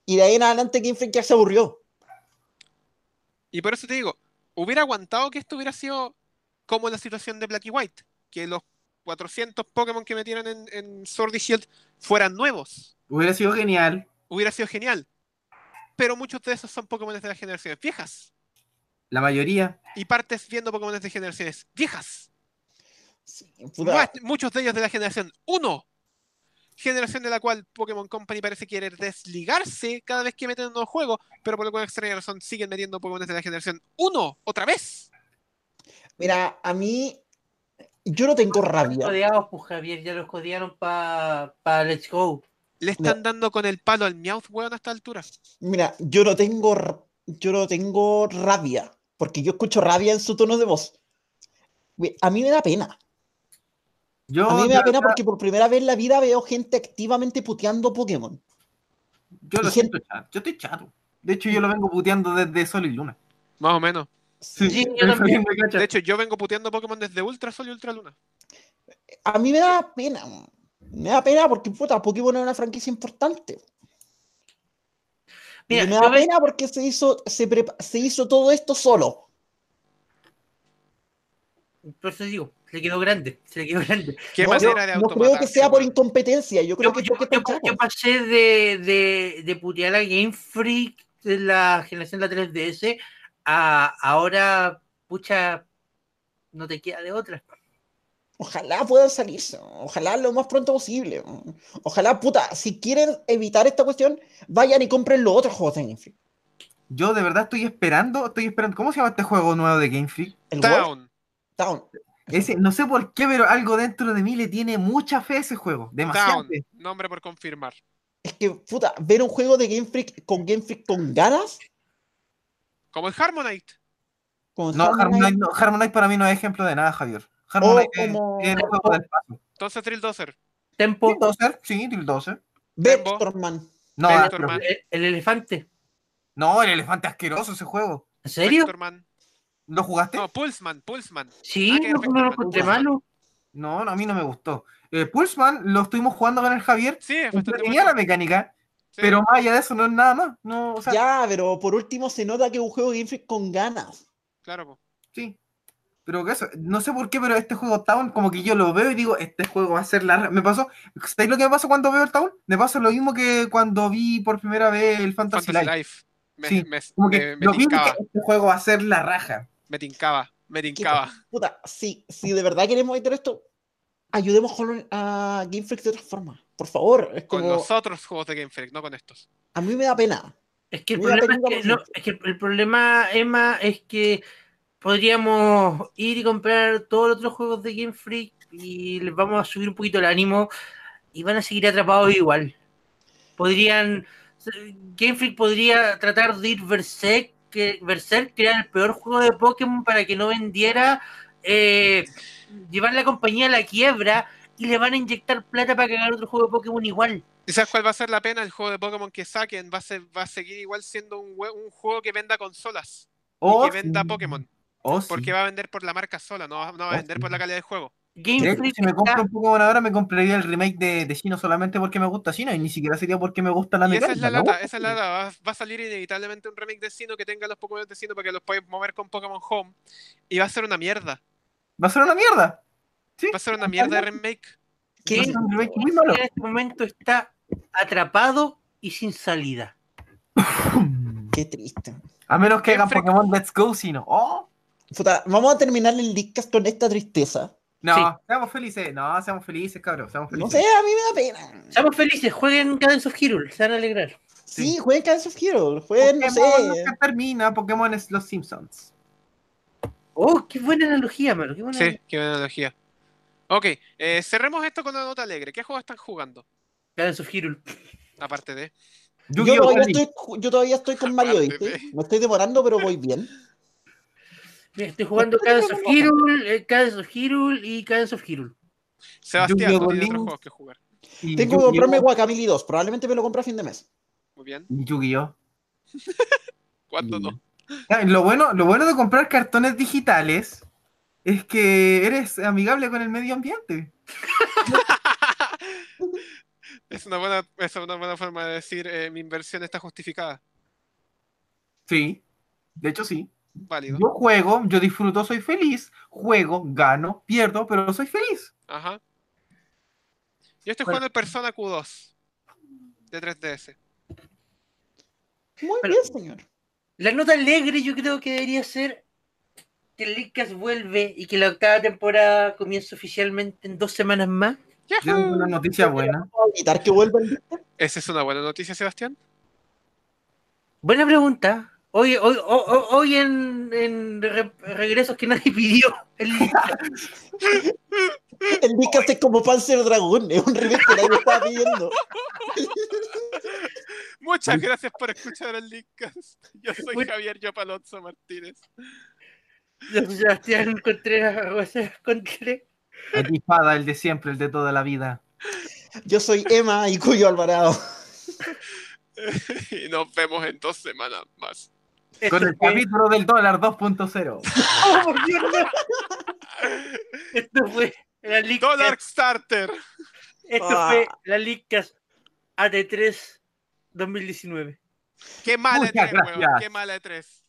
Y de ahí en adelante Game Freak ya se aburrió. Y por eso te digo, hubiera aguantado que esto hubiera sido como la situación de Black y White, que los 400 Pokémon que metieron en, en Sword y Shield fueran nuevos. Hubiera sido genial. Hubiera sido genial. Pero muchos de esos son Pokémon de las generaciones viejas. La mayoría. Y partes viendo Pokémon de generaciones viejas. Sí, puta. Much- muchos de ellos de la generación 1. Generación de la cual Pokémon Company parece querer desligarse cada vez que meten un nuevo juego, pero por alguna extraña razón siguen metiendo Pokémon de la generación 1 otra vez. Mira, a mí. Yo no tengo rabia. codeados, pues Javier, ya los codearon para Let's Go. Le están dando con el palo al Meowth, weón, a esta altura. Mira, yo no tengo, r- yo no tengo rabia, porque yo escucho rabia en su tono de voz. We- A mí me da pena. Yo, A mí me yo, da pena porque por primera vez en la vida veo gente activamente puteando Pokémon. yo lo siento chato. Yo estoy chato. De hecho, yo lo vengo puteando desde Sol y Luna. Más o menos. Sí, Sí, yo también. me cacha. De hecho, yo vengo puteando Pokémon desde Ultra Sol y Ultra Luna. A mí me da pena. mm. Me da pena porque puta, Pokémon es una franquicia importante. Y Mira, me da yo ve- pena porque se hizo, se, prepa- se hizo todo esto solo. por eso digo, se le quedó grande, se le quedó grande. Qué No, yo manera de no creo que automatarse, sea por weón. incompetencia. Yo creo Yo, pues, que yo- es porque yo- están chacos. yo pasé de, de, de putear a Game Freak de la generación de la 3DS a ahora, pucha, no te queda de otra. Ojalá puedan salirse, ojalá lo más pronto posible. Ojalá, puta, si quieren evitar esta cuestión, vayan y compren los otros juegos de Game Freak. Yo de verdad estoy esperando, estoy esperando. ¿Cómo se llama este juego nuevo de Game Freak? El World Town. Town. Ese, no sé por qué, pero algo dentro de mí le tiene mucha fe a ese juego. Demasiado. Town. Nombre por confirmar. Es que, puta, ver un juego de Game Freak con Game Freak con ganas. Como el Harmonite. Con No, Harmonite, Harmonite, no, Harmonite para mí no es ejemplo de nada, Javier. Harmonite es- como- es el juego del paso. Entonces Trilldozer. Tempo, Bulldozer, Sí, Bulldozer. Vectorman. No, Vector pero- Man. el, el elefante. no, el elefante asqueroso ese juego. ¿En serio? Vectorman. ¿Lo jugaste? No, Pulseman, Pulseman. Sí, Ah, que no, perfecto, no lo man. encontré malo. No, no, a mí no me gustó. Eh, Pulseman lo estuvimos jugando con el Javier. Sí, es bastante Tenía la bueno. mecánica, Sí. pero más allá de eso no es nada más. No, o sea, Ya, pero por último se nota que es un juego de Game Freak con ganas. Claro, po. sí. Pero que eso, no sé por qué, pero este juego Town, como que yo lo veo y digo, este juego va a ser la. Me pasó, ¿sabéis lo que me pasó cuando veo el Town? Me pasa lo mismo que cuando vi por primera vez el Fantasy, Fantasy Life. Life. Me, Sí, me, Como que me, me lo vi y dije, tincaba, este juego va a ser la raja. me tincaba, me Que, tincaba. puta, si, si de verdad queremos evitar esto, ayudemos con- a Game Freak de otra forma. Por favor, es Con como. los otros juegos de Game Freak, no con estos. A mí me da pena. Es que el Mira, problema tengo es que, no, razón. es que el- el problema, Emma, es que podríamos ir y comprar todos los otros juegos de Game Freak y les vamos a subir un poquito el ánimo y van a seguir atrapados igual. Podrían. Game Freak podría tratar de ir Berserk, que Berserk, que era el peor juego de Pokémon para que no vendiera, eh, llevar la compañía a la quiebra y le van a inyectar plata para que haga otro juego de Pokémon igual. ¿Y sabes cuál va a ser la pena? El juego de Pokémon que saquen va a, ser- va a seguir igual siendo un, hue- un juego que venda consolas Oh, y que venda sí. Pokémon. Oh, sí. Porque va a vender por la marca sola, no va, no va a Oh, vender sí. por la calidad del juego. Game De hecho, Freak si me compro está- un Pokémon ahora, me compraría el remake de, de Shino solamente porque me gusta Shino y ni siquiera sería porque me gusta la Y esa mecánica. es la me lata, gusta esa es la lata. Va, va a salir inevitablemente un remake de Sino que tenga los Pokémon de Sino para que los puedas mover con Pokémon Home. Y va a ser una mierda. Va a ser una mierda. Sí. Va a ser una mierda de remake. Va a Game ser un remake muy malo. Freak en este momento está atrapado y sin salida. Qué triste. A menos que Game hagan Freak. Pokémon Let's Go, Shino. Oh. Puta, vamos a terminar el Leadcast con esta tristeza. No, Sí. seamos felices. No, seamos felices, cabrón. Seamos No felices. sé, a mí me da pena. Estamos felices, jueguen Cadence of Hyrule, se van a alegrar. Sí, jueguen Cadence of Heroes, jueguen, Pokémon no sé. nunca termina, Pokémon es los Simpsons. Oh, qué buena analogía, mano. Qué buena Sí, qué buena analogía. Ok, eh, cerremos esto con una nota alegre. ¿Qué juegos están jugando? Cadence of Hyrule. Aparte de. Yo Yu-Gi-Oh! todavía, Cali. estoy, yo todavía estoy con Mario, Aparte, ¿viste? ve. Me estoy demorando, pero voy bien. Mira, estoy jugando Cadence of Hyrule, eh, Cadence of Hyrule y Cadence of Hyrule. Sebastián, Yu-Gi-Oh! tú tienes Link. otros juegos que jugar. Y Tengo que comprarme Yu-Gi-Oh! Guacamole 2, probablemente me lo compre a fin de mes. Muy bien. Yu-Gi-Oh! ¿Cuándo no? Ah, Lo bueno, lo bueno de comprar cartones digitales es que eres amigable con el medio ambiente. Es una buena, es una buena forma de decir eh, mi inversión está justificada. Sí. De hecho, sí. Válido. Yo juego, yo disfruto, soy feliz. Juego, gano, pierdo, pero soy feliz. Ajá. Yo estoy Bueno. jugando el Persona Q2 de 3DS. Muy Pero- bien, señor. La nota alegre yo creo que debería ser que el Leadcast vuelve y que la octava temporada comience oficialmente en dos semanas más. Yo tengo una noticia buena. Voy a evitar que vuelva el... ¿Esa es una buena noticia, Sebastián? Buena pregunta. Hoy, hoy, ho- ho- hoy en, en re- regresos que nadie pidió. El El Leadcast es como Panzer Dragon, es un remake que nadie estaba pidiendo. Muchas gracias por escuchar el Linkcast. Yo soy Bueno. Javier Yopalonso Martínez. Yo soy Sebastián Contreras, arroba Sebas Contreras. Aquí espada, el de siempre, el de toda la vida. Yo soy Emma y Cuyo Alvarado. Y nos vemos en dos semanas más. Esto Con el fue- capítulo del dólar 2.0. ¡Oh, por mierda! Esto fue la Licas. Dollar Starter. Esto Ah. fue la Licas AT3 2019. Qué mala de Muchas tres, weón. gracias. Qué mala de tres.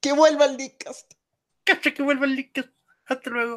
Que vuelva el Leadcast. Cacha que vuelva el Licas. Hasta luego.